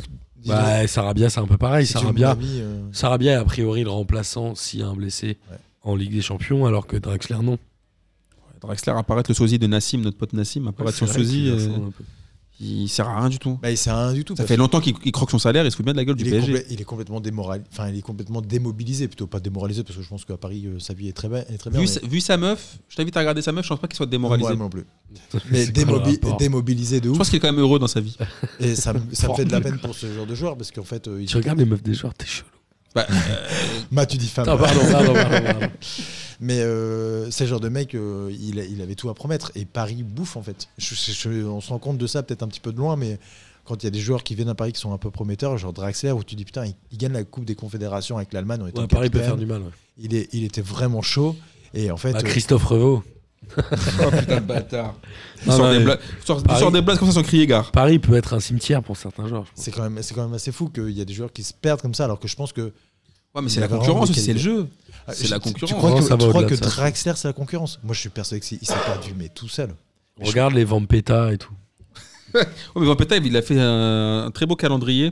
Ouais, Sarabia, c'est un peu pareil. Si tu veux Sarabia, mon avis, euh, Sarabia est a priori le remplaçant s'il y a un blessé Ouais. en Ligue des Champions, alors que Draxler, non. Draxler apparaître le sosie de Nassim, notre pote Nassim, apparaître C'est son vrai sosie, qu'il euh, ressemble un peu. il sert à rien du tout. bah, il sert à rien du tout. Ça parce fait longtemps qu'il qu'il croque son salaire, il se fout bien de la gueule du qu'il est PSG. complè- il est complètement démoralisé. Enfin, il est complètement démobilisé, plutôt pas démoralisé, parce que je pense qu'à Paris, euh, sa vie est très, bien, est très bien. Vu, mais- sa- vu sa meuf, je t'invite à regarder sa meuf, je pense pas qu'il soit Moi démoralisé. non plus. C'est Mais quoi le démobi- rapport démobilisé de je ouf. pense qu'il est quand même heureux dans sa vie. Et ça, me- ça me fait de la peine pour ce genre de joueur, parce qu'en fait, euh, il- Tu regardes les meufs des joueurs, t'es chelou. Bah, tu dis femme. Ah, pardon, pardon, pardon, pardon. Mais euh, c'est le genre de mec, euh, il, a- il avait tout à promettre. Et Paris bouffe, en fait. Je- je- je- on se rend compte de ça peut-être un petit peu de loin, mais quand il y a des joueurs qui viennent à Paris qui sont un peu prometteurs, genre Draxler, où tu dis putain, il, il gagne la Coupe des Confédérations avec l'Allemagne en étant Ouais, Paris peut capitaine. faire du mal. ouais. Il, est, il était vraiment chaud. Et en fait, Bah, euh, Christophe Revaux. oh putain de bâtard. Il Non, sort, non, des mais- blagues- il sort- il Paris- sort des blagues comme ça sans crier gare. Paris peut être un cimetière pour certains joueurs. je pense. c'est quand, même- c'est quand même assez fou qu'il y a des joueurs qui se perdent comme ça, alors que je pense que. Ouais, mais Il c'est la avait concurrence vraiment aussi, des c'est le jeu. Ah, C'est la tu- concurrence. Tu crois Non, que, ça va tu crois au-delà que de ça. Draxler, c'est la concurrence Moi, je suis persuadé qu'il s'est perdu, mais tout seul. Regarde les Vampeta et tout. Ouais, mais Van Peta, il a fait un, un très beau calendrier.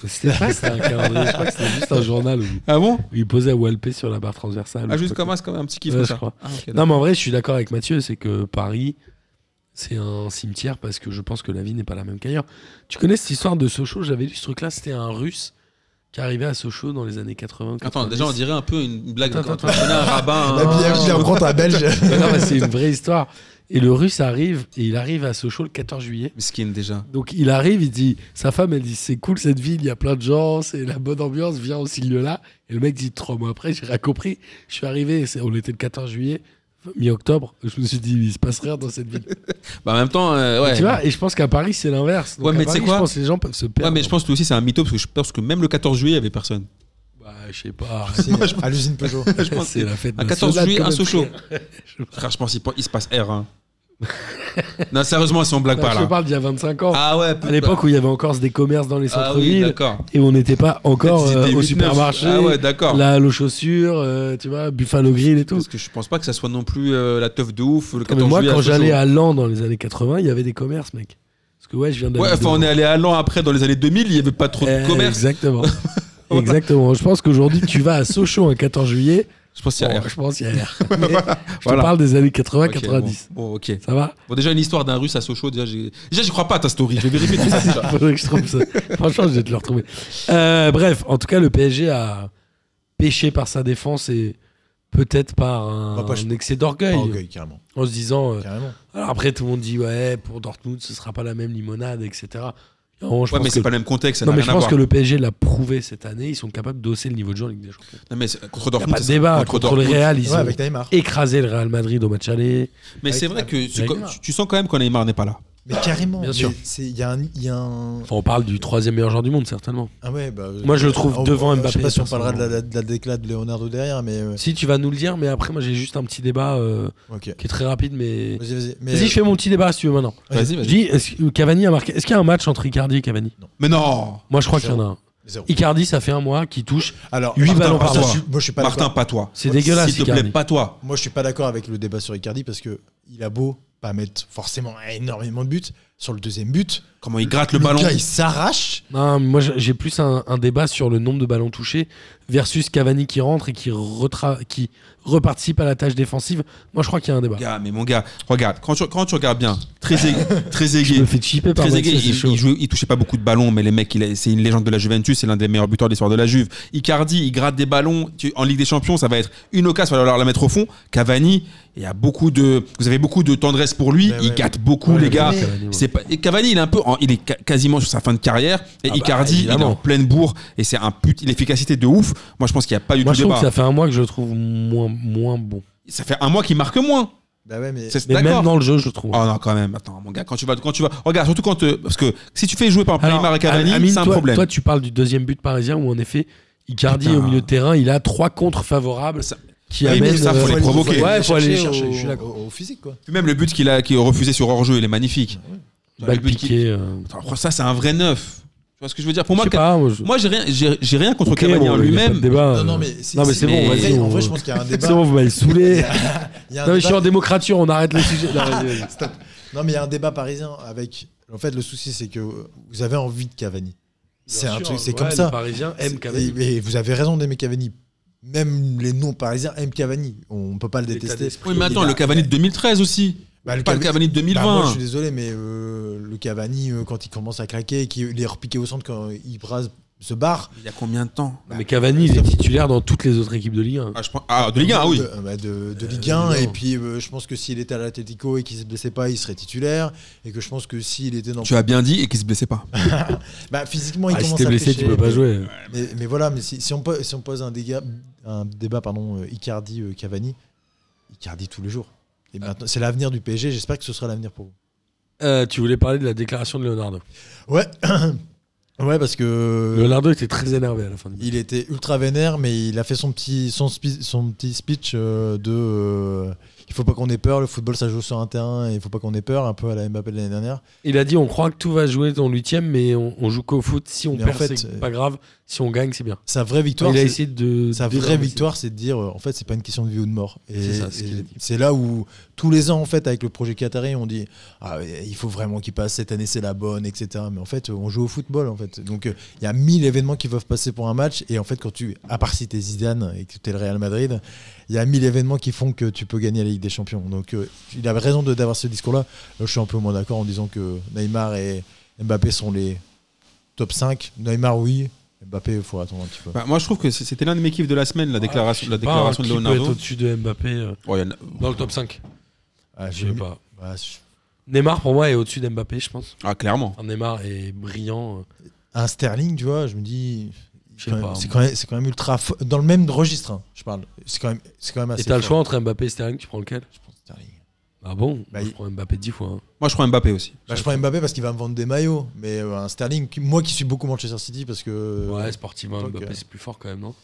C'était pas c'était un calendrier, je crois que c'était juste un journal où Ah bon où il posait à Walpé sur la barre transversale. Ah, ou juste quoi comme un, c'est comme un petit kiff Ouais, comme je ça. crois. Ah, ok, Non, mais en vrai, je suis d'accord avec Mathieu, c'est que Paris, c'est un cimetière parce que je pense que la vie n'est pas la même qu'ailleurs. Tu connais cette histoire de Sochaux J'avais lu ce truc-là, c'était un russe qui arrivait à Sochaux dans les années 80. Attends, 90. déjà, on dirait un peu une blague. Attends, Quand attends, on connaît un Ah, rabbin. La hein. bière, je la reprends à Belge. Mais non, mais c'est une vraie histoire. Et le russe arrive, et il arrive à Sochaux le 14 juillet. Miskin, déjà. Donc il arrive, il dit, sa femme, elle dit, c'est cool cette ville, il y a plein de gens, c'est la bonne ambiance, viens aussi lieu-là. Et le mec dit, trois mois après, j'ai rien compris, je suis arrivé, c'est- on était le 14 juillet, mi-octobre, je me suis dit, il se passe rien dans cette ville. Bah, en même temps, euh, ouais. Tu vois, et je pense qu'à Paris, c'est l'inverse. Donc, Ouais, à mais tu sais Paris, quoi Je pense que les gens peuvent se perdre. Ouais, mais je pense que lui aussi, c'est un mytho parce que je pense que même le 14 juillet, il n'y avait personne. Bah, je sais pas. Si, à l'usine Peugeot. je pense c'est la fête À 14 nationale, juillet, quand un même. Sochaux. Frère, je pense qu'il il se passe R. hein. non, sérieusement, si on blague Là, pas je te là. parle d'il y a 25 ans. Ah ouais, à l'époque où il y avait encore des commerces dans les Ah oui, centres-villes d'accord. et on n'était pas encore Peut-être ils euh, étaient au 8-9. supermarché. Ah ouais, d'accord. La l'eau chaussure, euh, tu vois, Buffalo Grill et tout. Parce que je pense pas que ça soit non plus euh, la teuf de ouf. Le Non, 14 Ah, mais moi, juillet, quand Sochaux. j'allais à Lan dans les années 80, il y avait des commerces, mec. Parce que ouais, je viens de. la Ouais, ville de enfin, on Lan. est allé à Lan après, dans les années 2000, il y avait pas trop de Eh, commerce. Exactement. Exactement. Je pense qu'aujourd'hui, tu vas à Sochaux un 14 juillet. Je pense qu'il y a bon, R. je pense qu'il y a l'air. Mais Je te Voilà. parle des années Ok, 80-90. Bon, bon, ok. Ça va Bon, déjà, une histoire d'un russe à Sochaux, déjà, j'ai- déjà, j'y crois pas à ta story. Je vais vérifier tout ça. déjà. Faudrait que je trouve ça. Franchement, je vais te le retrouver. Euh, bref, en tout cas, le PSG a péché par sa défense et peut-être par un, Bah, pas- un excès Ah, d'orgueil. ok, carrément. En se disant. euh, carrément. alors après, tout le monde dit ouais, pour Dortmund, ce sera pas la même limonade, etc. Non, je Ouais, pense mais c'est que- pas le même contexte. Ça non, n'a mais rien je à pense voir. que le PSG l'a prouvé cette année. Ils sont capables d'hausser le niveau de jeu en Ligue des Champions. Non, mais c'est- contre Il Dortmund, n'y a pas de c'est- débat. Contre, le Dortmund. Real, ils Ouais, ont avec Neymar. écrasé le Real Madrid au match aller. Mais c'est Avec- vrai que c'est avec co- Neymar. tu, tu sens quand même qu'on Neymar n'est pas là. Mais carrément. Bien mais sûr. c'est- Il y a un. il Y a un... Enfin, on parle du troisième meilleur joueur du monde, certainement. Ah ouais, bah, Moi, je le trouve on- devant Je sais Mbappé, pas si on parlera de la, personnellement. de la déclat de Leonardo derrière, mais. euh, Si tu vas nous le dire, mais après moi j'ai juste un petit débat euh, Ok. qui est très rapide, mais Vas-y, vas-y. Mais, vas-y je fais mon petit débat si tu veux maintenant. euh, Vas-y, Je vas-y. dis est-ce que Cavani a marqué Est-ce qu'il y a un match entre Icardi et Cavani Mais non Moi je crois qu'il y en a un. euh, Zéro. Icardi ça fait un mois qu'il touche. Alors, Huit Martin, ballons par Martin, mois. je suis- Moi, je suis pas Martin, d'accord. pas toi. C'est dégueulasse S'il te plaît, Icardi. pas toi. Moi, je suis pas d'accord avec le débat sur Icardi parce que il a beau pas mettre forcément énormément de buts sur le deuxième but, Comment il gratte le ballon gars, il s'arrache. Non, mais moi j'ai j'ai plus un, un débat sur le nombre de ballons touchés versus Cavani qui rentre et qui, retra- qui reparticipe à la tâche défensive. Moi je crois qu'il y a un débat. Gars, mais mon gars, regarde, quand tu, quand tu regardes bien, très très Je me fais chipper par Mathieu, c'est il, chaud. il jouait- il touchait pas beaucoup de ballons, mais les mecs, il est- c'est une légende de la Juventus, c'est l'un des meilleurs buteurs de l'histoire de la Juve. Icardi, il gratte des ballons tu- en Ligue des Champions, ça va être une occasion, il va falloir la mettre au fond. Cavani, il y a beaucoup de, vous avez beaucoup de tendresse pour lui, Ouais, il Ben ouais. gâte beaucoup Ouais, les gars. mais- Cavani, ouais. C'est pas, et Cavani, il est un peu, en- il est ca- quasiment sur sa fin de carrière, et Ah bah, Icardi, il est évidemment. en pleine bourre, et c'est un pute, l'efficacité de ouf. Moi, je pense qu'il n'y a pas du Moi tout je de trouve que débat. ça fait un mois que je le trouve moins, moins bon. Ça fait un mois qu'il marque moins. Bah ouais, mais C'est- Mais d'accord. même dans le jeu je le trouve. Oh non, quand même. Attends, mon gars, quand tu vas, quand tu vas, regarde, surtout quand, euh, parce que si tu fais jouer par exemple Alors, Neymar et Cavani, Amine, c'est un toi, problème. Toi, tu parles du deuxième but parisien où en effet, Icardi Putain. au milieu de terrain, il a trois contres favorables Ça- qui Oui, mais amènent. ça, faut les aller- provoquer. faut Ouais, faut aller chercher chercher. au- je suis d'accord. au- au physique quoi. Puis même le but qu'il a, qui est refusé sur hors jeu, il est magnifique. Ah Balle Le but qui- piquée, euh, Attends, oh, Ça, c'est un vrai neuf. Tu vois ce que je veux dire Pour je moi, sais Ca- pas, moi, je- moi, j'ai rien, j'ai j'ai rien contre Ok, Cavani en bon, il y a pas de lui-même. débat, Non, non, euh. mais c'est- Non, mais c'est- c'est bon, en vas-y, vrai- on- En vrai, je pense qu'il y a un C'est débat. bon, vous m'avez saoulé. Il y a un débat- Non, mais je euh, suis en démocrature, on arrête le sujet. Non, vas-y, vas-y. Non, mais il y a un débat parisien avec. En fait, le souci, c'est que vous avez envie de Cavani. C'est un truc, c'est Ouais, comme les ça. Parisiens aiment C'est- Cavani. Et, et vous avez raison d'aimer Cavani. Même les non-parisiens aiment Cavani. On peut pas le L'état détester. d'esprit. Oui, mais attends, Il a- le Cavani de 2013 aussi. Bah, Pas le Cavani de Bah, moi, je 2020. suis désolé, mais euh, le Cavani, euh, quand il commence à craquer et qu'il est repiqué au centre, quand il brase, se barre. Il y a combien de temps Non, Mais Cavani, il est titulaire dans toutes les autres équipes de Ligue 1. ah, je pense- ah, de Ligue 1, ah oui. De, bah, de- de Ligue Euh, 1. et évidemment. puis, euh, je pense que s'il était à l'Atletico et qu'il se blessait pas, il serait titulaire. Et que je pense que s'il était dans. Tu as bien dit et qu'il se blessait pas. Bah, physiquement, il Ah, si commence t'es à blessé, pêcher, tu peux pas mais- jouer. Mais, mais voilà, mais si, si on, po- si on pose un, dégât- un débat pardon, euh, Icardi euh, Cavani, Icardi tous les jours. Et maintenant, c'est l'avenir du PSG. J'espère que ce sera l'avenir pour vous. Euh, tu voulais parler de la déclaration de Leonardo. Ouais, ouais, parce que Leonardo était très énervé à la fin du match. il était ultra vénère, mais il a fait son petit son, spi- son petit speech euh, de euh, il faut pas qu'on ait peur. Le football, ça joue sur un terrain. Et il faut pas qu'on ait peur, un peu à la Mbappé de l'année dernière. Il a dit on croit que tout va jouer dans l'huitième, mais on, on joue qu'au foot. Si on Mais en perd, fait, c'est euh, pas grave. Si on gagne, c'est bien. Sa vraie victoire, il a c'est- essayé de. sa de- vraie victoire, c'est de dire euh, en fait, c'est pas une question de vie ou de mort. Et C'est ça, ce et qu'il a dit. c'est là où tous les ans, en fait, avec le projet Qatari, on dit ah, il faut vraiment qu'il passe cette année, c'est la bonne, etc. Mais en fait, on joue au football, en fait. Donc, il euh, y a mille événements qui peuvent passer pour un match. Et en fait, quand tu, à part si t'es Zidane et que t'es le Real Madrid, il y a mille événements qui font que tu peux gagner la Ligue des Champions. Donc, euh, il avait raison de, d'avoir ce discours-là. Là, je suis un peu moins d'accord en disant que Neymar et Mbappé sont les top 5. Neymar, oui. Mbappé, il faut attendre un petit peu. Bah, moi, je trouve que c- c'était l'un des mékifs de la semaine, la déclaration, la déclaration de Bah, qui peut être Leonardo. au-dessus de Mbappé euh, Oh, il y en a- dans le top 5 Ah, Je j'ai sais mis- pas. bah, je- Neymar, pour moi, est au-dessus d'Mbappé, je pense. Ah, clairement. Enfin, Neymar est brillant. Ah, euh, un Sterling, tu vois, je me dis. Je sais quand même- pas. hein. C'est quand, même- c'est quand même ultra. fo- Dans le même registre, hein, je parle. C'est quand, même- c'est quand même assez. Et t'as le fort. choix entre Mbappé et Sterling, tu prends lequel Je prends Sterling. Ah bon Bah, Moi, Je il- prends Mbappé 10 fois. hein. Moi, je prends Mbappé aussi. Bah, je prends Mbappé parce qu'il va me vendre des maillots. Mais euh, un Sterling, qui- moi qui suis beaucoup Manchester City parce que. Ouais, sportivement, ok. Mbappé, c'est plus fort quand même, non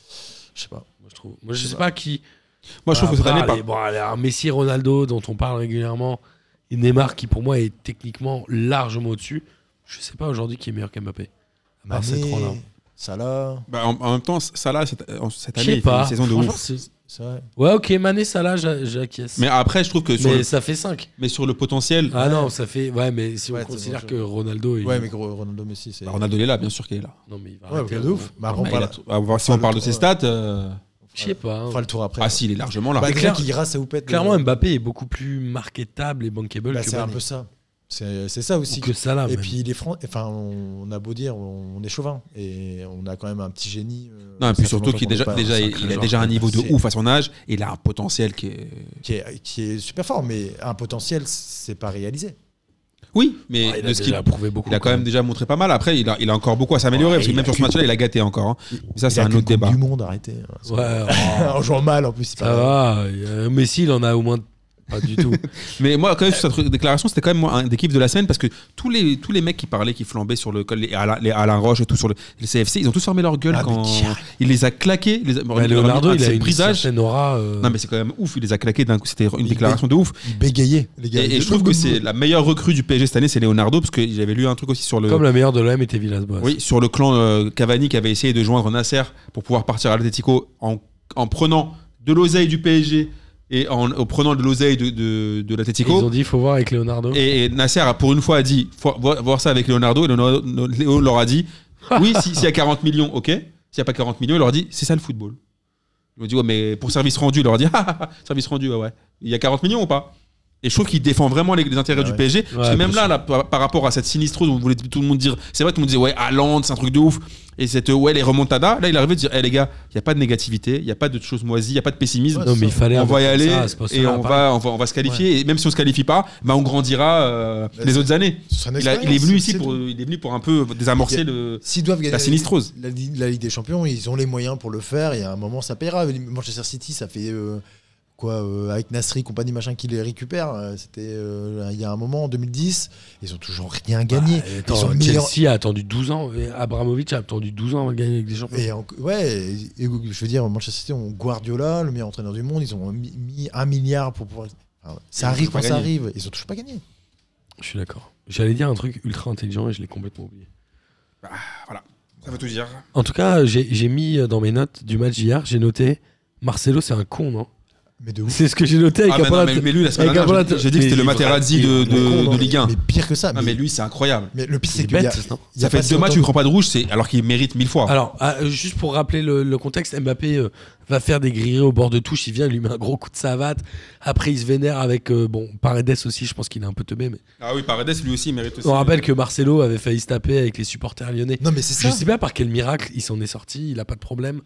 Je sais pas. Moi, je trouve. Moi, je Je sais sais pas qui. Moi, je trouve que cette année, par- Bon, allez, un Messi, Ronaldo, dont on parle régulièrement, et Neymar, qui pour moi est techniquement largement au-dessus. Je sais pas aujourd'hui qui est meilleur qu'Mbappé. À part ces trois-là. Mané, Salah. bah, en, en même temps, Salah, cette, en- cette Je année, sais il fait pas. une saison de Franchement, ouf. c'est- C'est vrai. Ouais, ok, Mané, ça là, j'a- j'acquiesce. Mais Mais, après, je trouve que sur, le, ça fait 5. mais sur le potentiel, Ah non, ça fait. Ouais, mais si Ouais, on c'est considère dangereux. que Ronaldo. est- Ouais, mais gros, Ronaldo Messi, c'est. bah, Ronaldo il est là, bien sûr qu'il est là. Non, mais il va. Ouais, arrêter, ok, de Ronaldo. ouf. Bah, Bah, on il parle- a tout- on va- si on le parle de ses tour, stats, euh, Je sais pas. hein. on fera le tour après. ah si, il est largement là. Bah, déjà clair- qu'il ira, ça vous pète. euh, bah, Clairement, Mbappé est beaucoup plus marketable et bankable Bah, que c'est un Mané. peu ça. C'est c'est ça aussi. Ou que Ah, ça Ah, là. Et puis les Fran- enfin, on on a beau dire, on est chauvin et on a quand même un petit génie. euh, non, et ça puis fait surtout longtemps qu'il qu'on déjà, est pas- déjà, sacré il, a genre. déjà un niveau de C'est- ouf à son âge et il a un potentiel qui est. qui est, qui est super fort, mais un potentiel, c'est pas réalisé. Oui, mais il de a ce qu'il déjà prouvé beaucoup. il a quand même déjà montré pas mal. Après, il a, il a encore beaucoup à s'améliorer Ouais, parce que il même a sur ce qu'une- match-là, il a gâté encore. hein. Mais ça, c'est Il un a qu'une autre Coupe débat. Du monde, arrêtez. Ouais, oh. En jouant mal, en plus. c'est Ça pas- va, euh, Messi, il en a au moins pas du tout. Mais moi, quand même, sur cette déclaration, c'était quand même moi, un d'équipe de la semaine parce que tous les, tous les mecs qui parlaient, qui flambaient sur le col, les Alain, les Alain Roche et tout sur le, le CFC, ils ont tous fermé leur gueule Ah, mais quand carrément. il les a claqués. Les, Mais Leonardo, il a une brisage. certaine aura. euh, Non, mais c'est quand même ouf. Il les a claqués d'un coup. C'était une Il déclaration de ouf. Il bégayait, les gars. Et, et je trouve que c'est la meilleure recrue du PSG cette année, c'est Leonardo parce que j'avais lu un truc aussi sur le. Comme la meilleure de l'OM était Villas-Boas. Oui, sur le clan euh, Cavani qui avait essayé de joindre Nasser pour pouvoir partir à l'Atletico en, en prenant de l'oseille du PSG et en, en prenant de l'oseille de, de, de Ils l'Atletico. ont dit, il faut voir avec Leonardo. Et, et Nasser, a, pour une fois, a dit faut voir voir ça avec Leonardo. Et Leonardo, Léo leur a dit Oui, si- s'il y a 40 millions, ok. S'il n'y a pas 40 millions, il leur dit C'est ça le football. Ils ont dit Ouais, mais pour service rendu, il leur a dit Ah, ah, ah, service rendu, ouais, ouais. Il y a 40 millions ou pas et je trouve qu'il défend vraiment les, les intérêts Ah du ouais. PSG. parce que Ouais, même là, bien sûr. là, par, par rapport à cette sinistrose, on voulait tout le monde dire, c'est vrai, tout le monde disait, ouais, Haaland, c'est un truc de ouf. Et cette, euh, ouais, les remontadas. Là, il est arrivé de dire, Eh, les gars, il n'y a pas de négativité, il n'y a pas de choses moisies, il n'y a pas de pessimisme Non, mais il fallait. on un va mec y comme aller ça, c'est pas ça, et là, on pareil. va, on va on va se qualifie et même si on se qualifie pas bah on grandira euh, Bah, les c'est- autres années Son il, a- il est expérience, venu c'est- ici c'est pour tout. il est venu pour un peu désamorcer le S'ils doivent gagner la sinistrose La, Ligue- la Ligue des Champions, ils ont les moyens pour le faire et à un moment, ça payera. Manchester City, ça fait. euh, Quoi, euh, avec Nasri, compagnie, machin, qui les récupère. euh, C'était euh, il y a un moment, en 2010, ils ont toujours rien Bah, gagné. Ah, ils attends, sont Chelsea meilleurs- a attendu 12 ans. et Abramovich a attendu 12 ans avant de gagner avec des champions. Et en- ouais, et- et je veux dire, Manchester City ont Guardiola, le meilleur entraîneur du monde, ils ont mis, mis un milliard pour pouvoir. Enfin, ça Ils ont arrive toujours pas quand ça gagné. arrive, ils ont toujours pas gagné. Je suis d'accord. J'allais dire un truc ultra intelligent et je l'ai complètement oublié. ça veut tout dire En tout cas, j'ai j'ai mis dans mes notes du match d'hier, j'ai noté Marcelo, c'est un con, non Mais de ouf. C'est ce que j'ai noté avec ah, mais, non, Apollon- mais, mais lui la semaine Avec dernière j'ai- Apollon- j'ai dit que Mais c'était le il est Materazzi vraiment- de, il est de, vraiment- de Ligue 1 Mais pire que ça. Ah, mais lui c'est incroyable mais le pire, Il c'est est qu'il y a- bête, non il y a ça pas fait si deux matchs où il longtemps- prend pas de rouge c'est alors qu'il mérite mille fois Alors, ah, euh, juste pour rappeler le, le contexte, Mbappé euh, va faire des grilleries au bord de touche. Il vient, il lui met un gros coup de savate. Après, il se vénère avec, euh, bon, Paredes aussi, je pense qu'il est un peu teubé. Mais... ah oui Paredes lui aussi il mérite aussi On rappelle que Marcelo avait failli se taper avec les supporters lyonnais. Non, mais c'est Je ça. sais pas par quel miracle il s'en est sorti, il a pas de problème.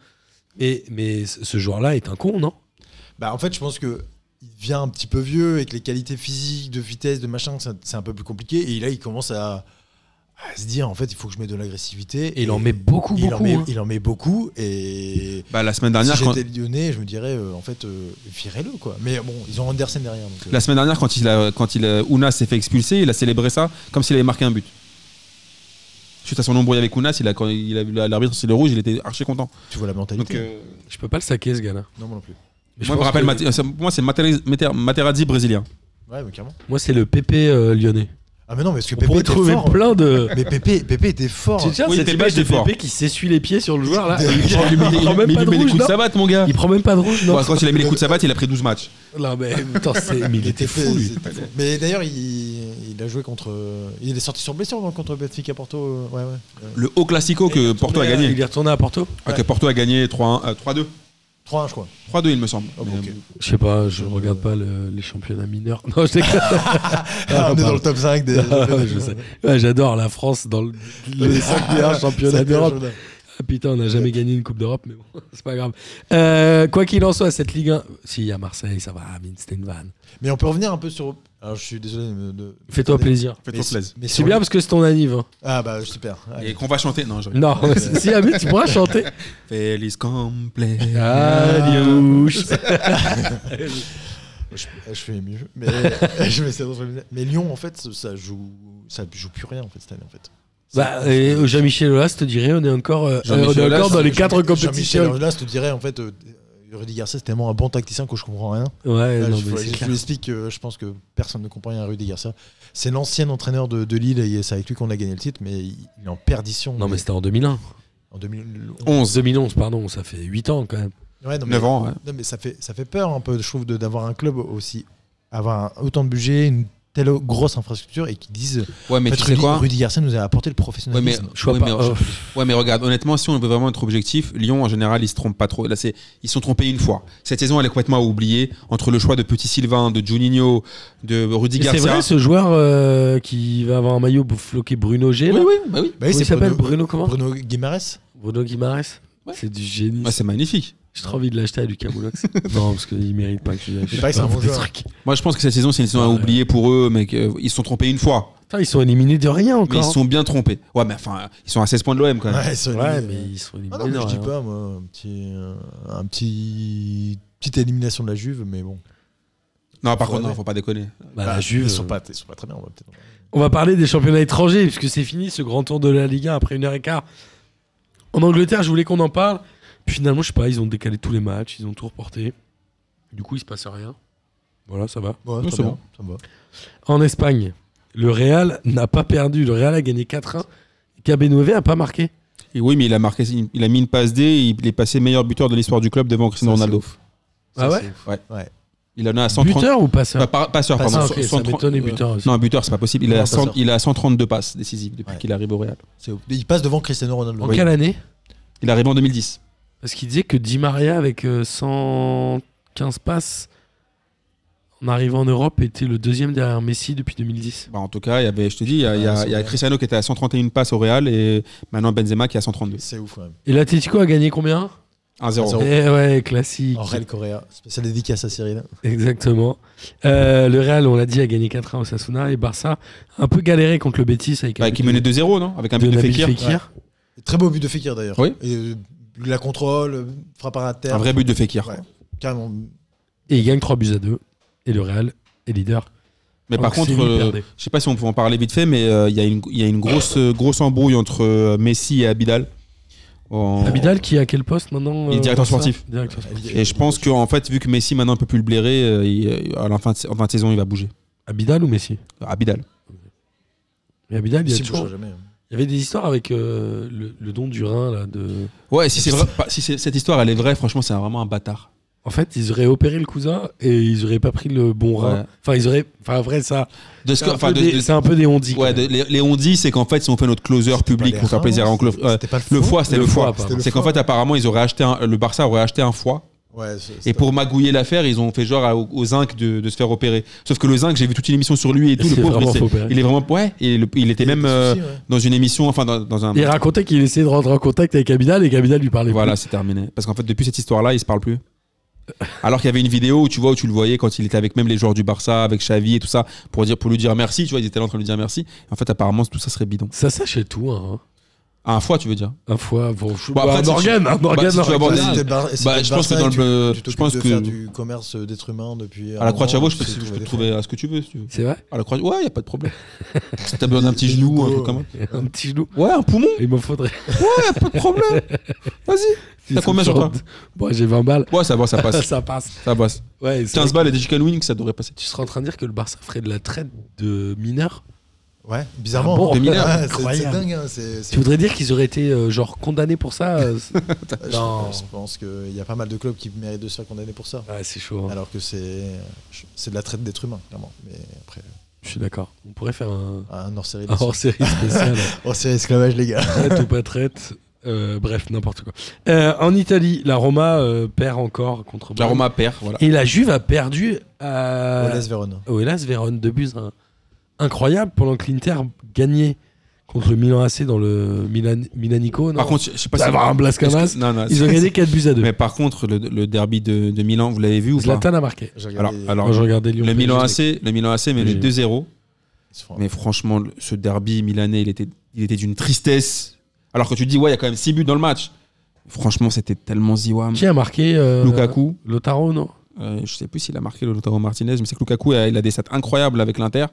Et, mais ce ce joueur-là est un con, non Bah, en fait, je pense que il devient un petit peu vieux et que les qualités physiques, de vitesse, de machin, ça- c'est un peu plus compliqué. Et là, il commence à, à se dire, en fait, il faut que je mette de l'agressivité. Et il en met beaucoup, il en beaucoup. met- hein. il en met beaucoup et bah la semaine dernière si quand j'étais lyonnais, je me dirais euh, en fait euh, virez-le quoi. Mais bon, ils ont Andersen derrière. donc, euh, la semaine dernière quand il a, quand il a- Ounas s'est fait expulser il a célébré ça comme s'il avait marqué un but suite à son embrouille avec Ounas il a quand il a vu la- l'arbitre c'est le rouge il était archi content tu vois la donc mentalité. hein. euh, Je peux pas le saquer, ce gars-là. Non, moi non plus. Mais je Moi, je me pense rappelle, que- Maté- euh, ça- pour moi, c'est Maté- Maté- Materazzi brésilien. Ouais, mais clairement. moi, c'est le PP euh, lyonnais. Ah, mais non, mais parce que On pourrait Pépé était trouver fort. hein. plein de. Mais Pépé, Pépé était fort. hein. Tu tiens Oui, cette Pépé image de était fort. Pépé qui s'essuie les pieds sur le joueur là. Il lui met des- Il prend il même lui pas de met des rouge, coups de non savate, mon gars. Il prend même pas de rouge, non Bon, Quand il a mis les coups de savate, il a pris 12 matchs. Non mais putain, c'est- mais il était fou lui. c'était fou. Mais d'ailleurs, il, il a joué contre. euh, Il est sorti sur blessure non, contre Benfica Porto. euh, Ouais, ouais. Euh, Le haut classico que Porto a Retourné à- gagné. Il est retourné à Porto Ah, que Porto a gagné 3-1, euh, 3-2. 3-1, je crois. 3-2, il me semble. Oh, Mais, ok. euh, Je sais pas, je regarde pas le- les championnats mineurs. Non, je déconne. Ah, on est dans le top 5 des. Ouais, je sais. Ouais, J'adore la France dans le, les 5 meilleurs championnats Cinq meilleurs d'Europe. championnats. Ah, putain, on n'a jamais gagné une Coupe d'Europe, mais bon, c'est pas grave. Euh, quoi qu'il en soit, cette Ligue 1. Si, à Marseille, ça va, Amine Steinvan. Mais on peut revenir un peu sur. Alors, je suis désolé. de- de- Fais-toi plaisir. Faites-vous plaisir. mais C'est sur- bien parce que c'est ton anniv. hein. Ah, bah, super. Allez. euh, Et qu'on va chanter. Non, je... Non, si Amine, tu pourras chanter. Feliz complet. Adiouche. Je, je fais mieux. Mais, je vais essayer de trouver le- Mais Lyon, en fait, ça joue, ça joue plus rien en fait, cette année. En fait. Bah, et Jean-Michel Aulas te dirait, on est encore, euh, on est Jean-Michel Aulas, encore dans les Jean- quatre Jean-Michel compétitions. Aulas te dirait, en fait, euh, Rudy Garcia, c'est tellement un bon tacticien que je comprends rien. Ouais, Ah, Là, non, je, mais je- c'est je clair. vous explique, euh, je pense que personne ne comprend rien à Rudy Garcia. C'est l'ancien entraîneur de, de Lille et c'est avec lui qu'on a gagné le titre, mais il il est en perdition. Non, mais c'était en 2001. en 2011. 11. 2011, pardon, ça fait 8 ans quand même. Ouais, non, mais- 9 ans, ouais. Non, mais ça fait, ça fait peur un peu, je trouve, de- d'avoir un club aussi, avoir un- autant de budget, une telle grosse infrastructure et qui disent Ouais, mais en fait, tu sais Rudy, quoi Rudy Garcia nous a apporté le Ouais, mais, professionnalisme. Je vois ouais, pas. mais- Oh. ouais, mais regarde, honnêtement, si on veut vraiment être objectif, Lyon, en général, ils se trompent pas trop. Là, c'est, ils se sont trompés une fois. Cette saison, elle est complètement oubliée. Entre le choix de Petit Sylvain, de Juninho, de Rudy Et C'est Garcia. vrai ce joueur euh, qui va avoir un maillot bou- floqué Bruno G. là oui, oui, bah oui. Bah oui, Comment il c'est s'appelle Bruno, Bruno comment Bruno Guimaraes Bruno Guimarães Ouais. C'est du génie. Ouais, c'est magnifique. J'ai trop envie de l'acheter à Lucas Moulox. non, parce qu'il mérite pas que je l'achète. Mais pareil, c'est un bon Des joueur. trucs. Moi, je pense que cette saison, c'est une Ah saison à Ouais. oublier pour eux, mais que- euh, ils se sont trompés une fois. Putain, ils sont éliminés de rien Mais ils encore. se sont bien trompés. Ouais, mais enfin, ils sont à 16 points de l'OM quand même. Ouais, c'est- Ouais, mais ils sont éliminés Ah non, mais de je dis rien. pas, moi, un petit, euh, un petit, petite élimination de la Juve, mais bon. Non, par Faut contre, non, aller. faut pas déconner. Bah, Bah, la Juve, Ils sont euh, pas, ils sont pas très bien, on va peut-être. en parler. On va parler des championnats étrangers, puisque c'est fini ce grand tour de la Ligue 1 après une heure et quart. En Angleterre, je voulais qu'on en parle. Puis finalement, je sais pas, ils ont décalé tous les matchs, ils ont tout reporté. Du coup, il se passe rien. Voilà, ça va. Ouais, Non, très c'est bien, bon. ça me va. En Espagne, le Real n'a pas perdu. Le Real a gagné 4-1. Cabenueve a pas marqué. Et oui, mais il a marqué, il a mis une passe D, et il est passé meilleur buteur de l'histoire du club devant Cristiano Ça, c'est Ronaldo. Ça, ah ouais c'est- Il en a à 130. Buteur ou passeur Bah, par- passeur, Passeur, pardon. Ah, ok, ça 130 m'étonnait, euh, buteur aussi. Non, buteur, c'est pas possible. Il, Non, a, pas 100 sûr. il a 132 passes décisives depuis Ouais. qu'il arrive au Real. c'est- Il passe devant Cristiano Ronaldo. en quelle année Il arrive en 2010. Parce qu'il disait que Di Maria, avec euh, 115 passes, en arrivant en Europe, était le deuxième derrière Messi depuis 2010. Bah, en tout cas, il y avait, je te dis, il y a, il y a- Ouais, c'est il y a vrai. Cristiano qui était à 131 passes au Real et maintenant Benzema qui est à 132. C'est ouf, quand même. Et l'Atletico a gagné combien 1-0. Oh. Eh ouais, classique. En Real Correa, spécial dédicace à Cyril. Exactement. Euh, le Real, on l'a dit, a gagné 4-1 au Sasuna et Barça a un peu galéré contre le Betis avec un Bah, but qui de- menait 2-0, non Avec un de but de Nabil Fekir. Fekir. Très beau but de Fekir d'ailleurs. Oui. Et, euh, la contrôle, euh, frappe à la terre. Un vrai but de Fekir. Ouais. Carrément. Et il gagne 3 buts à 2. Et le Real est leader. Mais par Donc, c'est contre, lui euh, perdé. je sais pas si on peut en parler vite fait, mais euh, il y a une, il y a une grosse, euh, grosse embrouille entre euh, Messi et Abidal. En- Abidal qui est à quel poste maintenant Il est euh, directeur Barça sportif. Directeur sportif. Et je pense qu'en fait, vu que Messi maintenant ne peut plus le blairer, euh, il- à la fin de, sa- en fin de saison, il va bouger. Abidal ou Messi Abidal. Mais Abidal, il y, a Si, toujours- bougera jamais. hein. il y avait des histoires avec euh, le, le don du rein. Là, de... Ouais, si, c'est vrai, pas- si c'est- cette histoire elle est vraie, franchement, c'est vraiment un bâtard. En fait, ils auraient opéré le cousin et ils auraient pas pris le bon rein. Ouais. Enfin, ils auraient. Enfin, après, ça. De ce C'est que- un, enfin, peu de- des- de- c'est un peu des ondis. ouais, de- les, les on dit, c'est qu'en fait, si on fait notre closer public les pour faire reins, plaisir à Enclo- euh, hein. C'était pas le, le fond foie, c'était Le le, foie, foie. pardon. C'était le C'est qu'en foie. fait, apparemment, ils auraient acheté un- le Barça aurait acheté un foie. Ouais, c'est- Et c'était- pour magouiller l'affaire, ils ont fait genre à- au, au zinc de, de se faire opérer. Sauf que le zinc, j'ai vu toute une émission sur lui et tout. Il s'est le pauvre, vraiment il, fait s'est- opérer. il est vraiment. Ouais, et le- il était il y a même des euh, soucis, ouais. dans une émission, enfin, dans, dans un. hein. Il racontait qu'il essayait de rentrer en contact avec Abidal et qu'Abidal lui parlait Ah, Voilà, c'est terminé. Parce qu'en fait, depuis cette histoire-là, ils se parlent plus. Alors qu'il y avait une vidéo où tu vois où tu le voyais quand il était avec même les joueurs du Barça, avec Xavi et tout ça, pour dire pour lui dire merci. Tu vois, ils étaient là en train de lui dire merci. En fait, apparemment, tout ça serait bidon. plus. Ça s'achète tout, hein. À un foie, tu veux dire Un foie, bon, je- Bon, bah, après, un si organe, tu- un bah, organe. si tu veux un aborder- organe. Bah, C'était Bar- c'était je pense que Barça dans et le- tu- euh, tu je t'occupes pense de que- faire du commerce d'êtres humains depuis. À la croix de Chavot, je peux, sais je peux te trouver à ce que tu veux. Si tu veux. C'est vrai À la croix, ouais, y a pas de problème. si t'as besoin d'un petit genou, un truc comme Un petit genou. ça. Ouais, un poumon, Il m'en faudrait. y a pas de problème. Vas-y. T'as combien sur toi Bon, j'ai 20 balles. Ouais, ça va, ça passe. Ça passe. Ça passe. Ouais, c'est 15 vrai balles et des chicken wings, ça devrait passer. que Tu serais en train de dire que le Barça ferait de la traite de mineurs Ouais, bizarrement. Ah bon, hein. de mineurs. Ouais, c'est- c'est Incroyable. dingue. hein, c'est- c'est- Tu voudrais dire qu'ils auraient été euh, genre condamnés pour ça euh, c'est- Je Non. je pense qu'il y a pas mal de clubs qui méritent de se faire condamner pour ça. Ouais, c'est chaud. hein. Alors que c'est c'est de la traite d'êtres humains, clairement. Mais après, ah, Je suis d'accord. On pourrait faire un, un hors-série. un là-dessus. hors-série spécial. Hors-série esclavage, les gars. traite ou pas traite. Euh, bref, n'importe quoi. Euh, en Italie, la Roma euh, perd encore contre La Bologne. Roma perd, voilà. Et la Juve a perdu à... Olas Vérone. au Hellas Vérone de buts un- incroyable pendant que l'Inter gagnait contre le Milan AC dans le Milan Milanico. non Par contre, je je sais pas Ça si. va, un Blascamas. Est-ce que- Non, non, ils ont gagné 4 buts à 2. Mais par contre, le, le derby de, de Milan, vous l'avez vu ou pas Zlatan a marqué. J'ai Alors, regardé- alors Moi, je regardais Lyon. le Milan PSG. AC, le Milan AC mais le Oui. 2-0. ils se font- Mais franchement, le- ce derby milanais, il était, il était d'une tristesse. Alors que tu te dis, ouais, il y a quand même 6 buts dans le match. Franchement, c'était tellement ziwam. Qui a marqué euh, Lukaku, Lotaro, non euh, je sais plus s'il a marqué le Lautaro Martinez, mais c'est que Lukaku, euh, il a des stats incroyables avec l'Inter.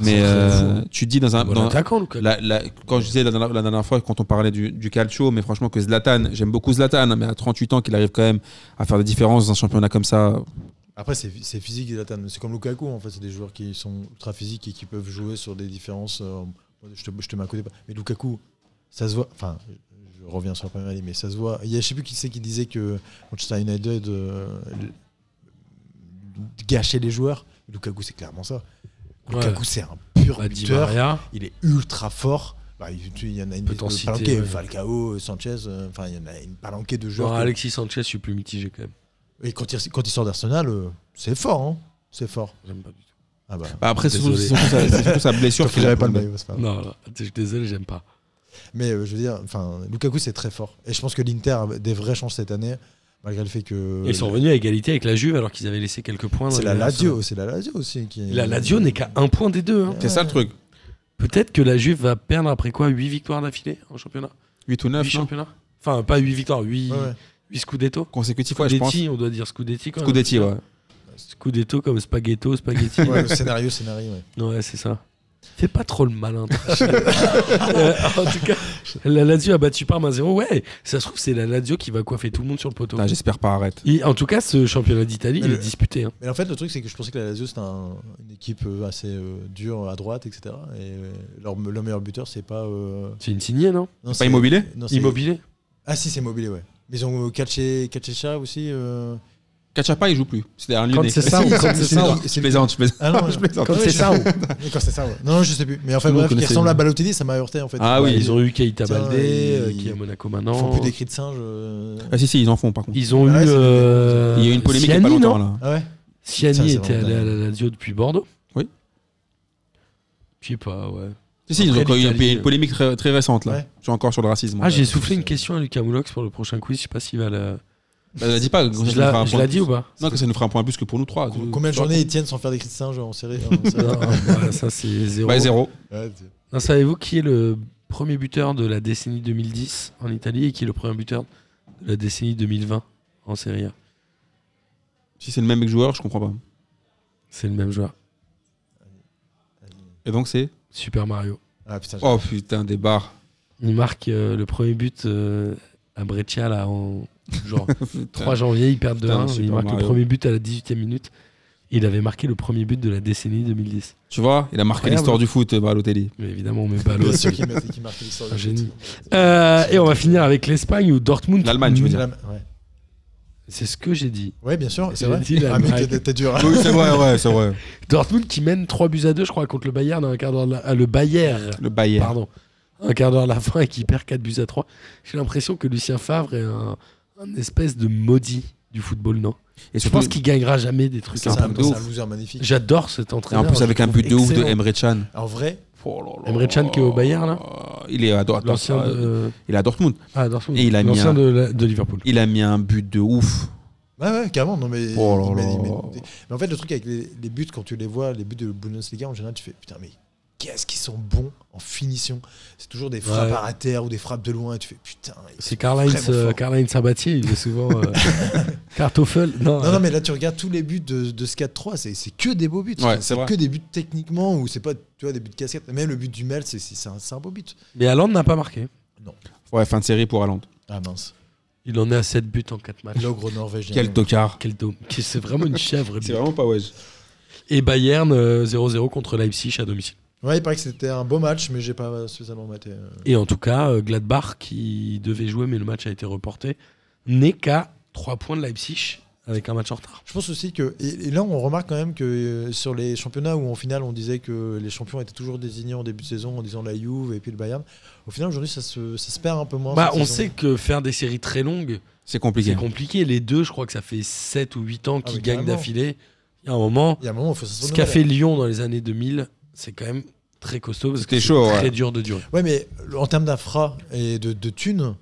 C'est Mais très euh, tu te dis dans un. Bon dans- attaquant, Lukaku. la- la- quand je disais la, dernière- la dernière fois, quand on parlait du, du calcio, mais franchement que Zlatan, j'aime beaucoup Zlatan, hein, mais à 38 ans qu'il arrive quand même à faire des différences dans un championnat comme ça, Après, c'est c'est physique des Zlatan. C'est comme Lukaku, en fait. C'est des joueurs qui sont ultra physiques et qui peuvent jouer sur des différences. euh, moi, je te, je te mets à côté. Mais Lukaku, ça se voit. Enfin, je reviens sur la première année, mais ça se voit. Il y a, je sais plus qui c'est qui disait que Manchester United euh, le- gâchait les joueurs. Lukaku, c'est clairement ça. Ouais. Lukaku, c'est un pur Bah, Di buteur. Maria. Il est ultra fort. Bah, il, tu- il y en a une Peut t'en citer, palanquée, ouais. Falcao, Sanchez. euh, Enfin, il y en a une palanquée de joueurs. Genre que- Oh, Alexis Sanchez, je suis plus mitigé quand même. Et quand il, quand il sort d'Arsenal, euh, c'est fort. hein. c'est fort. J'aime pas du tout. Ah bah. Bah après, c'est surtout, c'est Désolé. surtout sa- c'est surtout sa blessure Sauf que qu'il a. j'avais pas le maillot, c'est pas grave. Non, non, je suis désolé, j'aime pas. Mais euh, je veux dire, enfin, Lukaku c'est très fort. Et je pense que l'Inter a des vraies chances cette année, malgré le fait que Ils sont revenus à égalité avec la Juve alors qu'ils avaient laissé quelques points. dans c'est la les- hein. Lazio, c'est la Lazio aussi qui. La Lazio n'est qu'à un point des deux. hein. C'est ça le truc. Peut-être que la Juve va perdre après quoi 8 victoires d'affilée en championnat 8 ou 8 9 non championnats Enfin, pas 8 victoires, 8, Ouais, ouais. Scudetto. consécutif, ouais, je pense. Scudetti, on doit dire Scudetti quand même. Scudetti, ouais. Scudetto comme Spaghetto, Spaghetti. Ouais, le scénario, scénario. Ouais. ouais, c'est ça. Fais pas trop le malin. toi. Euh, en tout cas, la Lazio a battu Parme 1-0. Ouais, ça se trouve, c'est la Lazio qui va coiffer tout le monde sur le poteau. Ah, J'espère pas, arrête. Et en tout cas, ce championnat d'Italie, Mais il est le- disputé. hein. Mais en fait, le truc c'est que je pensais que la Lazio c'était un- une équipe euh, assez euh, dure à droite, etc. Et euh, leur, leur meilleur buteur c'est pas. euh, C'est une signée, non non, Pas c'est- immobilier non, c'est- Immobilier Ah si, c'est immobilier, ouais. Mais ils ont catché Chat aussi. euh, Kachapa, il joue plus. C'était un Lyonnais. c'est ça, ou quand c'est ça, non, ou- Je plaisante, je plaisante. Ah non, Je plaisante. Ouais, je- ou- Mais quand c'est ça, ouais. Non, non, je sais plus. Mais enfin, Tout le monde bref, qui connaissait- ressemble à Balotelli, ça m'a heurté en fait. Ah Ah oui, Ouais, ils ont eu Keita Tiens, Balde, ils- euh, qui est à Monaco Ils font maintenant. plus des cris de singe. euh. Ah si, si, ils en font par contre. Ils ont Ouais, eu. c'est- euh, Il y a eu une polémique il y a Siani, pas longtemps non là. Ah ouais Putain, Siani c'est était vraiment allé à dingue. la Lazio depuis Bordeaux Oui. Je sais pas, ouais. Ah, Si, si, ils ont Après, encore eu une- l'Italie, une polémique très, très récente là. Ouais. Je suis encore sur le racisme. Ah, j'ai ouais, soufflé bah, c'est- une question à Lucas Moulox pour le prochain quiz. Je sais pas s'il va la. Bah, elle a dit pas. que ça nous Je fera la- un je point l'ai de dit ou plus. pas Non, que ça nous fera un point de plus que pour nous trois. Com- Combien de journées ils tiennent sans faire des cris de singe en série en série Non, voilà, ça c'est zéro. Bah, zéro. Ouais, c'est- Non, savez-vous qui est le premier buteur de la décennie 2010 en Italie et qui est le premier buteur de la décennie 2020 en Serie A Si c'est le même joueur, je comprends pas. C'est le même joueur. Et donc c'est. Super Mario. Ah putain, j'ai- Oh putain, des barres. Il marque euh, le premier but euh, à Breccia là en genre 3 janvier, ils perdent Putain, 2-1, Super il marque le Mario. premier but à la 18e minute. Il avait marqué le premier but de la décennie 2010. Tu vois, il a marqué Incroyable. l'histoire du foot, euh, Balotelli. Mais évidemment, on met Ballot. bien sûr qu'ils mettent- qu'ils marquent l'histoire Un de génie. Euh, et on va finir avec l'Espagne où Dortmund. L'Allemagne, tu veux C'est dire. la- Ouais. C'est ce que j'ai dit. Ouais, bien sûr, c'est J'ai vrai. dit la Ah, mais blague. t'es- t'es dur. Oui, c'est vrai, ouais, c'est vrai. Dortmund qui mène 3 buts à 2, je crois, contre le Bayern dans un quart d'heure. de la- ah, le Bayern, Le Bayern. pardon. Un quart d'heure à la fin et qui perd 4 buts à 3. J'ai l'impression que Lucien Favre est un, un espèce de maudit du football, non Et Je surtout- pense qu'il gagnera jamais des trucs. C'est un, un un truc peu- de c'est un ouf. loser magnifique. J'adore cet Et en entraîneur. plus avec un but de ouf de Excellent. Oh Emre Chan. En vrai, Emre Can qui est au Bayern, là Il est à, Dor- L'ancien à- de, il est à Dortmund. ah, Dortmund. et il a mis L'ancien un- de, la- de Liverpool. Il a mis un but de ouf. ouais, ouais, carrément. Non, mais, Oh là mais- là. mais- mais en fait, le truc avec les, les buts, quand tu les vois, les buts de Bundesliga en général, tu fais putain, mais qu'est-ce qu'ils sont bons en finition C'est toujours des frappes Ouais. à terre ou des frappes de loin, et tu fais putain. ils C'est sont Karl-Heinz vraiment forts. euh, Karl-Heinz Sabatier, il est souvent. euh, Kartoffel. Non, Non, non, mais là, tu regardes tous les buts de, de ce 4-3, c'est- c'est que des beaux buts. Ouais, c'est vrai. que des buts techniquement, ou c'est pas, tu vois, des buts de casquette. Même le but du Mel, c'est c'est- c'est un, c'est un beau but. Mais Haaland n'a pas marqué. Ouais, fin de série pour Haaland. Ah mince. Il en est à 7 buts en 4 matchs. L'ogre norvégien. Quel tocard. Quel dôme. Qui- C'est vraiment une chèvre. lui. vraiment pas ouais. Et Bayern euh, 0-0 contre Leipzig à domicile. Ouais, il paraît que c'était un beau match, mais j'ai pas spécialement maté. euh. Et en tout cas, euh, Gladbach, qui devait jouer, mais le match a été reporté, n'est qu'à 3 points de Leipzig avec un match en retard. Je pense aussi que. Et, et là, on remarque quand même que euh, sur les championnats où en finale, on disait que les champions étaient toujours désignés en début de saison en disant la Juve et puis le Bayern, au final, aujourd'hui, ça se, ça se perd un peu moins. Bah, cette on saison. sait que faire des séries très longues, C'est c'est compliqué. compliqué. Les deux, je crois que ça fait 7 ou 8 ans Ah qu'ils oui, gagnent carrément. d'affilée. Il y a un moment, Il y a un moment, il faut se ce qu'a fait Lyon dans les années 2000, c'est quand même très costaud parce que C'était c'est chaud, très ouais. dur de durer. Ouais, mais en termes d'infra et de, de thunes,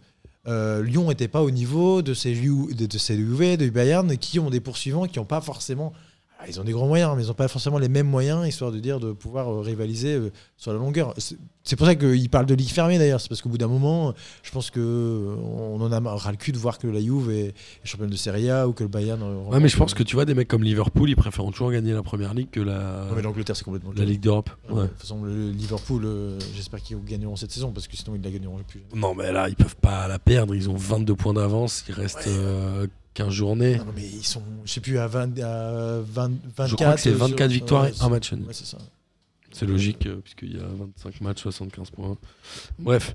euh, Lyon n'était pas au niveau de ces, Ju- de, de ces UV, de Bayern, qui ont des poursuivants qui n'ont pas forcément. Ah, Ils ont des grands moyens, mais ils n'ont pas forcément les mêmes moyens, histoire de dire de pouvoir euh, rivaliser euh, sur la longueur. C'est- C'est pour ça qu'ils parlent de ligue fermée d'ailleurs, c'est parce qu'au bout d'un moment, euh, je pense que euh, on en a marre- ras le cul de voir que la Juve est, est championne de Serie A ou que le Bayern. euh, Ouais, mais je remporte- pense que tu vois, des mecs comme Liverpool, ils préfèrent toujours gagner la première ligue que la, Non, mais l'Angleterre, c'est complètement. la Ligue d'Europe. De Ouais. toute façon, le Liverpool, euh, j'espère qu'ils gagneront cette saison, parce que sinon, ils ne la gagneront plus. jamais. Non, mais là, ils peuvent pas la perdre. Ils ont 22 points d'avance. Il reste euh, 15 journées. Non, non, mais ils sont, je sais plus, à, 20, à 20, 24. Je crois que c'est euh, sur- 24 victoires ouais, et un match nul. ouais, c'est ça. C'est logique, euh, puisqu'il y a 25 matchs, 75 points. Bref.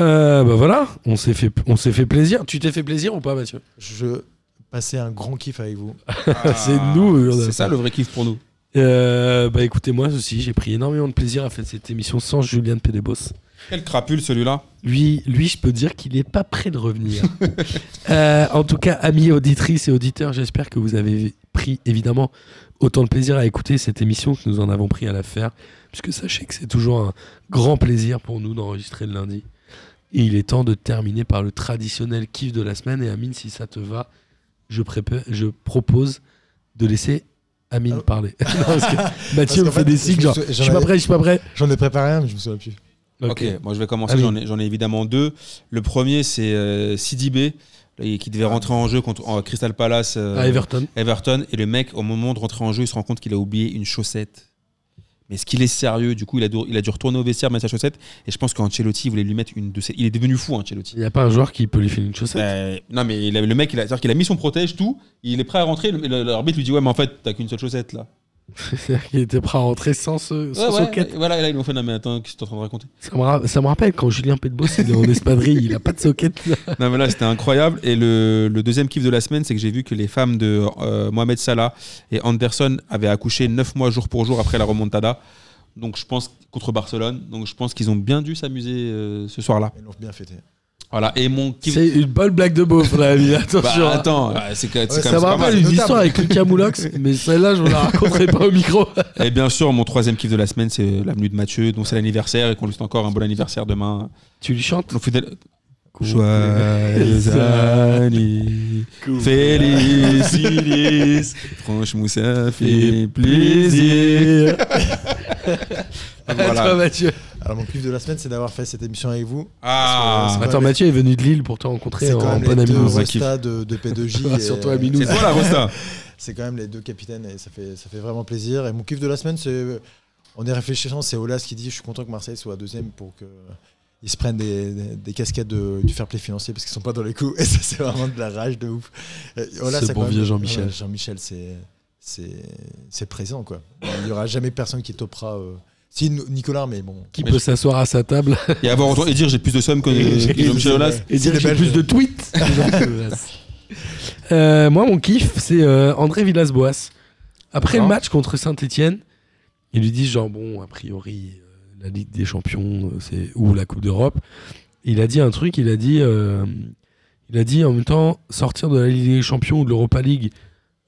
Euh, bah voilà, on s'est fait, on s'est fait plaisir. Tu t'es fait plaisir ou pas, Mathieu Je passais un grand kiff avec vous. Ah, C'est nous, on a- C'est ça le vrai kiff pour nous. Euh, Bah écoutez, moi aussi, j'ai pris énormément de plaisir à faire cette émission sans Julien de Pédébos. Quel crapule celui-là. Lui, lui, je peux dire qu'il n'est pas prêt de revenir. Euh, en tout cas, amis auditrices et auditeurs, j'espère que vous avez pris évidemment autant de plaisir à écouter cette émission que nous en avons pris à la faire, puisque sachez que c'est toujours un grand plaisir pour nous d'enregistrer le lundi. Et il est temps de terminer par le traditionnel kiff de la semaine. Et Amine, si ça te va, je, prépa- je propose de laisser Amine Ah. parler. Non, parce que Parce Mathieu me qu'en fait des fait, signes je genre, me sou- je suis pas j'en prêt, je suis pas prêt. J'en ai préparé un, mais je me souviens plus. Ok, moi je vais Ah commencer. oui. J'en ai, j'en ai évidemment deux. Le premier, c'est euh, Sidibé, et qui devait rentrer en jeu contre en Crystal Palace euh, À Everton. Everton. Et le mec, au moment de rentrer en jeu, il se rend compte qu'il a oublié une chaussette. Mais est-ce qu'il est sérieux Du coup, il a, dû, il a dû retourner au vestiaire, mettre sa chaussette. Et je pense qu'Ancelotti voulait lui mettre une de ses. Il est devenu fou, Ancelotti. Il n'y a pas un joueur qui peut lui filer une chaussette. Euh, non, mais il a- le mec, il a, c'est-à-dire qu'il a mis son protège, tout. Il est prêt à rentrer. le- le- L'arbitre lui dit Ouais, mais en fait, t'as qu'une seule chaussette là. C'est-à-dire qu'il était prêt à rentrer sans, ce, Ouais, sans ouais, socket. et voilà, et là, ils lui ont fait Non, mais attends, qu'est-ce que t'es en train de raconter Ça me, ra- ça me rappelle quand Julien Petbos il est en espadrille, il a pas de socket. Non mais là c'était incroyable et le, le deuxième kiff de la semaine c'est que j'ai vu que les femmes de euh, Mohamed Salah et Anderson avaient accouché 9 mois jour pour jour après la remontada donc je pense contre Barcelone donc je pense qu'ils ont bien dû s'amuser euh, ce soir là Ils l'ont bien fêté. voilà et mon kiff C'est une bonne blague de beauf, là, Amine, Bah, attention. attends bah, c'est que- c'est Ouais, quand même c'est ça me pas rappelle mal une Notable. histoire avec Lucas Moulox, mais celle-là, je ne la raconterai pas au micro. et bien sûr mon troisième kiff de la semaine c'est l'avenue de Mathieu dont c'est l'anniversaire et qu'on lui souhaite encore un bon anniversaire demain Tu lui chantes donc fidèle- Joyeux anniversaire Félicilis, franchement ça fait plaisir. À toi, Mathieu. Alors, mon kiff de la semaine, c'est d'avoir fait cette émission avec vous. Ah, Attends, Mathieu est venu de Lille pour te rencontrer C'est quand en même les bonne deux amie. vrai restas de, de P2J. et- Surtout à Minou. c'est toi la Rosta. C'est quand même les deux capitaines et ça fait, ça fait vraiment plaisir. Et mon kiff de la semaine, c'est. On est réfléchissant, c'est Olas qui dit Je suis content que Marseille soit deuxième pour que. Ils se prennent des, des- des casquettes de- du fair play financier parce qu'ils sont pas dans les coups. Et ça, c'est vraiment de la rage de ouf. Et Olas, Ce ça, bon quand même- vieux Jean-Michel. Ouais, Jean-Michel, c'est- c'est c'est présent, quoi. Il y aura jamais personne qui topera. euh, Si, N- Nicolas, mais bon. Qui peut s'asseoir à sa table Et avoir entendu et dire j'ai plus de somme que Et- que Jean-Michel Aulas. et C'est dire que j'ai belge. plus de tweets Euh, Moi, mon kiff, c'est euh, André Villas-Boas. Après le D'accord. match contre Saint-Etienne, ils lui disent genre, bon, a priori, euh, la Ligue des Champions euh, c'est ou la Coupe d'Europe. Il a dit un truc, il a dit, euh, il a dit en même temps, sortir de la Ligue des Champions ou de l'Europa League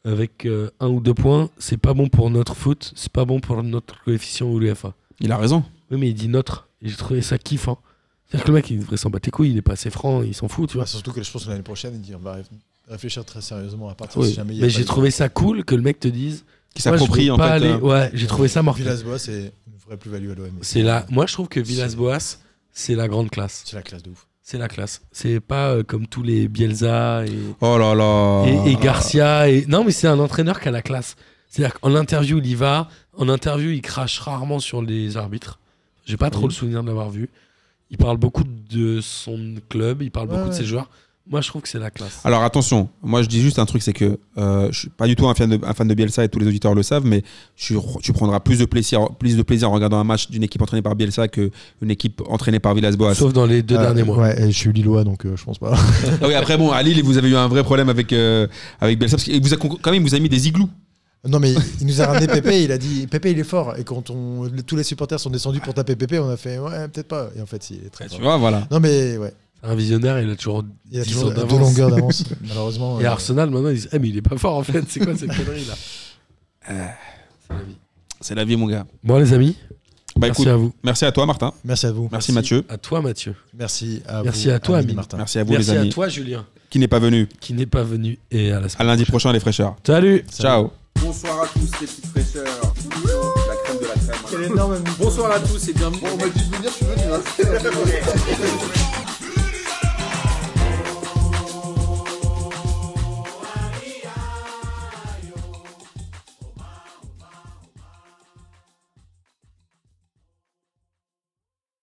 avec euh, un ou deux points, c'est pas bon pour notre foot, c'est pas bon pour notre coefficient ou l'UFA. Il a raison. Oui, mais il dit notre. Et j'ai trouvé ça kiffant. C'est-à-dire que le mec, il devrait s'en battre les couilles, il est pas assez franc, il s'en fout, tu vois. Bah, surtout que je pense que l'année prochaine, il dit, on va réf- réfléchir très sérieusement à partir Oui. si jamais il y a Mais pas j'ai de- trouvé ça cool que le mec te dise. Qui Moi, je s'approprie veux en fait. pas aller- hein. euh, Ouais, j'ai trouvé ça mortel. Villas-Boas, c'est une vraie plus-value à l'OM. C'est là. Moi, je trouve que Villas-Boas, c'est la grande classe. C'est la classe de ouf. C'est la classe. C'est pas euh, comme tous les Bielsa et, Oh là là. et, et Garcia. Et... Non, mais c'est un entraîneur qui a la classe. C'est-à-dire qu'en interview, il y va. En interview, il crache rarement sur les arbitres. J'ai pas trop Oui. le souvenir de l'avoir vu. Il parle beaucoup de son club, il parle Ouais, beaucoup de ouais. ses joueurs. Moi, je trouve que c'est la classe. Alors attention, moi je dis juste un truc, c'est que euh, je suis pas du tout un fan, de, un fan de Bielsa et tous les auditeurs le savent, mais tu, tu prendras plus de plaisir, plus de plaisir en regardant un match d'une équipe entraînée par Bielsa qu'une équipe entraînée par Villas-Boas. Sauf dans les deux Euh, derniers mois. Ouais, et je suis Lillois, donc euh, je pense pas. Ah oui, après bon, à Lille, vous avez eu un vrai problème avec euh, avec Bielsa parce qu'il vous a con- quand même il vous a mis des igloos. non, mais il nous a ramené Pépé, il a dit Pépé, il est fort. Et quand on, tous les supporters sont descendus pour taper Pépé, on a fait Ouais, peut-être pas. Et en fait, si, il est très Tu fort. vois, voilà. Non, mais ouais, Un visionnaire, il a toujours. il a 10 toujours ans deux d'avance. longueurs d'avance, malheureusement. Et euh, Arsenal, maintenant, ils disent Eh, mais il est pas fort en fait, c'est quoi cette connerie là C'est la vie. C'est la vie, mon gars. Bon, les amis, Bah merci écoute, à vous. merci à toi, Martin. Merci à vous. Merci, Mathieu. À toi, Mathieu. Merci à Merci vous, à toi, Amine Amine. Martin. Merci à vous, Merci les amis. à toi, Julien, Qui n'est pas venu. qui n'est pas venu et à la À semaine. lundi prochain, les fraîcheurs. Salut Ciao. Bonsoir à tous les petites fraîcheurs. La hein. crème de la crème. énorme Bonsoir à tous et bienvenue.